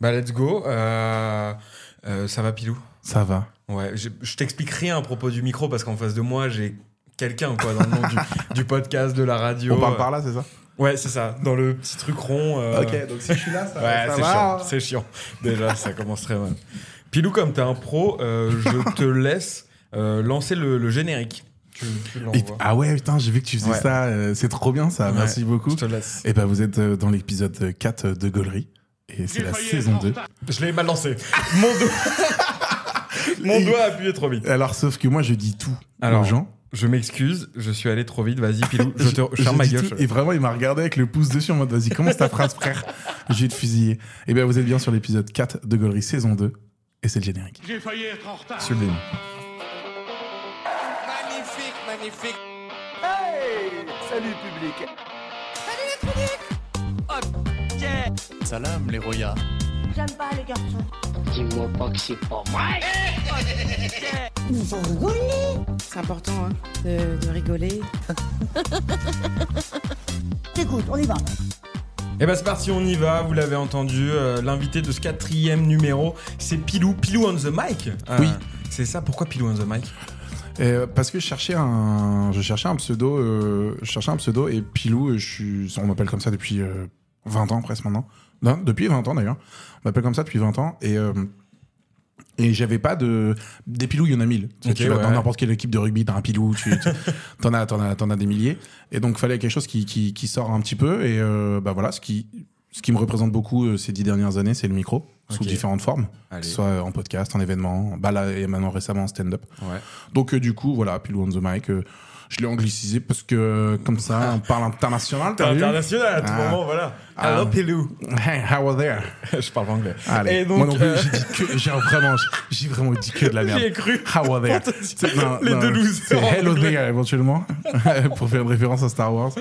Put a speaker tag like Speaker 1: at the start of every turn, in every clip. Speaker 1: Bah, let's go. Euh, euh, ça va, Pilou
Speaker 2: Ça va.
Speaker 1: Ouais, je, je t'explique rien à propos du micro parce qu'en face de moi, j'ai quelqu'un, quoi, dans le nom du, du podcast, de la radio. Euh,
Speaker 2: On parle par là, c'est ça
Speaker 1: Ouais, c'est ça, dans le petit truc rond. euh,
Speaker 2: Ok, donc si je suis là, ça,
Speaker 1: Ouais,
Speaker 2: ça
Speaker 1: c'est
Speaker 2: va.
Speaker 1: chiant, c'est chiant. Déjà, ça commence très mal. Pilou, comme t'es un pro, euh, je te laisse euh, lancer le, le générique. Tu, tu
Speaker 2: Et-
Speaker 1: l'envoies.
Speaker 2: ah ouais, putain, j'ai vu que tu faisais
Speaker 1: Ouais.
Speaker 2: ça. euh, c'est trop bien ça.
Speaker 1: Ouais.
Speaker 2: Merci beaucoup.
Speaker 1: Je te laisse.
Speaker 2: Et ben vous êtes euh, dans l'épisode 4 de Gaulerie. Et c'est la saison 2.
Speaker 1: Je l'ai mal lancé. Mon doigt. Mon doigt a appuyé trop vite.
Speaker 2: Alors, sauf que moi, je dis tout
Speaker 1: Alors,
Speaker 2: aux gens.
Speaker 1: Je m'excuse, je suis allé trop vite. Vas-y, Pilou, je te je ferme ma
Speaker 2: dis
Speaker 1: gueule.
Speaker 2: tout, Et vraiment, il m'a regardé avec le pouce dessus en mode vas-y, commence ta phrase, frère. Je vais te fusiller. Et ben vous êtes bien sur l'épisode 4 de Gaulerie saison 2. Et c'est le générique.
Speaker 3: J'ai failli être en retard.
Speaker 1: Sublime.
Speaker 4: Magnifique, magnifique.
Speaker 5: Salut public
Speaker 6: Salam les Roya.
Speaker 7: J'aime pas les garçons.
Speaker 8: Dis-moi pas que c'est pas vrai.
Speaker 9: C'est important hein, de, de rigoler.
Speaker 7: T'écoutes, on y va.
Speaker 1: Eh ben c'est parti, on y va, vous l'avez entendu, euh, l'invité de ce quatrième numéro, c'est Pilou, Pilou on the mic Euh,
Speaker 2: Oui.
Speaker 1: C'est ça, pourquoi Pilou on the mic
Speaker 2: Euh, parce que je cherchais un, je cherchais un pseudo, euh, je cherchais un pseudo et Pilou, euh, je suis, on m'appelle comme ça depuis euh, 20 ans presque maintenant. Non, depuis 20 ans d'ailleurs. On m'appelle comme ça depuis 20 ans et euh, et j'avais pas de des Pilou, il y en a mille.
Speaker 1: Ok,
Speaker 2: tu vas
Speaker 1: ouais.
Speaker 2: dans n'importe quelle équipe de rugby, t'as un Pilou, tu tu- t'en as, t'en as, t'en as des milliers. Et donc fallait quelque chose qui qui, qui sort un petit peu et euh, bah voilà ce qui ce qui me représente beaucoup euh, ces dix dernières années, c'est le micro sous
Speaker 1: Ok.
Speaker 2: différentes formes, que
Speaker 1: Allez,
Speaker 2: ce soit euh, en podcast, en événement, bah là et maintenant récemment en stand-up.
Speaker 1: ouais.
Speaker 2: Donc euh, du coup, voilà, Pilou on the mic, euh, je l'ai anglicisé parce que euh, comme ça, on parle international.
Speaker 1: T'es
Speaker 2: t'as vu
Speaker 1: international à tout
Speaker 2: Ah.
Speaker 1: moment, voilà.
Speaker 2: Ah.
Speaker 1: Hello Pilou
Speaker 2: Hey, how are there
Speaker 1: Je parle anglais.
Speaker 2: Allez,
Speaker 1: Et donc,
Speaker 2: moi non plus,
Speaker 1: euh,
Speaker 2: j'ai dit que, j'ai vraiment, j'ai vraiment dit que de la
Speaker 1: j'y ai
Speaker 2: merde.
Speaker 1: cru.
Speaker 2: How are there
Speaker 1: Pour te dire,
Speaker 2: C'est- non,
Speaker 1: les
Speaker 2: non,
Speaker 1: deux losers
Speaker 2: C'est
Speaker 1: en
Speaker 2: hello
Speaker 1: anglais.
Speaker 2: there éventuellement, pour faire une référence à Star Wars.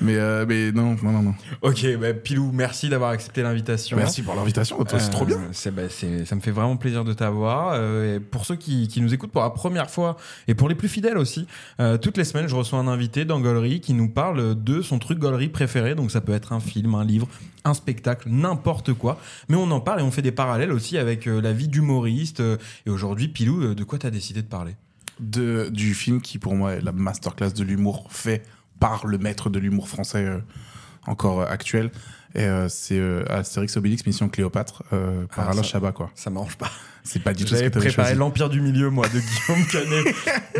Speaker 2: Mais, euh, mais non, non, non, non.
Speaker 1: Ok, bah, Pilou, merci d'avoir accepté l'invitation.
Speaker 2: Merci pour l'invitation, toi, c'est
Speaker 1: Euh,
Speaker 2: trop bien.
Speaker 1: c'est- bah, c'est- ça me fait vraiment plaisir de t'avoir. Euh, et pour ceux qui, qui nous écoutent pour la première fois et pour les plus fidèles aussi, euh, toutes les semaines, je reçois un invité dans Gaulerie qui nous parle de son truc Gaulerie préféré. Donc ça peut être un film, un livre, un spectacle, n'importe quoi. Mais on en parle et on fait des parallèles aussi avec euh, la vie d'humoriste. Euh, et aujourd'hui, Pilou, euh, de quoi t'as décidé de parler
Speaker 2: De, du film qui pour moi est la masterclass de l'humour fait par le maître de l'humour français euh, encore euh, actuel. Et euh, c'est euh, Astérix Obélix Mission Cléopâtre euh, par
Speaker 1: Ah,
Speaker 2: Alain
Speaker 1: ça-
Speaker 2: Chabat quoi.
Speaker 1: Ça m'arrange pas.
Speaker 2: C'est pas du tout ce que
Speaker 1: J'avais
Speaker 2: t'avais
Speaker 1: préparé
Speaker 2: choisi.
Speaker 1: l'Empire du Milieu, moi, de Guillaume Canet.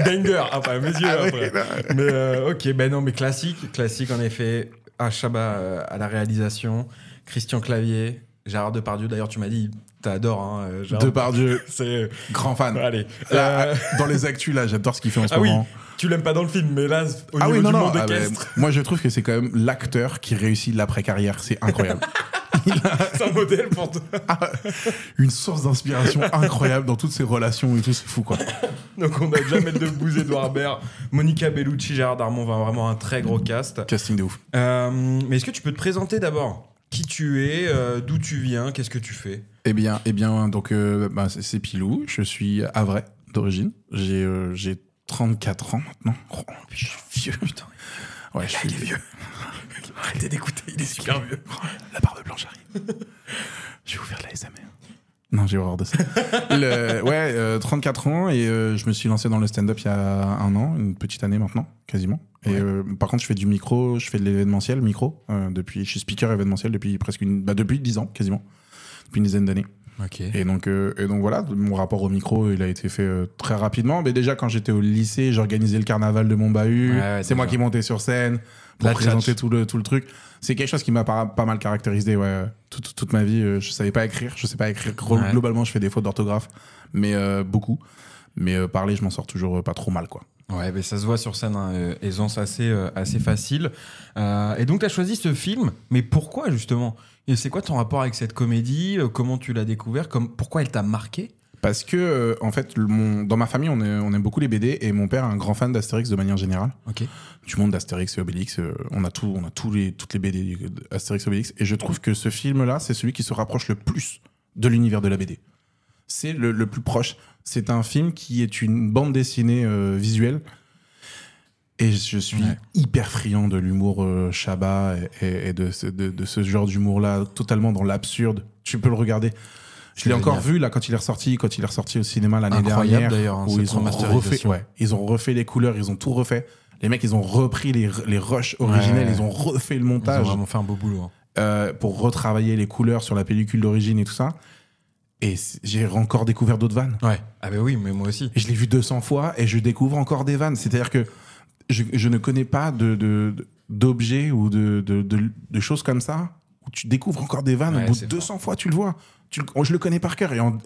Speaker 1: Banger, ah, pas à mes yeux, après.
Speaker 2: bah.
Speaker 1: Mais euh, ok, ben non, mais classique, classique en effet. Ah, Chabat euh, à la réalisation, Christian Clavier, Gérard Depardieu. D'ailleurs, tu m'as dit, t'adores, hein, euh, Gérard.
Speaker 2: Depardieu,
Speaker 1: C'est.
Speaker 2: grand fan.
Speaker 1: Allez.
Speaker 2: Là,
Speaker 1: Euh,
Speaker 2: dans les actus, là, j'adore ce qu'il fait en ce
Speaker 1: ah oui,
Speaker 2: moment.
Speaker 1: tu l'aimes pas dans le film, mais là, au niveau du monde
Speaker 2: ah ben,
Speaker 1: équestre,
Speaker 2: moi, je trouve que c'est quand même l'acteur qui réussit l'après-carrière. C'est incroyable.
Speaker 1: c'est un modèle pour toi.
Speaker 2: Une source d'inspiration incroyable dans toutes ses relations et tout. C'est fou, quoi.
Speaker 1: Donc, on a Jamel Debbouze, Edouard Baird, Monica Bellucci, Gérard Darmon, enfin, vraiment un très gros cast.
Speaker 2: Casting de ouf.
Speaker 1: Euh, mais est-ce que tu peux te présenter d'abord Qui tu es, euh, d'où tu viens, qu'est-ce que tu fais
Speaker 2: Eh bien, eh bien donc, euh, bah, c'est- c'est Pilou. Je suis à vrai d'origine. J'ai euh, j'ai 34 ans maintenant. Oh, je suis vieux, putain. Ouais, je suis vieux. Arrêtez d'écouter, il est super vieux. La barbe blanche arrive. J'ai ouvert la SMR. Non, j'ai horreur de ça. Le- ouais, euh, 34 ans et euh, je me suis lancé dans le stand-up il y a un an, une petite année maintenant, quasiment. Et euh, par contre, je fais du micro, je fais de l'événementiel micro euh, depuis. Je suis speaker événementiel depuis presque une, bah, depuis 10 ans quasiment, depuis une dizaine d'années.
Speaker 1: Ok.
Speaker 2: Et donc, euh, et donc voilà, mon rapport au micro, il a été fait euh, très rapidement. Mais déjà, quand j'étais au lycée, j'organisais le carnaval de mon bahut.
Speaker 1: Ouais, ouais,
Speaker 2: c'est moi
Speaker 1: d'accord.
Speaker 2: qui montais sur scène pour
Speaker 1: La
Speaker 2: présenter
Speaker 1: tchatche.
Speaker 2: tout le, tout le truc. C'est quelque chose qui m'a pas, pas mal caractérisé. Ouais. Toute, toute- toute ma vie, euh, je savais pas écrire. Je sais pas écrire. Gro-
Speaker 1: Ouais.
Speaker 2: Globalement, je fais des fautes d'orthographe, mais euh, beaucoup. Mais euh, parler, je m'en sors toujours euh, pas trop mal. quoi.
Speaker 1: Ouais, mais ça se voit sur scène, hein, euh, aisance assez, euh, assez facile. Euh, et donc, tu as choisi ce film, mais pourquoi justement Et c'est quoi ton rapport avec cette comédie Euh, Comment tu l'as découvert Comme, Pourquoi elle t'a marqué
Speaker 2: Parce que, euh, en fait, le- mon- dans ma famille, on, est- on aime beaucoup les BD et mon père est un grand fan d'Astérix de manière générale.
Speaker 1: Ok.
Speaker 2: du monde d'Astérix et Obélix. euh, on a tout, on a tous les, toutes les BD d'Astérix et Obélix. Et je trouve que ce film-là, c'est celui qui se rapproche le plus de l'univers de la BD. C'est le, le plus proche. C'est un film qui est une bande dessinée euh, visuelle Et je suis
Speaker 1: Ouais.
Speaker 2: hyper friand de l'humour euh, Chabat et, et- et de, ce, de- de ce genre d'humour-là, totalement dans l'absurde. Tu peux le regarder. Je l'ai
Speaker 1: génial.
Speaker 2: encore vu là quand il est ressorti, quand il est ressorti au cinéma l'année
Speaker 1: Incroyable,
Speaker 2: dernière.
Speaker 1: d'ailleurs, hein,
Speaker 2: où
Speaker 1: cette
Speaker 2: ils ont
Speaker 1: remasterisation.
Speaker 2: refait, ouais, ils ont refait les couleurs, ils ont tout refait. Les mecs, ils ont repris les, les rushs originels,
Speaker 1: Ouais.
Speaker 2: ils ont refait le
Speaker 1: Ils ont
Speaker 2: montage
Speaker 1: vraiment fait un beau boulot. hein.
Speaker 2: euh, pour retravailler les couleurs sur la pellicule d'origine et tout ça. Et c'est- j'ai encore découvert d'autres vannes.
Speaker 1: Ouais. Ah, bah oui, mais moi aussi.
Speaker 2: Et je l'ai vu 200 fois et je découvre encore des vannes. C'est-à-dire que je, je ne connais pas de, de- de- d'objets ou de, de, de- de choses comme ça où tu découvres encore des vannes.
Speaker 1: Ouais,
Speaker 2: Au bout
Speaker 1: c'est
Speaker 2: de 200 fois, tu le vois. Tu, le- oh, je le connais par cœur. Et en-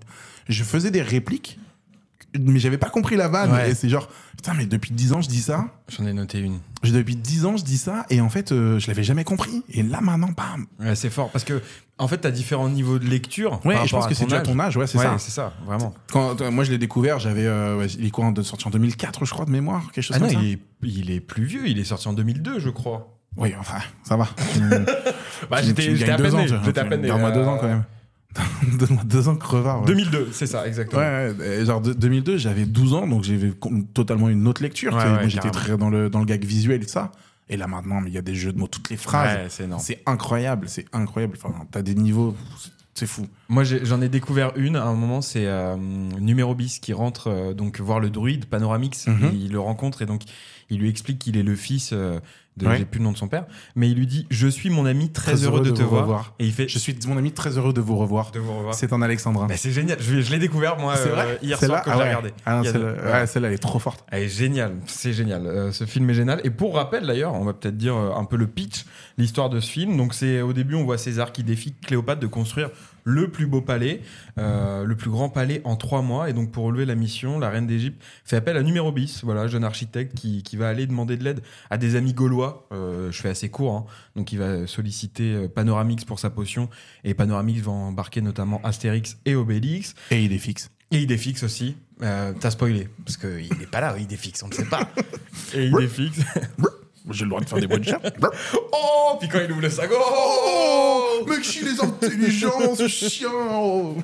Speaker 2: je faisais des répliques, mais j'avais pas compris la vanne.
Speaker 1: Ouais.
Speaker 2: Et c'est genre, putain, mais depuis 10 ans, je dis ça.
Speaker 1: J'en ai noté une.
Speaker 2: Je- Depuis 10 ans, je dis ça. Et en fait, euh, je l'avais jamais compris. Et là, maintenant, bam.
Speaker 1: Ouais, c'est fort parce que en fait, t'as différents niveaux de lecture.
Speaker 2: Ouais,
Speaker 1: par
Speaker 2: et je pense
Speaker 1: rapport à
Speaker 2: que c'est
Speaker 1: ton
Speaker 2: déjà
Speaker 1: âge.
Speaker 2: ton âge. Ouais, c'est
Speaker 1: Ouais,
Speaker 2: ça.
Speaker 1: c'est ça, vraiment.
Speaker 2: Quand, euh, moi, je l'ai découvert, j'avais. euh, ouais, il est quoi, en- sorti en 2004, je crois, de mémoire, quelque chose
Speaker 1: Ah non,
Speaker 2: comme ça.
Speaker 1: il est, il est plus vieux, il est sorti en 2002, je crois.
Speaker 2: Oui, enfin, ça va.
Speaker 1: Bah,
Speaker 2: Tu- tu me
Speaker 1: j'étais j'étais
Speaker 2: gagnes
Speaker 1: à peine
Speaker 2: deux ans,
Speaker 1: né,
Speaker 2: tu vois.
Speaker 1: j'étais à
Speaker 2: Tu-
Speaker 1: peine né,
Speaker 2: Donne-moi
Speaker 1: euh,
Speaker 2: deux ans quand même. Donne-moi deux ans crevard. ouais.
Speaker 1: 2002, c'est ça, exactement.
Speaker 2: Ouais, ouais, et genre de- 2002, j'avais 12 ans, donc j'avais com- totalement une autre lecture.
Speaker 1: Ouais,
Speaker 2: tu sais.
Speaker 1: ouais,
Speaker 2: Moi, j'étais
Speaker 1: carrément.
Speaker 2: très dans le, dans le gag visuel et tout ça. Et là maintenant, mais il y a des jeux de mots, toutes les phrases.
Speaker 1: Ouais, c'est énorme.
Speaker 2: c'est incroyable, c'est incroyable. Enfin, t'as des niveaux, c'est- c'est fou.
Speaker 1: Moi, j'ai- j'en ai découvert une à un moment, c'est euh, numéro bis qui rentre euh, donc voir le druide Panoramix.
Speaker 2: Mhm.
Speaker 1: et il le rencontre et donc il lui explique qu'il est le fils euh, de.
Speaker 2: Ouais.
Speaker 1: J'ai plus le nom de son père, mais il lui dit Je suis mon ami, très, heureux, de, te
Speaker 2: vous
Speaker 1: voir.
Speaker 2: revoir.
Speaker 1: Et il fait
Speaker 2: Je suis, mon ami, très heureux de vous revoir.
Speaker 1: De vous revoir.
Speaker 2: C'est un Alexandrin.
Speaker 1: Bah, c'est génial, je, je l'ai découvert moi euh, hier
Speaker 2: Celle-là
Speaker 1: soir quand
Speaker 2: Ah
Speaker 1: j'ai
Speaker 2: ouais.
Speaker 1: regardé.
Speaker 2: Ah non,
Speaker 1: Il y a
Speaker 2: celle-là,
Speaker 1: deux-
Speaker 2: ouais, celle-là, elle est trop forte.
Speaker 1: Elle est géniale, c'est génial. Euh, ce film est génial. Et pour rappel, d'ailleurs, on va peut-être dire euh, un peu le pitch, l'histoire de ce film. Donc, c'est au début, on voit César qui défie Cléopâtre de construire le plus beau palais, euh, le plus grand palais en trois mois. Et donc, pour relever la mission, la reine d'Égypte fait appel à numéro bis, voilà, jeune architecte qui, qui va aller demander de l'aide à des amis gaulois. Euh, je fais assez court, hein. donc il va solliciter euh, Panoramix pour sa potion. Et Panoramix va embarquer notamment Astérix et Obélix.
Speaker 2: Et il est fixe.
Speaker 1: Et Idéfix aussi. Euh, T'as spoilé, parce qu'il n'est pas là, Idéfix, on ne sait pas. Et Idéfix.
Speaker 2: J'ai le droit de faire des bonnes chats.
Speaker 1: Oh Puis quand il ouvre le sac,
Speaker 2: Oh
Speaker 1: oh
Speaker 2: Mec, je suis les intelligences, ce chien oh.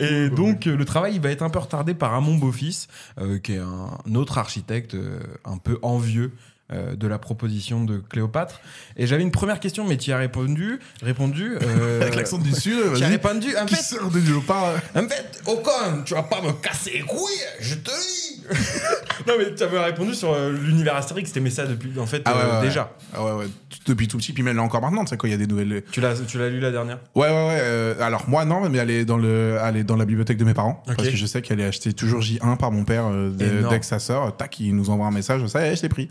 Speaker 1: Et donc, euh, le travail il va être un peu retardé par Amon Beaufils, euh, qui est un autre architecte euh, un peu envieux. euh, de la proposition de Cléopâtre. Et j'avais une première question, mais tu y as répondu. répondu euh,
Speaker 2: Avec l'accent du sud,
Speaker 1: Tu as
Speaker 2: vas-y.
Speaker 1: répondu. En
Speaker 2: Qui
Speaker 1: fait,
Speaker 2: sort de nulle part
Speaker 1: En fait, au con, tu vas pas me casser les couilles, je te dis Non mais tu avais répondu sur euh, l'univers Astérix, t'aimais ça depuis, en fait, euh, déjà.
Speaker 2: Ah ouais, ouais. T- Depuis tout petit, puis même là encore maintenant, tu sais, quand il y a des nouvelles.
Speaker 1: Tu l'as, tu l'as lu la dernière
Speaker 2: Ouais, ouais, ouais. euh, alors moi, non, mais elle est dans, le, elle est dans la bibliothèque de mes parents.
Speaker 1: Ok.
Speaker 2: Parce que je sais qu'elle est achetée toujours J1 par mon père euh, dès-
Speaker 1: Énorme.
Speaker 2: dès que sa sœur, tac, il nous envoie un message, ça, eh, je l'ai pris.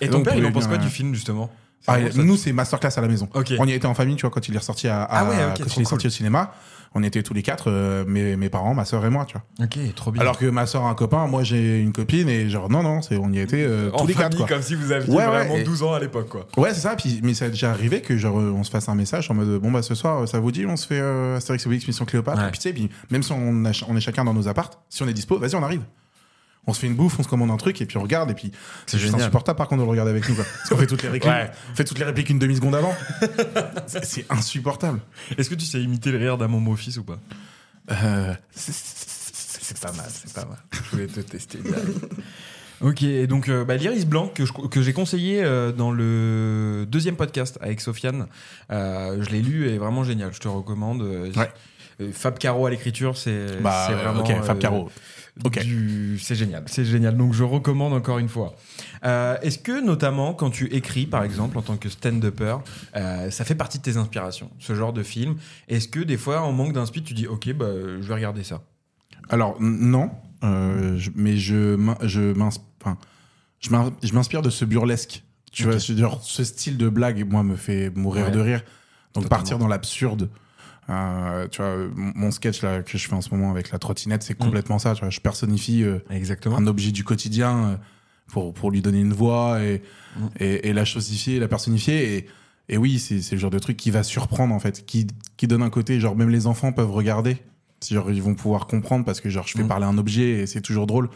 Speaker 1: Et ton
Speaker 2: Donc,
Speaker 1: père, il
Speaker 2: oui,
Speaker 1: en pense
Speaker 2: bien,
Speaker 1: quoi
Speaker 2: ouais.
Speaker 1: du film, justement C'est
Speaker 2: Ah,
Speaker 1: vraiment
Speaker 2: il-
Speaker 1: ça.
Speaker 2: nous, c'est masterclass à la maison.
Speaker 1: Ok.
Speaker 2: On y était en famille, tu vois, quand il est ressorti à, à-
Speaker 1: Ah ouais, ok, trop
Speaker 2: quand il est
Speaker 1: cool.
Speaker 2: sorti au cinéma. On était tous les quatre, euh, mes, mes parents, ma sœur et moi, tu vois.
Speaker 1: Ok, trop bien.
Speaker 2: Alors que ma soeur a un copain, moi j'ai une copine, et genre non, non, c'est, on y était euh, tous
Speaker 1: en
Speaker 2: les quatre.
Speaker 1: famille,
Speaker 2: Quoi.
Speaker 1: comme si vous aviez
Speaker 2: Ouais, ouais,
Speaker 1: vraiment
Speaker 2: et-
Speaker 1: 12 ans à l'époque, quoi.
Speaker 2: Ouais, c'est ça, puis, mais ça a déjà arrivé que genre euh, on se fasse un message en mode euh, bon bah ce soir, euh, ça vous dit, on se fait euh, Astérix et Obélix Mission Cléopâtre,
Speaker 1: Ouais.
Speaker 2: puis tu sais, puis même si on, a ch- on est chacun dans nos appartes, si on est dispo, vas-y, on arrive. On se fait une bouffe, on se commande un truc, et puis on regarde, et puis c'est juste
Speaker 1: génial.
Speaker 2: insupportable par contre de le regarder avec nous, quoi. Parce qu'on fait toutes les répliques,
Speaker 1: Ouais.
Speaker 2: on fait toutes les répliques une demi-seconde avant. c'est, c'est insupportable.
Speaker 1: Est-ce que tu sais imiter le rire d'Amon Beaufils ou pas
Speaker 2: Euh,
Speaker 1: C'est pas mal, c'est pas mal. Je voulais te tester. ok, et donc euh, bah, l'iris blanc que, je- que j'ai conseillé euh, dans le deuxième podcast avec Sofiane, euh, je l'ai lu et vraiment génial. Je te recommande. euh,
Speaker 2: Ouais.
Speaker 1: euh, Fab Caro à l'écriture, c'est
Speaker 2: bah,
Speaker 1: c'est
Speaker 2: euh,
Speaker 1: vraiment.
Speaker 2: ok, Fab
Speaker 1: euh,
Speaker 2: Caro. Ok.
Speaker 1: du- C'est génial, c'est génial. Donc je recommande encore une fois. Euh, Est-ce que notamment quand tu écris, par exemple, en tant que stand-upper, euh, ça fait partie de tes inspirations, ce genre de film Est-ce que des fois, en manque d'inspiration, tu dis, ok, bah, je vais regarder ça
Speaker 2: Alors, n- non, euh, je- mais je m'in- je m'ins- enfin, je m'in- je m'inspire de ce burlesque. Tu
Speaker 1: Ok.
Speaker 2: vois, ce, genre, ce style de blague, moi, me fait mourir
Speaker 1: Ouais.
Speaker 2: de rire. Donc,
Speaker 1: Totalement.
Speaker 2: partir dans l'absurde. euh, tu vois, mon mon sketch là, que je fais en ce moment avec la trottinette,
Speaker 1: Mm.
Speaker 2: c'est complètement ça. Tu vois, je personnifie euh,
Speaker 1: Exactement.
Speaker 2: un objet du quotidien euh, pour, pour lui donner une voix et,
Speaker 1: Mm.
Speaker 2: et, et la chosifier, la personnifier. Et, et oui, c'est c'est le genre de truc qui va surprendre, en fait, qui, qui donne un côté, genre, même les enfants peuvent regarder. C'est Genre, ils vont pouvoir comprendre parce que, genre, je fais
Speaker 1: Mm.
Speaker 2: parler un objet et c'est toujours drôle.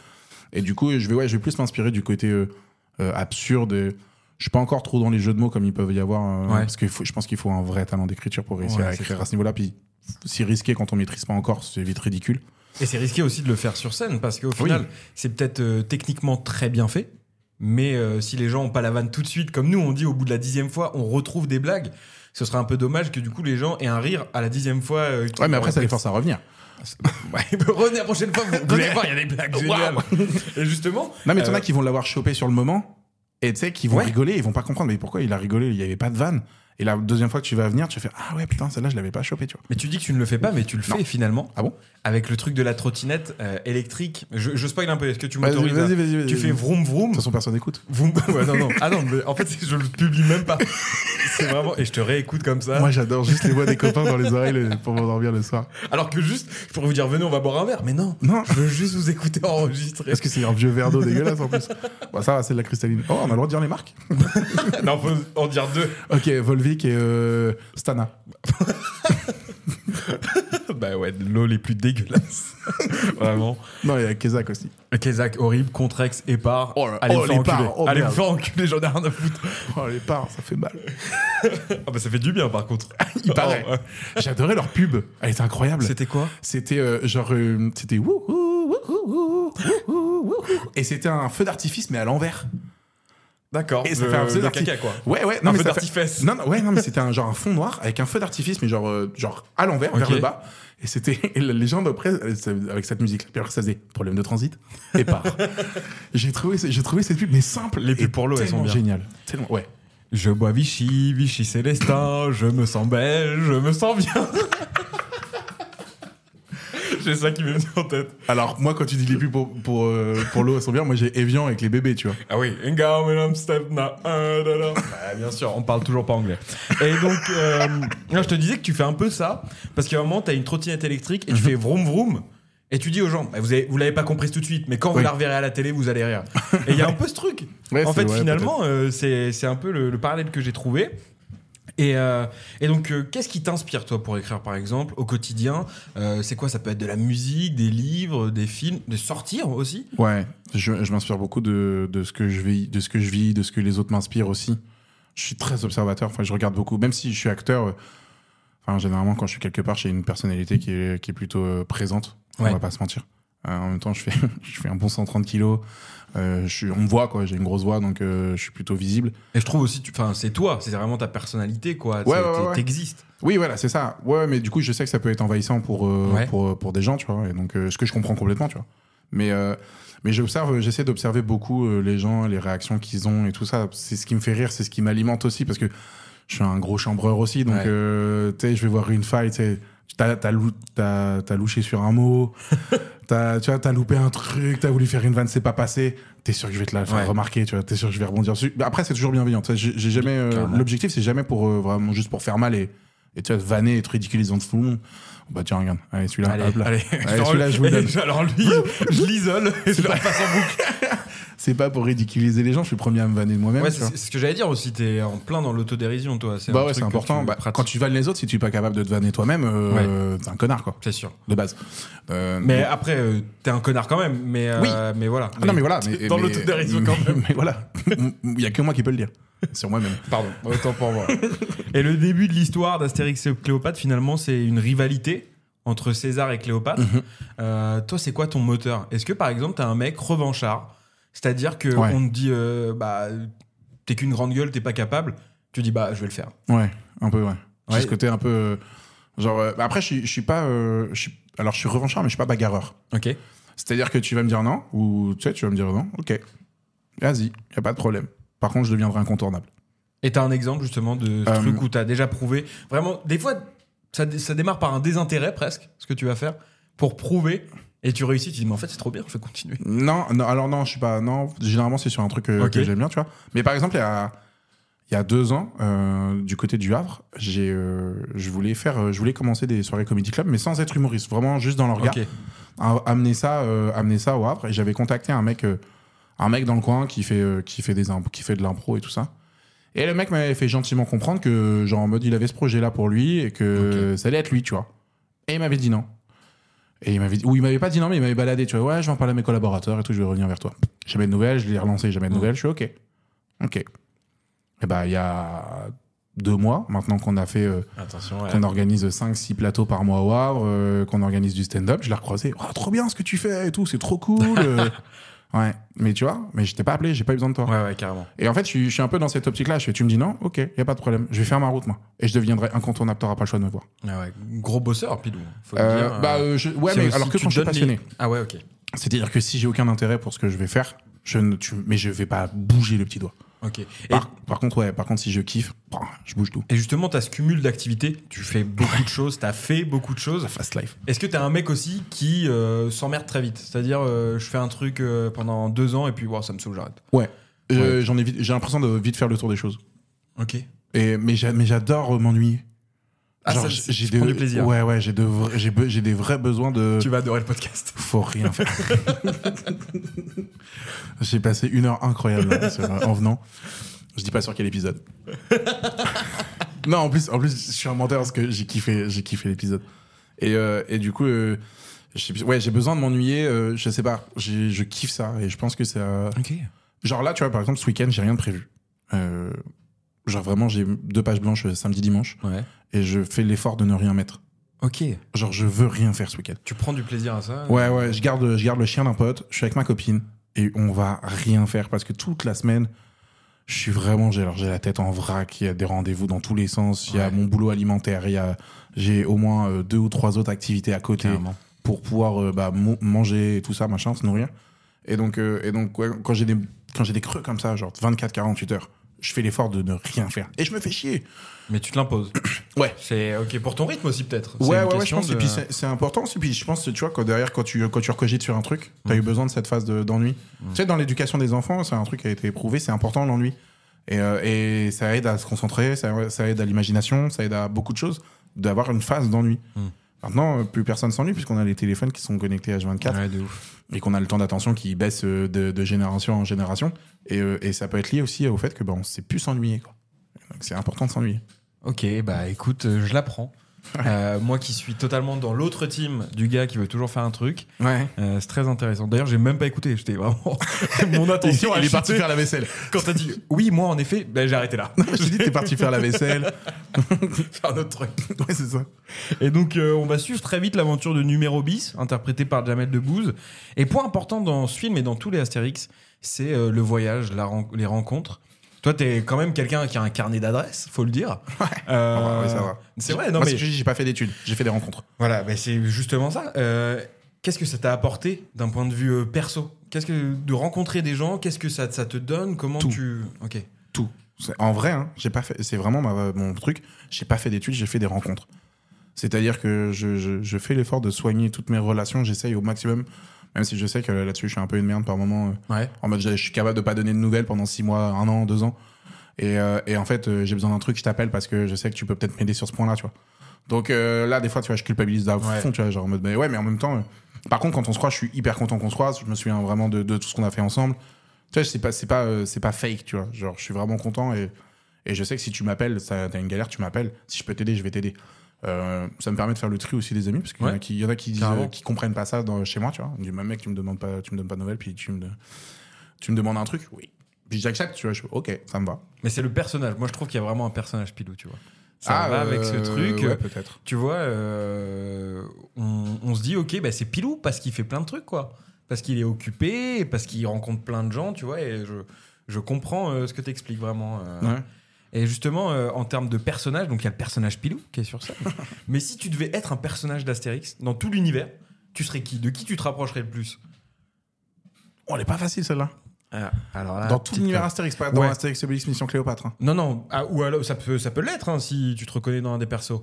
Speaker 2: Et du coup, je vais, ouais, je vais plus m'inspirer du côté euh, euh, absurde. et Je suis pas encore trop dans les jeux de mots comme ils peuvent y avoir. euh,
Speaker 1: Ouais.
Speaker 2: Parce que faut- je pense qu'il faut un vrai talent d'écriture pour réussir
Speaker 1: Ouais,
Speaker 2: à
Speaker 1: c'est
Speaker 2: écrire
Speaker 1: ça.
Speaker 2: à ce niveau-là. Puis, si risqué quand on maîtrise pas encore, c'est vite ridicule.
Speaker 1: Et c'est risqué aussi de le faire sur scène parce qu'au
Speaker 2: Oui.
Speaker 1: final, c'est peut-être euh, techniquement très bien fait, Mais euh, si les gens n'ont pas la vanne tout de suite, comme nous, on dit au bout de la dixième fois, on retrouve des blagues. Ce serait un peu dommage que du coup les gens aient un rire à la dixième fois. euh, qu'ils
Speaker 2: Ouais, mais après,
Speaker 1: auraient
Speaker 2: ça les
Speaker 1: pris.
Speaker 2: force à revoir.
Speaker 1: Ouais, bah, revenez la prochaine fois, vous allez voir, il y a des blagues géniales. Et justement.
Speaker 2: Non, mais t'en
Speaker 1: euh,
Speaker 2: as qui vont l'avoir chopé sur le moment et tu sais, qui vont
Speaker 1: Ouais.
Speaker 2: rigoler, ils vont pas comprendre. Mais pourquoi il a rigolé Il y avait pas de vanne. Et la deuxième fois que tu vas venir, tu fais Ah ouais, putain, celle-là, je l'avais pas chopé, tu vois.
Speaker 1: Mais tu dis que tu ne le fais pas, mais tu le fais finalement.
Speaker 2: Ah bon
Speaker 1: Avec le truc de la trottinette euh, électrique. Je, je spoil un peu, est-ce que tu
Speaker 2: Vas-y,
Speaker 1: m'autorises à-
Speaker 2: vas-y, vas-y.
Speaker 1: Tu fais vroom vroom.
Speaker 2: De toute façon, personne n'écoute.
Speaker 1: Vroom- Ouais, non, non. Ah non, mais en fait, c'est- je le publie même pas. C'est vraiment. Et je te réécoute comme ça.
Speaker 2: Moi, j'adore juste les voix des copains dans les oreilles le- pour m'endormir le soir.
Speaker 1: Alors que juste, je pourrais vous dire, venez, on va boire un verre. Mais non,
Speaker 2: Non,
Speaker 1: je veux juste vous écouter enregistrer.
Speaker 2: parce que c'est un vieux verre d'eau dégueulasse en plus. Bon, ça va, c'est de la cristalline. Oh, on a le droit de dire les marques
Speaker 1: Non, faut en dire deux.
Speaker 2: Ok, Volvic et euh, Stana.
Speaker 1: bah ouais, de l'eau les plus dégueulasses. vraiment.
Speaker 2: Non, il y a Kezak aussi.
Speaker 1: Kézak, horrible, Contrex, épars.
Speaker 2: Oh là-
Speaker 1: Allez,
Speaker 2: oh,
Speaker 1: vous faire
Speaker 2: l'épars,
Speaker 1: enculer.
Speaker 2: oh,
Speaker 1: Allez, vous
Speaker 2: merde.
Speaker 1: faire enculer, j'en ai rien à foutre.
Speaker 2: Oh, les parts, ça fait mal.
Speaker 1: Ah bah ça fait du bien par contre. Oh,
Speaker 2: Il paraît. J'adorais leur pub. Elle était incroyable.
Speaker 1: C'était quoi
Speaker 2: C'était euh, genre. euh, c'était. wouhou, wouhou, wouhou, wouhou, wouhou. Et c'était un feu d'artifice, mais à l'envers.
Speaker 1: D'accord.
Speaker 2: Et ça
Speaker 1: le-
Speaker 2: fait un feu
Speaker 1: le
Speaker 2: d'arti-
Speaker 1: caca quoi.
Speaker 2: Ouais, ouais.
Speaker 1: Un feu
Speaker 2: ça fait-
Speaker 1: d'artifice.
Speaker 2: Non, non, ouais, non, mais c'était un, genre un fond noir avec un feu d'artifice, mais genre, euh, genre à l'envers, vers
Speaker 1: Ok.
Speaker 2: le bas. Et c'était et les gens d'après, euh, ça- avec cette musique. Puis après, ça faisait problème de transit et part. j'ai trouvé, ce- j'ai trouvé cette pub, mais simple.
Speaker 1: Les pubs
Speaker 2: et
Speaker 1: pour l'eau, elles sont
Speaker 2: tellement
Speaker 1: bien.
Speaker 2: géniales. Tellement- ouais.
Speaker 1: Je bois Vichy, Vichy Célestin, je me sens belle, je me sens bien. J'ai ça qui m'est venu en tête.
Speaker 2: Alors, moi, quand tu dis les pubs pour, pour, euh, pour l'eau, elles sont bien. Moi, j'ai Evian avec les bébés, tu vois.
Speaker 1: Ah oui, Ingaumenam Stepna. ah, da, da. Bah, Bien sûr, on parle toujours pas anglais. Et donc, euh, non, je te disais que tu fais un peu ça, parce qu'à un moment, t'as une trottinette électrique et tu fais vroom vroom. Et tu dis aux gens, bah, vous, avez- vous l'avez pas comprise tout de suite, mais quand vous
Speaker 2: Oui.
Speaker 1: la reverrez à la télé, vous allez rire. Et il y a un peu ce truc.
Speaker 2: Ouais,
Speaker 1: en
Speaker 2: c'est-
Speaker 1: fait,
Speaker 2: ouais,
Speaker 1: finalement, euh, c'est c'est un peu le, le parallèle que j'ai trouvé. Et, euh, et donc, euh, qu'est-ce qui t'inspire, toi, pour écrire, par exemple, au quotidien Euh, C'est quoi Ça peut être de la musique, des livres, des films, de sortir aussi
Speaker 2: Ouais, je, je m'inspire beaucoup de, de ce que je vis, de ce que je vis, de ce que les autres m'inspirent aussi. Je suis très observateur. Enfin, je regarde beaucoup. Même si je suis acteur, euh, enfin, généralement quand je suis quelque part, j'ai une personnalité qui est, qui est plutôt euh, présente.
Speaker 1: Ouais.
Speaker 2: On va pas se mentir. Euh, en même temps, je fais, je fais un bon 130 kilos. Euh, je suis, on me voit quoi. J'ai une grosse voix, donc euh, je suis plutôt visible.
Speaker 1: Et je trouve aussi, tu- enfin, c'est toi, c'est vraiment ta personnalité, quoi.
Speaker 2: Ouais,
Speaker 1: C'est-
Speaker 2: ouais,
Speaker 1: t'es-
Speaker 2: ouais.
Speaker 1: T'existes.
Speaker 2: Oui, voilà, c'est ça. Ouais, mais du coup, je sais que ça peut être envahissant pour, euh,
Speaker 1: Ouais.
Speaker 2: pour, pour des gens, tu vois. Et donc, euh, ce que je comprends complètement, tu vois. Mais, euh, mais j'observe, j'essaie d'observer beaucoup euh, les gens, les réactions qu'ils ont et tout ça. C'est ce qui me fait rire, c'est ce qui m'alimente aussi parce que je suis un gros chambreur aussi. Donc,
Speaker 1: Ouais.
Speaker 2: euh, tu sais, je vais voir une faille, tu sais. T'as t'as lou- t'as- t'as louché sur un mot, t'as tu vois, t'as loupé un truc, t'as voulu faire une vanne, c'est pas passé. T'es sûr que je vais te la faire
Speaker 1: Ouais.
Speaker 2: remarquer, tu vois. T'es sûr que je vais rebondir dessus. Mais Après, c'est toujours bienveillant. tu sais, J'ai j'ai jamais euh,
Speaker 1: Carrément.
Speaker 2: l'objectif, c'est jamais pour euh, vraiment juste pour faire mal et et tu vas te vanner, être ridiculisant de tout le monde. Bah tiens, regarde, allez, celui-là,
Speaker 1: allez,
Speaker 2: hop là.
Speaker 1: allez.
Speaker 2: Allez, celui-là, je vous le donne.
Speaker 1: Alors lui, je l'isole et je le repasse en boucle.
Speaker 2: C'est pas pour ridiculiser les gens, je suis le premier à me vanner de moi-même.
Speaker 1: Ouais,
Speaker 2: tu
Speaker 1: c'est
Speaker 2: vois.
Speaker 1: c'est ce que j'allais dire aussi. T'es en plein dans l'autodérision, toi. un
Speaker 2: bah ouais,
Speaker 1: truc
Speaker 2: c'est
Speaker 1: que
Speaker 2: important.
Speaker 1: tu
Speaker 2: Bah,
Speaker 1: pratiques.
Speaker 2: quand tu vannes les autres, si tu es pas capable de te vanner toi-même, euh, t'es un connard, quoi,
Speaker 1: C'est sûr.
Speaker 2: de base. Euh,
Speaker 1: Mais après, euh, t'es un connard quand même. Mais, euh,
Speaker 2: Oui.
Speaker 1: mais voilà.
Speaker 2: Ah non, mais voilà. Mais,
Speaker 1: Dans
Speaker 2: mais-
Speaker 1: l'autodérision quand
Speaker 2: mais-
Speaker 1: même.
Speaker 2: Mais voilà. Il y a que moi qui peux le dire. Sur moi-même.
Speaker 1: Pardon, autant pour moi. et le début de l'histoire d'Astérix et Cléopâtre, finalement, c'est une rivalité entre César et Cléopâtre. Euh, toi, c'est quoi ton moteur Est-ce que, par exemple, t'as un mec revanchard C'est-à-dire que
Speaker 2: Ouais.
Speaker 1: on te dit, euh, bah, t'es qu'une grande gueule, t'es pas capable. Tu dis, bah, je vais le faire.
Speaker 2: Ouais, un peu, ouais. J'ai
Speaker 1: Ouais.
Speaker 2: ce côté un peu. euh, Genre. euh, bah après, je suis- je suis pas. euh, je suis- alors, je suis revanchard, mais je suis pas bagarreur.
Speaker 1: Ok.
Speaker 2: C'est-à-dire que tu vas me dire non, ou tu sais, tu vas me dire non, ok. Vas-y, y a pas de problème. Par contre, je deviendrai incontournable.
Speaker 1: Et t'as un exemple, justement, de ce
Speaker 2: Euh,
Speaker 1: truc où t'as déjà prouvé. Vraiment, des fois, ça, dé- ça démarre par un désintérêt presque, ce que tu vas faire, pour prouver. Et tu réussis, tu dis, mais en fait, c'est trop bien, je vais continuer.
Speaker 2: Non, non, alors non, je suis pas. Non, généralement, c'est sur un truc euh,
Speaker 1: Ok.
Speaker 2: que j'aime bien, tu vois. Mais par exemple, il y a, il y a deux ans, euh, du côté du Havre, j'ai, euh, je voulais faire, euh, je voulais commencer des soirées comedy club, mais sans être humoriste, vraiment juste dans le regard.
Speaker 1: Ok.
Speaker 2: A- amener ça, euh, amener ça au Havre. Et j'avais contacté un mec, euh, un mec dans le coin qui fait, euh, qui fait des imp- qui fait de l'impro et tout ça. Et le mec m'avait fait gentiment comprendre que, genre, en mode, il avait ce projet-là pour lui et que ça allait être lui, tu vois. Et il m'avait dit non. Et il m'avait dit, ou il m'avait pas dit non, mais il m'avait baladé, tu vois. Ouais, je vais en parler à mes collaborateurs et tout, je vais revenir vers toi. Jamais de nouvelles, je l'ai relancé, jamais de
Speaker 1: Mm.
Speaker 2: nouvelles, je suis OK. OK. Et bah, il y a deux mois, maintenant qu'on a fait. euh,
Speaker 1: Attention, ouais.
Speaker 2: qu'on organise 5-6 plateaux par mois au Havre, euh, qu'on organise du stand-up. Je l'ai recroisé. Oh, trop bien ce que tu fais et tout, c'est trop cool. euh. Ouais, mais tu vois, mais je t'ai pas appelé, j'ai pas eu besoin de toi.
Speaker 1: Ouais, ouais, carrément.
Speaker 2: Et en fait, je suis, je suis un peu dans cette optique-là. Je fais, tu me dis non, ok, y a pas de problème. Je vais faire ma route, moi. Et je deviendrai incontournable, t'auras pas le choix de me voir.
Speaker 1: Ah ouais, gros bosseur, Pilou. Faut le
Speaker 2: Euh,
Speaker 1: dire, euh,
Speaker 2: bah, euh, je- ouais,
Speaker 1: c'est
Speaker 2: mais
Speaker 1: aussi-
Speaker 2: alors que
Speaker 1: tu
Speaker 2: quand je suis
Speaker 1: donnes les-
Speaker 2: passionné.
Speaker 1: Ah ouais, ok.
Speaker 2: C'est-à-dire que si j'ai aucun intérêt pour ce que je vais faire, je ne, tu, mais je vais pas bouger le petit doigt.
Speaker 1: ok. Et,
Speaker 2: Par, par contre, ouais, par contre, si je kiffe, bah, je bouge tout.
Speaker 1: et justement, t'as ce cumul d'activités. Tu fais beaucoup de choses, t'as fait beaucoup de choses.
Speaker 2: Fast life.
Speaker 1: Est-ce que t'es un mec aussi qui euh, s'emmerde très vite C'est-à-dire, euh, je fais un truc euh, pendant deux ans et puis, wow, ça me saoule, j'arrête.
Speaker 2: Ouais. Euh, J'en ai vite- j'ai l'impression de vite faire le tour des choses.
Speaker 1: Ok.
Speaker 2: Et, mais j'a- mais j'adore euh, m'ennuyer.
Speaker 1: Ah,
Speaker 2: Genre,
Speaker 1: ça,
Speaker 2: j'ai-
Speaker 1: c'est-
Speaker 2: j'ai
Speaker 1: tu prends du plaisir.
Speaker 2: Ouais, ouais, j'ai de vra- j'ai be- j'ai des vrais besoins de.
Speaker 1: Tu vas adorer le podcast.
Speaker 2: Faut rien faire. j'ai passé une heure incroyable hein, sur- en venant. Je dis pas sur quel épisode. non, en plus, en plus, je suis un menteur parce que j'ai kiffé, j'ai kiffé l'épisode. Et, euh, et du coup, euh, je sais plus- ouais, j'ai besoin de m'ennuyer. euh, je sais pas, J'ai- je kiffe ça et je pense que ça.
Speaker 1: Ok.
Speaker 2: Genre là, tu vois, par exemple, ce week-end, j'ai rien de prévu. Euh, genre vraiment, j'ai deux pages blanches euh, samedi, dimanche,
Speaker 1: Ouais.
Speaker 2: et je fais l'effort de ne rien mettre.
Speaker 1: Ok.
Speaker 2: Genre, je veux rien faire ce week-end.
Speaker 1: Tu prends du plaisir à ça
Speaker 2: Ouais, ouais, je garde, je garde le chien d'un pote, je suis avec ma copine, et on va rien faire parce que toute la semaine, je suis vraiment, j'ai alors j'ai la tête en vrac, il y a des rendez-vous dans tous les sens, il y a
Speaker 1: Ouais.
Speaker 2: mon boulot alimentaire, il y a, j'ai au moins euh, deux ou trois autres activités à côté
Speaker 1: Carrément.
Speaker 2: pour pouvoir euh, bah, mo- manger et tout ça, machin, se nourrir. Et donc, euh, et donc ouais, quand j'ai des quand j'ai des creux comme ça, genre 24-48 heures, je fais l'effort de ne rien faire. Et je me fais chier.
Speaker 1: Mais tu te l'imposes.
Speaker 2: Ouais.
Speaker 1: C'est ok pour ton rythme aussi, peut-être. C'est
Speaker 2: Ouais,
Speaker 1: une
Speaker 2: ouais, ouais, je
Speaker 1: question
Speaker 2: pense.
Speaker 1: de-
Speaker 2: Et puis c'est c'est important aussi. Puis je pense, tu vois, quand derrière, quand tu, quand tu recogites sur un truc, t'as eu besoin de cette phase de- d'ennui. Tu sais, dans l'éducation des enfants, c'est un truc qui a été éprouvé, c'est important l'ennui. Et, euh, et ça aide à se concentrer, ça, ça aide à l'imagination, ça aide à beaucoup de choses, d'avoir une phase d'ennui.
Speaker 1: Mm.
Speaker 2: Maintenant, euh, plus personne s'ennuie puisqu'on a les téléphones qui sont connectés H24
Speaker 1: Ouais, de ouf.
Speaker 2: et qu'on a le temps d'attention qui baisse euh, de, de génération en génération. Et, euh, et ça peut être lié aussi au fait que bah, on sait plus s'ennuyer. quoi. Donc c'est important de s'ennuyer.
Speaker 1: Ok, bah écoute, euh, je l'apprends. Euh, moi qui suis totalement dans l'autre team du gars qui veut toujours faire un truc,
Speaker 2: Ouais.
Speaker 1: euh, c'est très intéressant. D'ailleurs, j'ai même pas écouté, j'étais vraiment. Mon attention a
Speaker 2: il est parti
Speaker 1: chuté.
Speaker 2: faire la vaisselle.
Speaker 1: Quand t'as dit oui, moi en effet, ben, j'ai arrêté là.
Speaker 2: Je te dis, t'es parti faire la vaisselle.
Speaker 1: faire un autre truc.
Speaker 2: Ouais, c'est ça.
Speaker 1: Et donc, euh, on va suivre très vite l'aventure de numéro bis, interprétée par Jamel Debbouze. Et point important dans ce film et dans tous les Astérix, c'est euh, le voyage, la ren- les rencontres. Toi, t'es quand même quelqu'un qui a un carnet d'adresses, faut le dire. Euh,
Speaker 2: Ah bah, ouais, ça va.
Speaker 1: C'est vrai, non
Speaker 2: Moi,
Speaker 1: mais
Speaker 2: c'est que je dis, j'ai pas fait d'études, j'ai fait des rencontres.
Speaker 1: voilà, mais c'est justement ça. Euh, Qu'est-ce que ça t'a apporté d'un point de vue euh, perso Qu'est-ce que de rencontrer des gens Qu'est-ce que ça, ça te donne Comment
Speaker 2: Tout.
Speaker 1: tu Ok.
Speaker 2: Tout. C'est- En vrai, hein, j'ai pas fait. C'est vraiment ma- mon truc. J'ai pas fait d'études, j'ai fait des rencontres. C'est-à-dire que je, je- je fais l'effort de soigner toutes mes relations. J'essaye au maximum, même si je sais que là-dessus, je suis un peu une merde par moment. euh,
Speaker 1: Ouais.
Speaker 2: En mode, je suis capable de pas donner de nouvelles pendant six mois, un an, deux ans. Et, euh, et en fait, euh, j'ai besoin d'un truc, je t'appelle parce que je sais que tu peux peut-être m'aider sur ce point-là, tu vois. Donc euh, là, des fois, tu vois, je culpabilise à
Speaker 1: Ouais.
Speaker 2: fond, tu vois, genre en mode, mais ouais, mais en même temps, euh, par contre, quand on se croise, je suis hyper content qu'on se croise, je me souviens vraiment de, de tout ce qu'on a fait ensemble. Tu vois, c'est pas, c'est pas, euh, c'est pas fake, tu vois. Genre, je suis vraiment content et, et je sais que si tu m'appelles, ça- t'as une galère, tu m'appelles. Si je peux t'aider, je vais t'aider. Euh, ça me permet de faire le tri aussi des amis, parce qu'il y en a
Speaker 1: Ouais.
Speaker 2: qui, il y en a qui, disent,
Speaker 1: Carrément.
Speaker 2: euh, qui comprennent pas ça dans, chez moi, tu vois. On dit, même mec, tu me demandes pas, tu me donnes pas de nouvelles, puis tu me, de- tu me demandes un truc, oui. Puis j'accepte, tu vois, je fais, ok, ça me va.
Speaker 1: Mais c'est le personnage. Moi, je trouve qu'il y a vraiment un personnage pilou, tu vois. Ça
Speaker 2: Ah,
Speaker 1: va
Speaker 2: euh,
Speaker 1: avec ce truc.
Speaker 2: ouais, peut-être.
Speaker 1: tu vois, euh, on, on se dit, ok, bah, c'est Pilou parce qu'il fait plein de trucs, quoi. Parce qu'il est occupé, et parce qu'il rencontre plein de gens, tu vois, et je, je comprends euh, ce que t'expliques vraiment. euh.
Speaker 2: Ouais.
Speaker 1: Et justement, euh, en termes de personnage, donc il y a le personnage Pilou qui est sur ça. mais si tu devais être un personnage d'Astérix dans tout l'univers, tu serais qui De qui tu te rapprocherais le plus
Speaker 2: Oh, elle est pas facile celle-là.
Speaker 1: Euh, Alors là,
Speaker 2: dans tout l'univers Astérix, pas dans
Speaker 1: Ouais.
Speaker 2: Astérix Obélix Mission Cléopâtre. hein.
Speaker 1: Non, non, ah, ou alors ça peut, ça peut l'être hein, si tu te reconnais dans un des persos.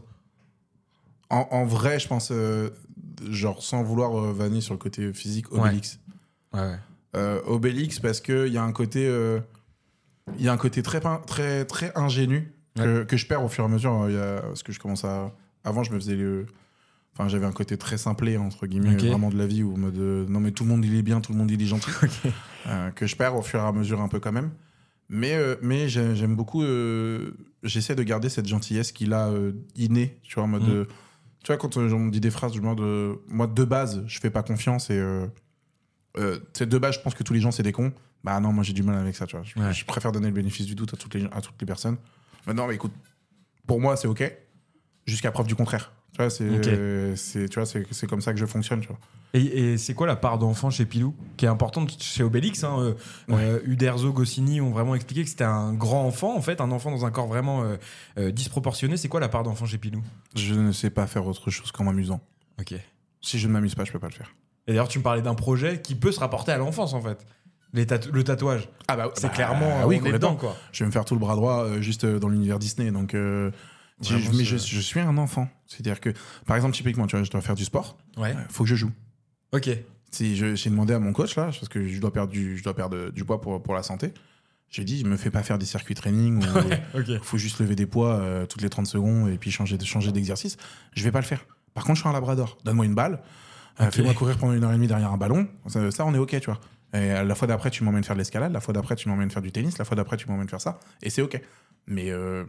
Speaker 2: En, en vrai, je pense, euh, genre sans vouloir euh, vanner sur le côté physique,
Speaker 1: Ouais.
Speaker 2: Obélix.
Speaker 1: Ouais, ouais.
Speaker 2: Euh, Obélix parce que il y a un côté, euh, il y a un côté très pin- très très ingénu que, que je perds au fur et à mesure. euh, il y a- parce que je commence à, avant je me faisais le, enfin j'avais un côté très simplé entre guillemets
Speaker 1: Ok.
Speaker 2: vraiment de la vie où en mode euh, non mais tout le monde il est bien, tout le monde il est gentil. euh, que je perds au fur et à mesure un peu quand même. Mais, euh, mais j'ai- j'aime beaucoup, euh, j'essaie de garder cette gentillesse qu'il a euh, innée, tu vois, en mode...
Speaker 1: Mm.
Speaker 2: euh, tu vois, quand euh, on me dit des phrases du mode... euh, moi, de base, je fais pas confiance et... Euh, euh, tu sais, de base, je pense que tous les gens, c'est des cons. Bah non, moi, j'ai du mal avec ça, tu vois. Je,
Speaker 1: Ouais.
Speaker 2: je préfère donner le bénéfice du doute à toutes les, à toutes les personnes. Maintenant, mais écoute, pour moi, c'est OK, jusqu'à preuve du contraire. Tu vois, c'est
Speaker 1: Ok.
Speaker 2: euh, c'est- tu vois, c'est c'est comme ça que je fonctionne. Tu vois.
Speaker 1: Et, et c'est quoi la part d'enfant chez Pilou qui est importante chez Obélix hein, euh, euh, Uderzo, Goscinny ont vraiment expliqué que c'était un grand enfant en fait, un enfant dans un corps vraiment euh, euh, disproportionné. C'est quoi la part d'enfant chez Pilou
Speaker 2: Je ne sais pas faire autre chose qu'en m'amusant.
Speaker 1: Ok. Et
Speaker 2: Si je ne m'amuse pas, je peux pas le faire.
Speaker 1: d'ailleurs, tu me parlais d'un projet qui peut se rapporter à l'enfance en fait. Les tatou- le tatouage,
Speaker 2: Ah bah
Speaker 1: c'est clairement
Speaker 2: euh, oui,
Speaker 1: on est
Speaker 2: complètement.
Speaker 1: dedans quoi.
Speaker 2: Je vais me faire tout le bras droit euh, juste euh, dans l'univers Disney. Donc, euh, si
Speaker 1: Vraiment,
Speaker 2: je, mais je,
Speaker 1: c'est-
Speaker 2: je suis un enfant. C'est-à-dire que, par exemple, typiquement, tu vois, je dois faire du sport.
Speaker 1: Ouais.
Speaker 2: euh, faut que je joue.
Speaker 1: Ok.
Speaker 2: Si je- j'ai demandé à mon coach là, parce que je dois perdre du, je dois perdre euh, du poids pour, pour la santé. J'ai dit, je me fais pas faire des circuits training. Ou,
Speaker 1: Ok.
Speaker 2: faut juste lever des poids euh, toutes les 30 secondes et puis changer de changer d'exercice. Je vais pas le faire. Par contre, je suis un labrador. Donne-moi une balle. euh,
Speaker 1: Ok.
Speaker 2: Fais-moi courir pendant une heure et demie derrière un ballon. Ça, ça, on est OK, tu vois. Et euh, la fois d'après, tu m'emmènes faire de l'escalade. La fois d'après, tu m'emmènes faire du tennis. La fois d'après, tu m'emmènes faire ça. Et c'est OK. Mais euh,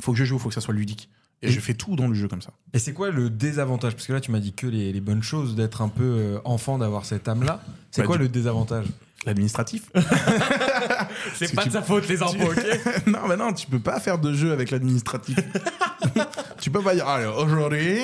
Speaker 2: faut que je joue, faut que ça soit ludique. Et,
Speaker 1: Et-
Speaker 2: je fais tout dans le jeu comme ça.
Speaker 1: Et c'est quoi le désavantage Parce que là, tu m'as dit que les, les bonnes choses d'être un peu euh, enfant, d'avoir cette âme là. C'est
Speaker 2: Bah,
Speaker 1: quoi
Speaker 2: du-
Speaker 1: le désavantage
Speaker 2: L'administratif.
Speaker 1: C'est
Speaker 2: pas de
Speaker 1: sa faute les
Speaker 2: impôts, non, mais non, tu peux pas faire de jeu avec l'administratif. tu peux pas dire, allez, aujourd'hui,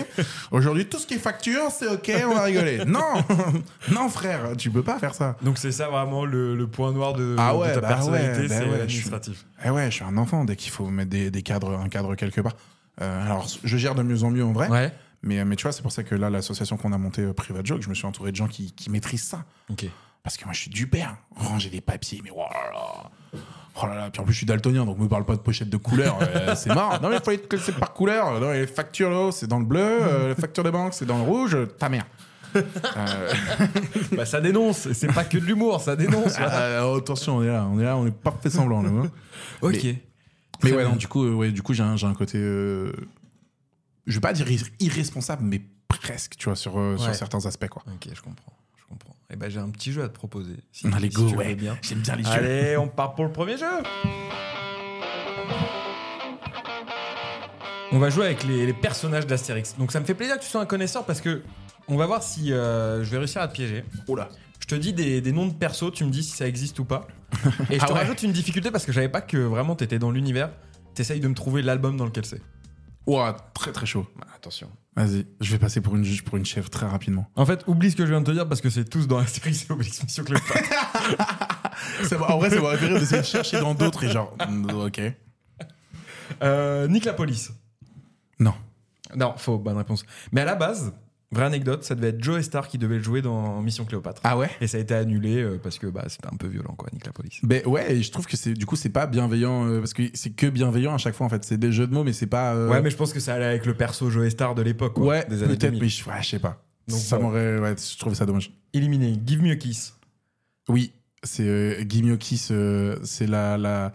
Speaker 2: aujourd'hui, tout ce qui est facture, c'est OK, on va rigoler. Non, non, frère, tu peux pas faire ça.
Speaker 1: Donc c'est ça vraiment le, le point noir de,
Speaker 2: Ah
Speaker 1: de
Speaker 2: ouais,
Speaker 1: ta
Speaker 2: bah
Speaker 1: personnalité,
Speaker 2: ouais, bah
Speaker 1: c'est
Speaker 2: ouais,
Speaker 1: l'administratif.
Speaker 2: Eh ouais, je suis un enfant dès qu'il faut mettre des, des cadres, un cadre quelque part. Euh, alors, je gère de mieux en mieux en vrai,
Speaker 1: Ouais.
Speaker 2: mais, mais tu vois, c'est pour ça que là, l'association qu'on a montée, euh, Private Joke, je me suis entouré de gens qui, qui maîtrisent ça.
Speaker 1: Ok.
Speaker 2: Parce que moi, je suis du père. Ranger des papiers, mais oh là là. Oh là là. Puis en plus, je suis daltonien, donc ne me parle pas de pochette de couleur. euh, c'est marrant. Non, mais il faut les classer par couleur. Non, les factures là c'est dans le bleu. euh, les factures de banque, c'est dans le rouge. euh, Ta mère. Euh,
Speaker 1: bah ça dénonce. et C'est pas que de l'humour, ça dénonce. voilà.
Speaker 2: euh, attention, on est là. On est là, on est pas fait semblant. Là, hein.
Speaker 1: ok.
Speaker 2: Mais
Speaker 1: Très
Speaker 2: ouais,
Speaker 1: bien.
Speaker 2: non, du coup, euh, ouais, du coup, j'ai un, j'ai un côté. euh, je vais pas dire ir- irresponsable, mais presque, tu vois, sur, euh,
Speaker 1: Ouais.
Speaker 2: sur certains aspects, quoi.
Speaker 1: Ok, je comprends. Je comprends. Et ben j'ai un petit jeu à te proposer. Si,
Speaker 2: Allez,
Speaker 1: si
Speaker 2: go,
Speaker 1: tu le
Speaker 2: ouais.
Speaker 1: veux bien.
Speaker 2: J'aime bien les jeux.
Speaker 1: Allez, on part pour le premier jeu. On va jouer avec les, les personnages d'Astérix. Donc ça me fait plaisir que tu sois un connaisseur parce que on va voir si euh, je vais réussir à te piéger.
Speaker 2: Oula.
Speaker 1: Je te dis des, des noms de persos, tu me dis si ça existe ou pas. Et je
Speaker 2: Ah
Speaker 1: te
Speaker 2: ouais.
Speaker 1: rajoute une difficulté parce que je savais pas que vraiment t'étais dans l'univers. T'essayes de me trouver l'album dans lequel c'est.
Speaker 2: Ouah, très très chaud.
Speaker 1: Attention.
Speaker 2: Vas-y, je vais passer pour une, juge- pour une chef très rapidement.
Speaker 1: En fait, oublie ce que je viens de te dire parce que c'est tous dans Astérix et Obélix Mission Cléopâtre.
Speaker 2: Ça m'a- en vrai, ça m'a fait rire d'essayer de chercher dans d'autres et genre, mm, ok.
Speaker 1: Euh, Nick la police.
Speaker 2: Non.
Speaker 1: Non, faux, bonne réponse. Mais à la base, vraie anecdote, ça devait être Joe Star qui devait le jouer dans Mission Cléopâtre.
Speaker 2: Ah ouais
Speaker 1: Et ça a été annulé euh, parce que bah, c'était un peu violent, quoi, Nick la police.
Speaker 2: ben ouais, et je trouve que c'est du coup c'est pas bienveillant euh, parce que c'est que bienveillant à chaque fois en fait, c'est des jeux de mots mais c'est pas euh,
Speaker 1: Ouais, mais je pense que ça allait avec le perso Joe Star de l'époque, quoi,
Speaker 2: ouais,
Speaker 1: des années
Speaker 2: peut-être
Speaker 1: 2000.
Speaker 2: mais je, ouais, je sais pas.
Speaker 1: Donc
Speaker 2: ça
Speaker 1: bon.
Speaker 2: m'aurait ouais, je trouvais ça dommage.
Speaker 1: Éliminé, Give Me a Kiss.
Speaker 2: Oui, c'est euh, Gimme a Kiss, euh, c'est la, la,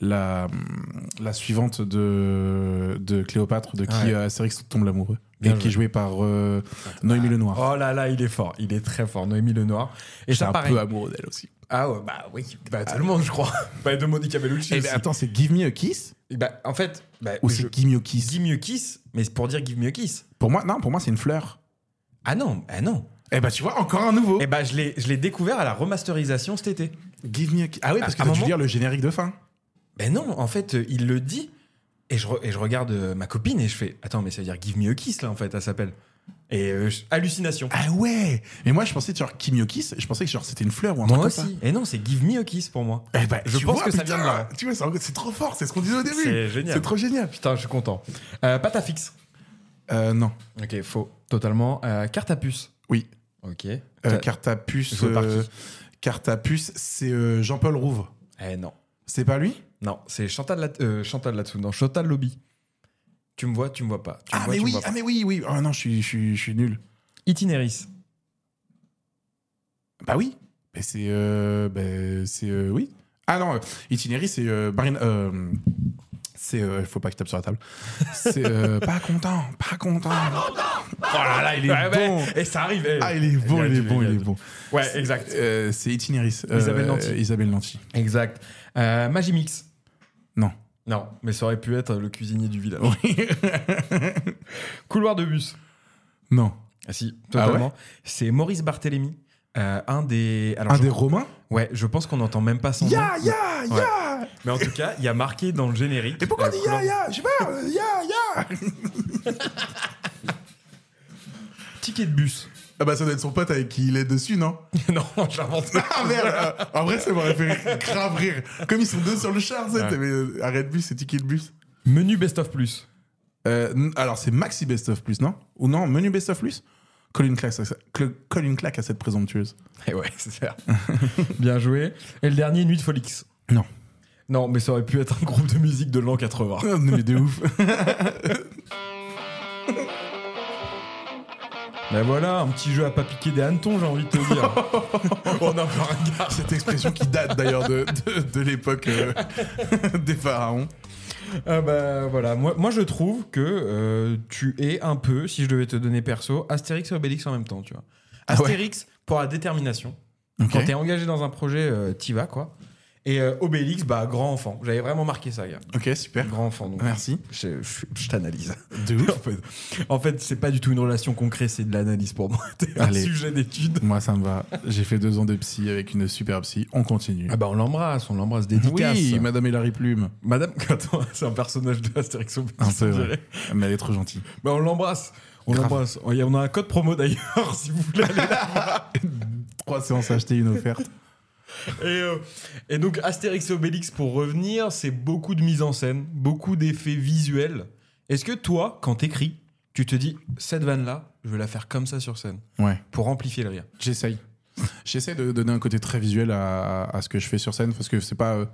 Speaker 2: la, mm, la suivante de, de Cléopâtre, de qui
Speaker 1: Ouais.
Speaker 2: euh, Astérix tombe l'amoureux.
Speaker 1: Bien
Speaker 2: Et qui
Speaker 1: joué.
Speaker 2: est joué par euh, Noémie Lenoir.
Speaker 1: Oh là là, il est fort, il est très fort, Noémie Lenoir. Et
Speaker 2: J'étais
Speaker 1: ça,
Speaker 2: un
Speaker 1: pareil.
Speaker 2: peu amoureux d'elle aussi. Eh
Speaker 1: Ah ouais, bah oui, bah, tout le monde, je crois. bah, de Monica Bellucci.
Speaker 2: Et
Speaker 1: aussi.
Speaker 2: ben, attends, c'est Give Me a Kiss
Speaker 1: Bah, en fait, bah,
Speaker 2: ou
Speaker 1: je-
Speaker 2: c'est Gimme a Kiss
Speaker 1: Give Me a Kiss, mais c'est pour dire Give Me a Kiss.
Speaker 2: Pour moi, non, pour moi, c'est une fleur.
Speaker 1: Ah non, ah non.
Speaker 2: Eh ben, tu vois, encore un nouveau.
Speaker 1: Eh ben, je l'ai, je l'ai découvert à la remasterisation cet été.
Speaker 2: Give Me a Kiss. Ah oui, parce
Speaker 1: À-
Speaker 2: que
Speaker 1: à
Speaker 2: t'as
Speaker 1: un
Speaker 2: dû
Speaker 1: moment-
Speaker 2: dire le générique de fin.
Speaker 1: Ben non, en fait, euh, il le dit. Et je, re- et je regarde euh, ma copine et je fais Attends, mais ça veut dire Give Me a Kiss, là, en fait, elle s'appelle. Et euh, je- hallucination.
Speaker 2: Ah ouais Mais moi, je pensais, genre, Give Me a Kiss, je pensais que genre c'était une fleur ou un
Speaker 1: moi
Speaker 2: truc comme ça.
Speaker 1: aussi. Et non, c'est Give Me a Kiss pour moi.
Speaker 2: Eh ben,
Speaker 1: Je
Speaker 2: tu
Speaker 1: pense
Speaker 2: vois,
Speaker 1: que ça vient de
Speaker 2: putain,
Speaker 1: là.
Speaker 2: Tu vois, c'est- c'est trop fort, c'est ce qu'on disait au début.
Speaker 1: C'est génial.
Speaker 2: C'est trop Ah, génial.
Speaker 1: Putain, je suis content. Euh, Patafix.
Speaker 2: Euh, non.
Speaker 1: Ok, faux. Totalement. Euh, carte à puce.
Speaker 2: Oui.
Speaker 1: Ok. Eh
Speaker 2: Euh,
Speaker 1: Ça-
Speaker 2: carte à puce.
Speaker 1: Joué par qui
Speaker 2: euh, carte à puce, c'est euh, Jean-Paul Rouve.
Speaker 1: Eh non.
Speaker 2: C'est pas lui
Speaker 1: Non, c'est Chantal, Lat- euh, Chantal là-dessous. Non, Chantal Lobby. Tu me vois, tu me vois pas. Tu me
Speaker 2: Ah,
Speaker 1: vois,
Speaker 2: mais
Speaker 1: tu me
Speaker 2: oui,
Speaker 1: vois pas.
Speaker 2: ah, mais oui, oui. Oh non, je suis, je suis, je suis nul.
Speaker 1: Itinéris.
Speaker 2: Bah oui. Mais c'est. euh, bah, c'est. euh, oui. Ah non, euh, Itinéris, c'est. euh, Marine. euh, c'est. euh, faut pas que je tape sur la table. C'est. euh, pas content, pas content. Oh là là, il est
Speaker 1: Ouais,
Speaker 2: bon.
Speaker 1: ouais. Et ça arrive. eh.
Speaker 2: Ah, il est bon,
Speaker 1: Bien
Speaker 2: il est
Speaker 1: joué,
Speaker 2: bon,
Speaker 1: bien
Speaker 2: il
Speaker 1: joué.
Speaker 2: est bon.
Speaker 1: Ouais, exact.
Speaker 2: Euh, c'est Itinéris. euh,
Speaker 1: Isabelle Lanty.
Speaker 2: Isabelle Lanty.
Speaker 1: Exact. Euh, Magimix.
Speaker 2: Non.
Speaker 1: Non, mais ça aurait pu être le cuisinier du village.
Speaker 2: Oui.
Speaker 1: Couloir de bus.
Speaker 2: non.
Speaker 1: Ah si,
Speaker 2: Ah
Speaker 1: totalement. C'est Maurice Barthélémy, euh, un des. Alors,
Speaker 2: Un
Speaker 1: je-
Speaker 2: des Romains
Speaker 1: Ouais, je pense qu'on n'entend même pas son
Speaker 2: Ya,
Speaker 1: nom.
Speaker 2: ya,
Speaker 1: Ouais.
Speaker 2: ya
Speaker 1: Mais en tout cas, il y a marqué dans le générique.
Speaker 2: Et pourquoi
Speaker 1: euh,
Speaker 2: on dit ya,
Speaker 1: couloir-
Speaker 2: ya Je sais pas, euh, ya, ya
Speaker 1: Ticket de bus.
Speaker 2: Ah bah ça doit être son pote avec qui il est dessus, non
Speaker 1: non, j'invente.
Speaker 2: Ah merde euh, En vrai, ça m'aurait fait grave rire. Comme ils sont deux sur le char, tu sais,
Speaker 1: Ouais.
Speaker 2: t'avais, euh, arrêt de bus c'est ticket de bus.
Speaker 1: Menu Best of Plus.
Speaker 2: Euh, n- alors, c'est Maxi Best of Plus, non Ou non, Menu Best of Plus colle une, claque à, sa- cl- colle une claque à cette présomptueuse.
Speaker 1: Et Eh ouais, c'est ça. Bien joué. Et le dernier, Nuit de Folix.
Speaker 2: Non.
Speaker 1: Non, mais ça aurait pu être un groupe de musique de l'an 80.
Speaker 2: Ah, mais de ouf.
Speaker 1: Ben voilà, un petit jeu à pas piquer des hannetons, j'ai envie de te dire. On a pas un gars.
Speaker 2: Cette expression qui date d'ailleurs de, de, de l'époque euh, des pharaons.
Speaker 1: Ah bah voilà, moi, moi je trouve que euh, tu es un peu, si je devais te donner perso, Astérix et Obélix en même temps, tu vois.
Speaker 2: ouais.
Speaker 1: Astérix pour la détermination. Quand t'es engagé dans un projet, euh, t'y vas quoi. Et euh, Obélix, bah grand enfant. J'avais vraiment marqué ça, gars.
Speaker 2: Ok, super.
Speaker 1: Grand enfant. Donc.
Speaker 2: Merci.
Speaker 1: Je, je- je t'analyse.
Speaker 2: De
Speaker 1: en fait, en fait, c'est pas du tout une relation concrète, c'est de l'analyse pour moi. C'est un
Speaker 2: Allez.
Speaker 1: sujet d'étude.
Speaker 2: Moi, ça me va. J'ai fait deux ans de psy avec une super psy. On continue.
Speaker 1: Ah bah on l'embrasse, on l'embrasse dédicace.
Speaker 2: Oui, Madame Hilary Plume.
Speaker 1: Madame, attends, c'est un personnage de Astérix Obélix.
Speaker 2: Un peu,
Speaker 1: on
Speaker 2: ouais.
Speaker 1: dirait.
Speaker 2: Ah, Mais elle est trop gentille.
Speaker 1: Bah on l'embrasse. On
Speaker 2: Grave.
Speaker 1: l'embrasse. On y a- on a un code promo d'ailleurs, si vous voulez aller là.
Speaker 2: Trois séances achetées, une offerte.
Speaker 1: Et, euh, et donc Astérix et Obélix, pour revenir, c'est beaucoup de mise en scène, beaucoup d'effets visuels. Est-ce que toi, quand t'écris, tu te dis, cette vanne-là, je vais la faire comme ça sur scène,
Speaker 2: Ouais,
Speaker 1: pour amplifier le rire
Speaker 2: j'essaye. J'essaie de donner un côté très visuel à, à ce que je fais sur scène parce que c'est pas. euh,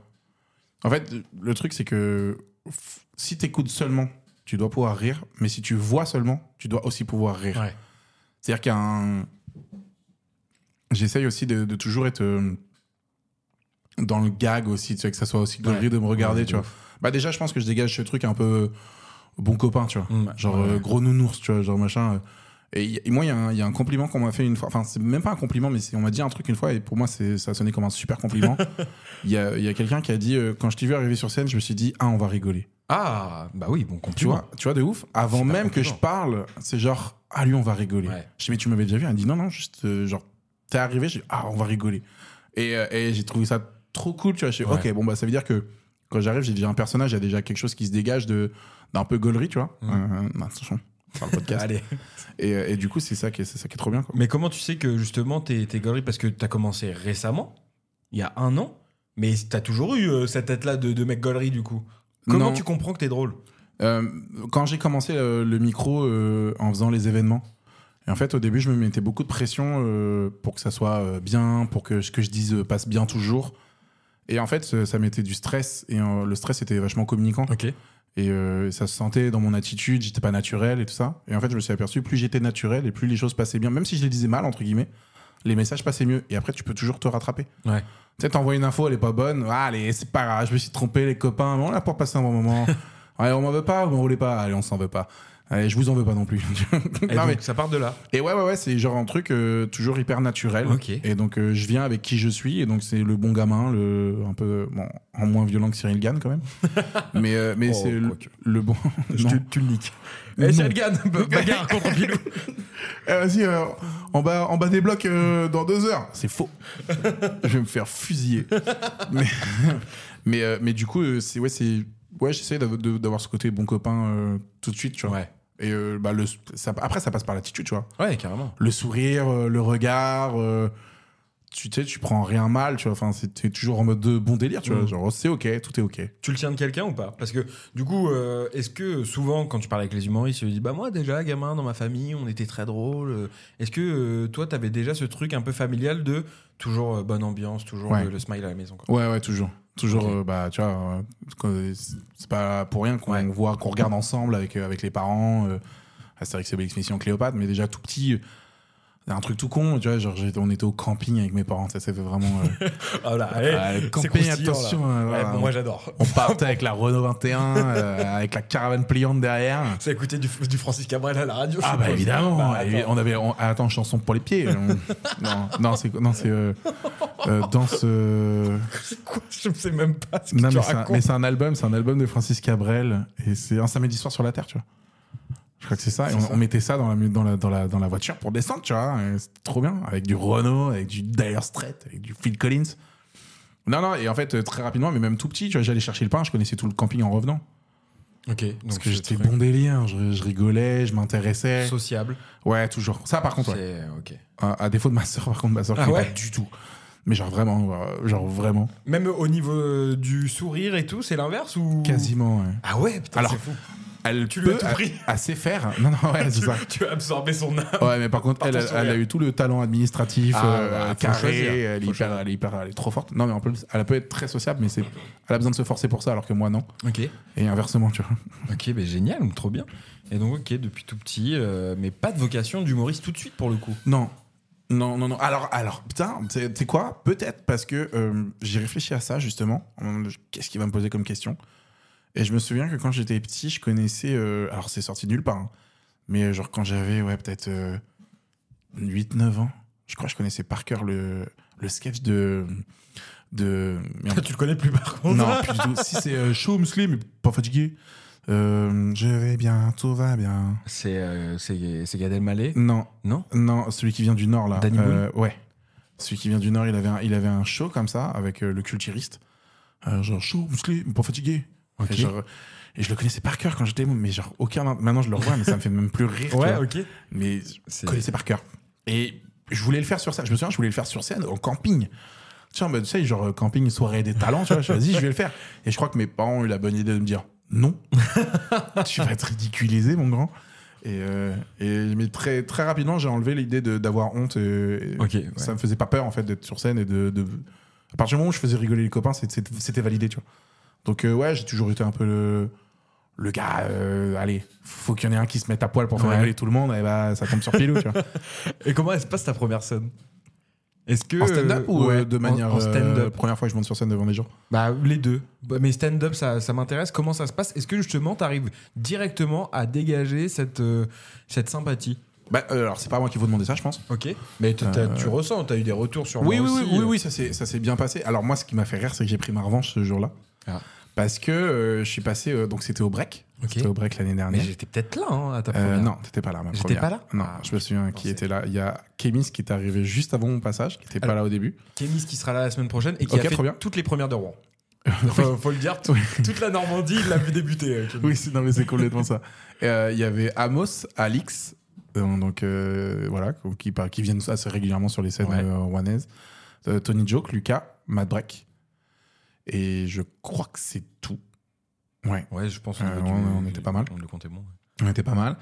Speaker 2: En fait, le truc, c'est que f- si t'écoutes seulement, tu dois pouvoir rire, mais si tu vois seulement, tu dois aussi pouvoir rire.
Speaker 1: Ouais.
Speaker 2: C'est-à-dire qu'il y a un. J'essaye aussi de, de toujours être euh, dans le gag aussi, tu sais, que ça soit aussi gaulerie de me regarder,
Speaker 1: Ouais,
Speaker 2: tu
Speaker 1: de
Speaker 2: vois. Bah, déjà, je pense que je dégage ce truc un peu bon copain, tu vois.
Speaker 1: Mm,
Speaker 2: Genre
Speaker 1: ouais.
Speaker 2: euh, gros nounours, tu vois, genre machin. euh. Et y- et moi, il y, a un- il y a un compliment qu'on m'a fait une fois. Enfin, c'est même pas un compliment, mais c'est- on m'a dit un truc une fois, et pour moi, c'est- ça sonnait comme un super compliment. Il y a, il y a quelqu'un qui a dit euh, Quand je t'ai vu arriver sur scène, je me suis dit Ah, on va rigoler.
Speaker 1: Ah, bah oui, bon
Speaker 2: Tu
Speaker 1: compliment.
Speaker 2: vois, tu vois, de ouf. Avant
Speaker 1: Super
Speaker 2: même que je
Speaker 1: compliment.
Speaker 2: parle, c'est genre, ah lui, on va rigoler.
Speaker 1: Ouais.
Speaker 2: Je dis, mais tu m'avais déjà vu. Elle dit, non, non, juste, euh, genre, t'es arrivé, je dis, ah, on va rigoler. Et, euh, et j'ai trouvé ça trop cool, tu vois. Je dis,
Speaker 1: Ouais.
Speaker 2: ok, bon, bah, ça veut dire que quand j'arrive, j'ai déjà un personnage, il y a déjà quelque chose qui se dégage de, d'un peu gaulerie, tu vois.
Speaker 1: Mhm.
Speaker 2: Euh, bah, attention, on parle podcast.
Speaker 1: Allez.
Speaker 2: et, euh, et du coup, c'est ça, qui est, c'est ça qui est trop bien, quoi.
Speaker 1: Mais comment tu sais que justement t'es t'es gaulerie Parce que t'as commencé récemment, il y a un an, mais t'as toujours eu euh, cette tête-là de, de mec gaulerie du coup. Comment
Speaker 2: Non.
Speaker 1: tu comprends que t'es drôle
Speaker 2: Euh, quand j'ai commencé euh, le micro euh, en faisant les événements, et en fait, au début, je me mettais beaucoup de pression euh, pour que ça soit euh, bien, pour que ce que je dise euh, passe bien toujours. Et en fait, ça ça mettait du stress, et euh, le stress était vachement communicant.
Speaker 1: Ok.
Speaker 2: Et euh, ça se sentait dans mon attitude, j'étais pas naturel et tout ça. Et en fait, je me suis aperçu, plus j'étais naturel et plus les choses passaient bien, même si je les disais mal, entre guillemets, les messages passaient mieux. Et après, tu peux toujours te rattraper.
Speaker 1: Ouais.
Speaker 2: Tu sais, t'envoies une info, elle est pas bonne. Ah, allez, c'est pas grave, je me suis trompé, les copains, mais on l'a pour passer un bon moment. allez, on m'en veut pas, vous m'en voulez pas, allez, on s'en veut pas. Allez, je vous en veux pas non plus. Non,
Speaker 1: Et
Speaker 2: mais- et,
Speaker 1: Eh, donc, ça part de là.
Speaker 2: ouais, ouais, ouais, c'est genre un truc euh, toujours hyper naturel.
Speaker 1: Ok.
Speaker 2: Et donc, euh, je viens avec qui je suis, et donc c'est le bon gamin, le, un peu bon, en moins violent que Cyril Gann quand même. mais euh, mais
Speaker 1: Oh,
Speaker 2: c'est le,
Speaker 1: quoique.
Speaker 2: le bon.
Speaker 1: Je
Speaker 2: Non.
Speaker 1: te- tu le niques.
Speaker 2: Non.
Speaker 1: Eh, Cyril Gann, bagarre contre Pilou.
Speaker 2: Eh, Vas-y, euh, en, bas, en bas des blocs euh, dans deux heures. C'est faux. je vais me faire fusiller. mais, mais, euh, mais du coup, euh, c'est ouais, c'est ouais, j'essaie d'av- de- d'avoir ce côté bon copain euh, tout de suite, tu vois.
Speaker 1: Ouais.
Speaker 2: Et euh, bah, le, ça- après, ça passe par l'attitude, tu vois.
Speaker 1: Ouais, carrément.
Speaker 2: Le sourire, euh, le regard. euh, tu sais, tu prends rien mal, tu vois. Enfin, c'est- t'es toujours en mode de bon délire, tu vois.
Speaker 1: Mm.
Speaker 2: Genre, c'est ok, tout est ok.
Speaker 1: Tu le tiens de quelqu'un ou pas Parce que du coup, euh, est-ce que souvent, quand tu parles avec les humoristes, ils se disent Bah, moi, déjà, gamin, dans ma famille, on était très drôle. Est-ce que euh, toi, t'avais déjà ce truc un peu familial de toujours euh, bonne ambiance, toujours
Speaker 2: Ouais.
Speaker 1: le, le smile à la maison quoi.
Speaker 2: Ouais, ouais, toujours. Toujours,
Speaker 1: Ok.
Speaker 2: euh, bah, tu vois, euh, quand- c'est- c'est pas pour rien qu'on
Speaker 1: Ouais.
Speaker 2: voit, qu'on regarde ensemble avec, euh, avec les parents. Euh, Astérix et Obélix, Mission Cléopâtre, mais déjà tout petit, euh, un truc tout con, tu vois, genre j'étais- on était au camping avec mes parents, ça, ça fait vraiment. euh,
Speaker 1: Ah là, eh,
Speaker 2: ah, le
Speaker 1: c'est
Speaker 2: camping,
Speaker 1: croustillant, là.
Speaker 2: attention. euh,
Speaker 1: Ouais,
Speaker 2: voilà.
Speaker 1: bon, moi, j'adore.
Speaker 2: on partait avec la Renault 21, euh, avec la caravane pliante derrière.
Speaker 1: Ça écoutait du, du Francis Cabrel à la radio. je
Speaker 2: Ah bah
Speaker 1: suppose.
Speaker 2: évidemment,
Speaker 1: Bah, attends.
Speaker 2: évi- on avait on- ah, attends chanson pour les pieds. on- non, non c'est non c'est euh, euh, danse. euh,
Speaker 1: C'est quoi Je ne sais même pas ce que
Speaker 2: Non,
Speaker 1: tu
Speaker 2: mais c'est, un,
Speaker 1: racontes.
Speaker 2: mais c'est un album, c'est un album de Francis Cabrel et c'est un samedi soir sur la terre, tu vois. Je crois que c'est ça. et on, on mettait ça dans la, mu- dans, la, dans, la, dans la voiture pour descendre, tu vois. et C'était trop bien. Avec du Renault, avec du Dire Straits, avec du Phil Collins. Non, non, et en fait, euh, très rapidement, mais même tout petit, tu vois, j'allais chercher le pain, je connaissais tout le camping en revenant.
Speaker 1: Ok.
Speaker 2: Parce
Speaker 1: donc
Speaker 2: que
Speaker 1: ce
Speaker 2: j'étais
Speaker 1: truc
Speaker 2: bon délire, je, je rigolais, je m'intéressais.
Speaker 1: Sociable.
Speaker 2: Ouais, toujours. Ça, par contre, ouais.
Speaker 1: C'est- ok.
Speaker 2: à, à défaut de ma sœur, par contre, ma sœur,
Speaker 1: Ah
Speaker 2: qui est
Speaker 1: ouais
Speaker 2: pas du tout. Mais genre vraiment, euh, genre vraiment,
Speaker 1: Même au niveau euh, du sourire et tout, c'est l'inverse ou
Speaker 2: quasiment. ouais.
Speaker 1: Ah ouais, putain,
Speaker 2: Alors,
Speaker 1: c'est fou.
Speaker 2: Elle
Speaker 1: Tu
Speaker 2: peut
Speaker 1: l'as tout
Speaker 2: a-
Speaker 1: pris.
Speaker 2: assez faire. Non, non, ouais, c'est
Speaker 1: Tu,
Speaker 2: ça.
Speaker 1: tu as absorbé son âme.
Speaker 2: Ouais, mais par contre,
Speaker 1: Par
Speaker 2: elle,
Speaker 1: ton
Speaker 2: elle
Speaker 1: sourire.
Speaker 2: a eu tout le talent administratif,
Speaker 1: Ah,
Speaker 2: euh,
Speaker 1: bah, faut choisir,
Speaker 2: carré, elle est,
Speaker 1: faut
Speaker 2: hyper, elle, est hyper- elle est trop forte. Non, mais en plus, elle peut être très sociable, mais c'est, elle a besoin de se forcer pour ça, alors que moi, non.
Speaker 1: Ok.
Speaker 2: Et inversement, tu vois.
Speaker 1: Ok, ben génial, trop bien. Et donc, ok, depuis tout petit, euh, mais pas de vocation d'humoriste tout de suite pour le coup.
Speaker 2: Non. Non, non, non. Alors, alors putain, tu sais- tu sais quoi Peut-être parce que euh, j'ai réfléchi à ça, justement. Hum, Qu'est-ce qu'il va me poser comme question Et je me souviens que quand j'étais petit, je connaissais. euh, alors, c'est sorti de nulle part. hein. mais euh, genre, quand j'avais, ouais, peut-être 8-9 ans, je crois que je connaissais par cœur le, le sketch de. de merde.
Speaker 1: tu le connais plus par contre.
Speaker 2: Non, plus du tout. Si c'est euh, chaud, musclé, mais pas fatigué. Euh, je vais bien, tout va bien.
Speaker 1: C'est euh, c'est- c'est Gad Elmaleh
Speaker 2: Non,
Speaker 1: Non
Speaker 2: non, celui qui vient du Nord, là.
Speaker 1: Danny
Speaker 2: Euh, ouais. Celui qui vient du Nord, il avait un, il avait un show comme ça avec euh, le culturiste. Euh, genre chaud, musclé, mais pas fatigué.
Speaker 1: Ok.
Speaker 2: Et, genre, et je le connaissais par cœur quand j'étais, mais genre aucun. Maintenant, je le revois, mais ça me fait même plus rire. tu vois.
Speaker 1: ok.
Speaker 2: Mais
Speaker 1: C'est-
Speaker 2: je connaissais par cœur. Et je voulais le faire sur scène. Je me souviens, je voulais le faire sur scène en camping. Tiens, bah, tu sais, genre euh, camping, soirée des talents, tu vois. Je me suis dit, vas-y, je vais le faire. Et je crois que mes parents ont eu la bonne idée de me dire non. tu vas être ridiculisé, mon grand. Et, euh, et- mais très, très rapidement, j'ai enlevé l'idée de- d'avoir honte. et- et
Speaker 1: Ok, ouais.
Speaker 2: Ça me faisait pas peur, en fait, d'être sur scène et de. de- À partir du moment où je faisais rigoler les copains, c'est- c'est- c'était validé, tu vois. Donc, euh, ouais, j'ai toujours été un peu le le gars, euh, allez, faut qu'il y en ait un qui se mette à poil pour faire
Speaker 1: Ouais.
Speaker 2: rigoler tout le monde, et bah ça tombe sur Pilou, tu vois.
Speaker 1: Et comment elle se passe ta première scène Est-ce que.
Speaker 2: En stand-up
Speaker 1: euh,
Speaker 2: ou euh,
Speaker 1: ouais,
Speaker 2: de
Speaker 1: en-
Speaker 2: manière.
Speaker 1: En,
Speaker 2: euh,
Speaker 1: stand-up.
Speaker 2: première fois que je monte sur scène devant des gens.
Speaker 1: Bah, les deux. Bah, mais stand-up, ça, ça m'intéresse. Comment ça se passe Est-ce que justement, t'arrives directement à dégager cette, euh, cette sympathie
Speaker 2: Bah, euh, alors c'est pas moi qui vous demandez ça, je pense.
Speaker 1: Ok. Mais t'as- t'as-
Speaker 2: Euh,
Speaker 1: tu ressens, t'as eu des retours sur
Speaker 2: Oui, oui,
Speaker 1: moi
Speaker 2: oui,
Speaker 1: aussi,
Speaker 2: oui,
Speaker 1: euh.
Speaker 2: oui, ça s'est ça s'est bien passé. Alors moi, ce qui m'a fait rire, c'est que j'ai pris ma revanche ce jour-là.
Speaker 1: Ah.
Speaker 2: Parce que euh, je suis passé, euh, donc c'était au break.
Speaker 1: Ok.
Speaker 2: C'était au break l'année
Speaker 1: Mais
Speaker 2: dernière.
Speaker 1: j'étais peut-être là hein, à ta
Speaker 2: Euh,
Speaker 1: première.
Speaker 2: non, t'étais pas là. ma
Speaker 1: J'étais
Speaker 2: première.
Speaker 1: pas là
Speaker 2: Non,
Speaker 1: Ah,
Speaker 2: je me souviens qui
Speaker 1: Pensez.
Speaker 2: était là. Il y a Kémis qui est arrivé juste avant mon passage, qui était pas
Speaker 1: Alors-
Speaker 2: là au début.
Speaker 1: Kémis qui sera là la semaine prochaine et qui
Speaker 2: Ok,
Speaker 1: a fait
Speaker 2: trop bien.
Speaker 1: toutes les premières de Rouen. faut, faut le dire, tout- toute la Normandie, il l'a vu débuter. euh, Kémis.
Speaker 2: Oui, c'est, non, mais c'est complètement ça. Et, euh, Il y avait Amos, Alix, euh, donc euh, voilà, qui, par- qui viennent assez régulièrement sur les scènes
Speaker 1: Ouais.
Speaker 2: euh, rouennaises. Euh, Tony Joke, Lucas, Matt Breck. Et je crois que c'est tout. Ouais,
Speaker 1: Ouais, je pense
Speaker 2: Euh,
Speaker 1: avait
Speaker 2: on- on était pas mal.
Speaker 1: On le comptait bon.
Speaker 2: on était pas mal.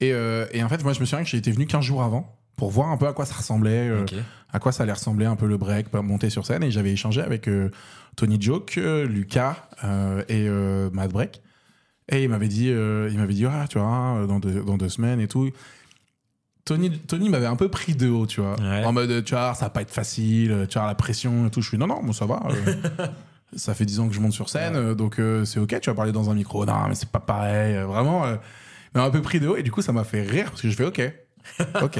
Speaker 2: Et, euh, et en fait, moi, je me souviens que j'étais venu 15 jours avant pour voir un peu à quoi ça ressemblait. euh,
Speaker 1: Ok.
Speaker 2: à quoi ça allait ressembler un peu le break, pas monter sur scène. Et j'avais échangé avec euh, Tony Joke, euh, Lucas euh, et euh, Matt Break. Et il m'avait dit, euh, il m'avait dit, ah, tu vois, euh, dans deux, dans deux semaines et tout. Tony, Tony m'avait un peu pris de haut, tu vois.
Speaker 1: Ouais.
Speaker 2: En mode, euh, tu vois, ça va pas être facile, euh, tu vois, la pression et tout. Je suis, non, non, moi, ça va. euh, ça fait 10 ans que je monte sur scène, euh, donc euh, c'est ok, tu vas parler dans un micro. Non, mais c'est pas pareil, euh, vraiment. euh, il m'a un peu pris de haut et du coup, ça m'a fait rire parce que je fais ok, ok.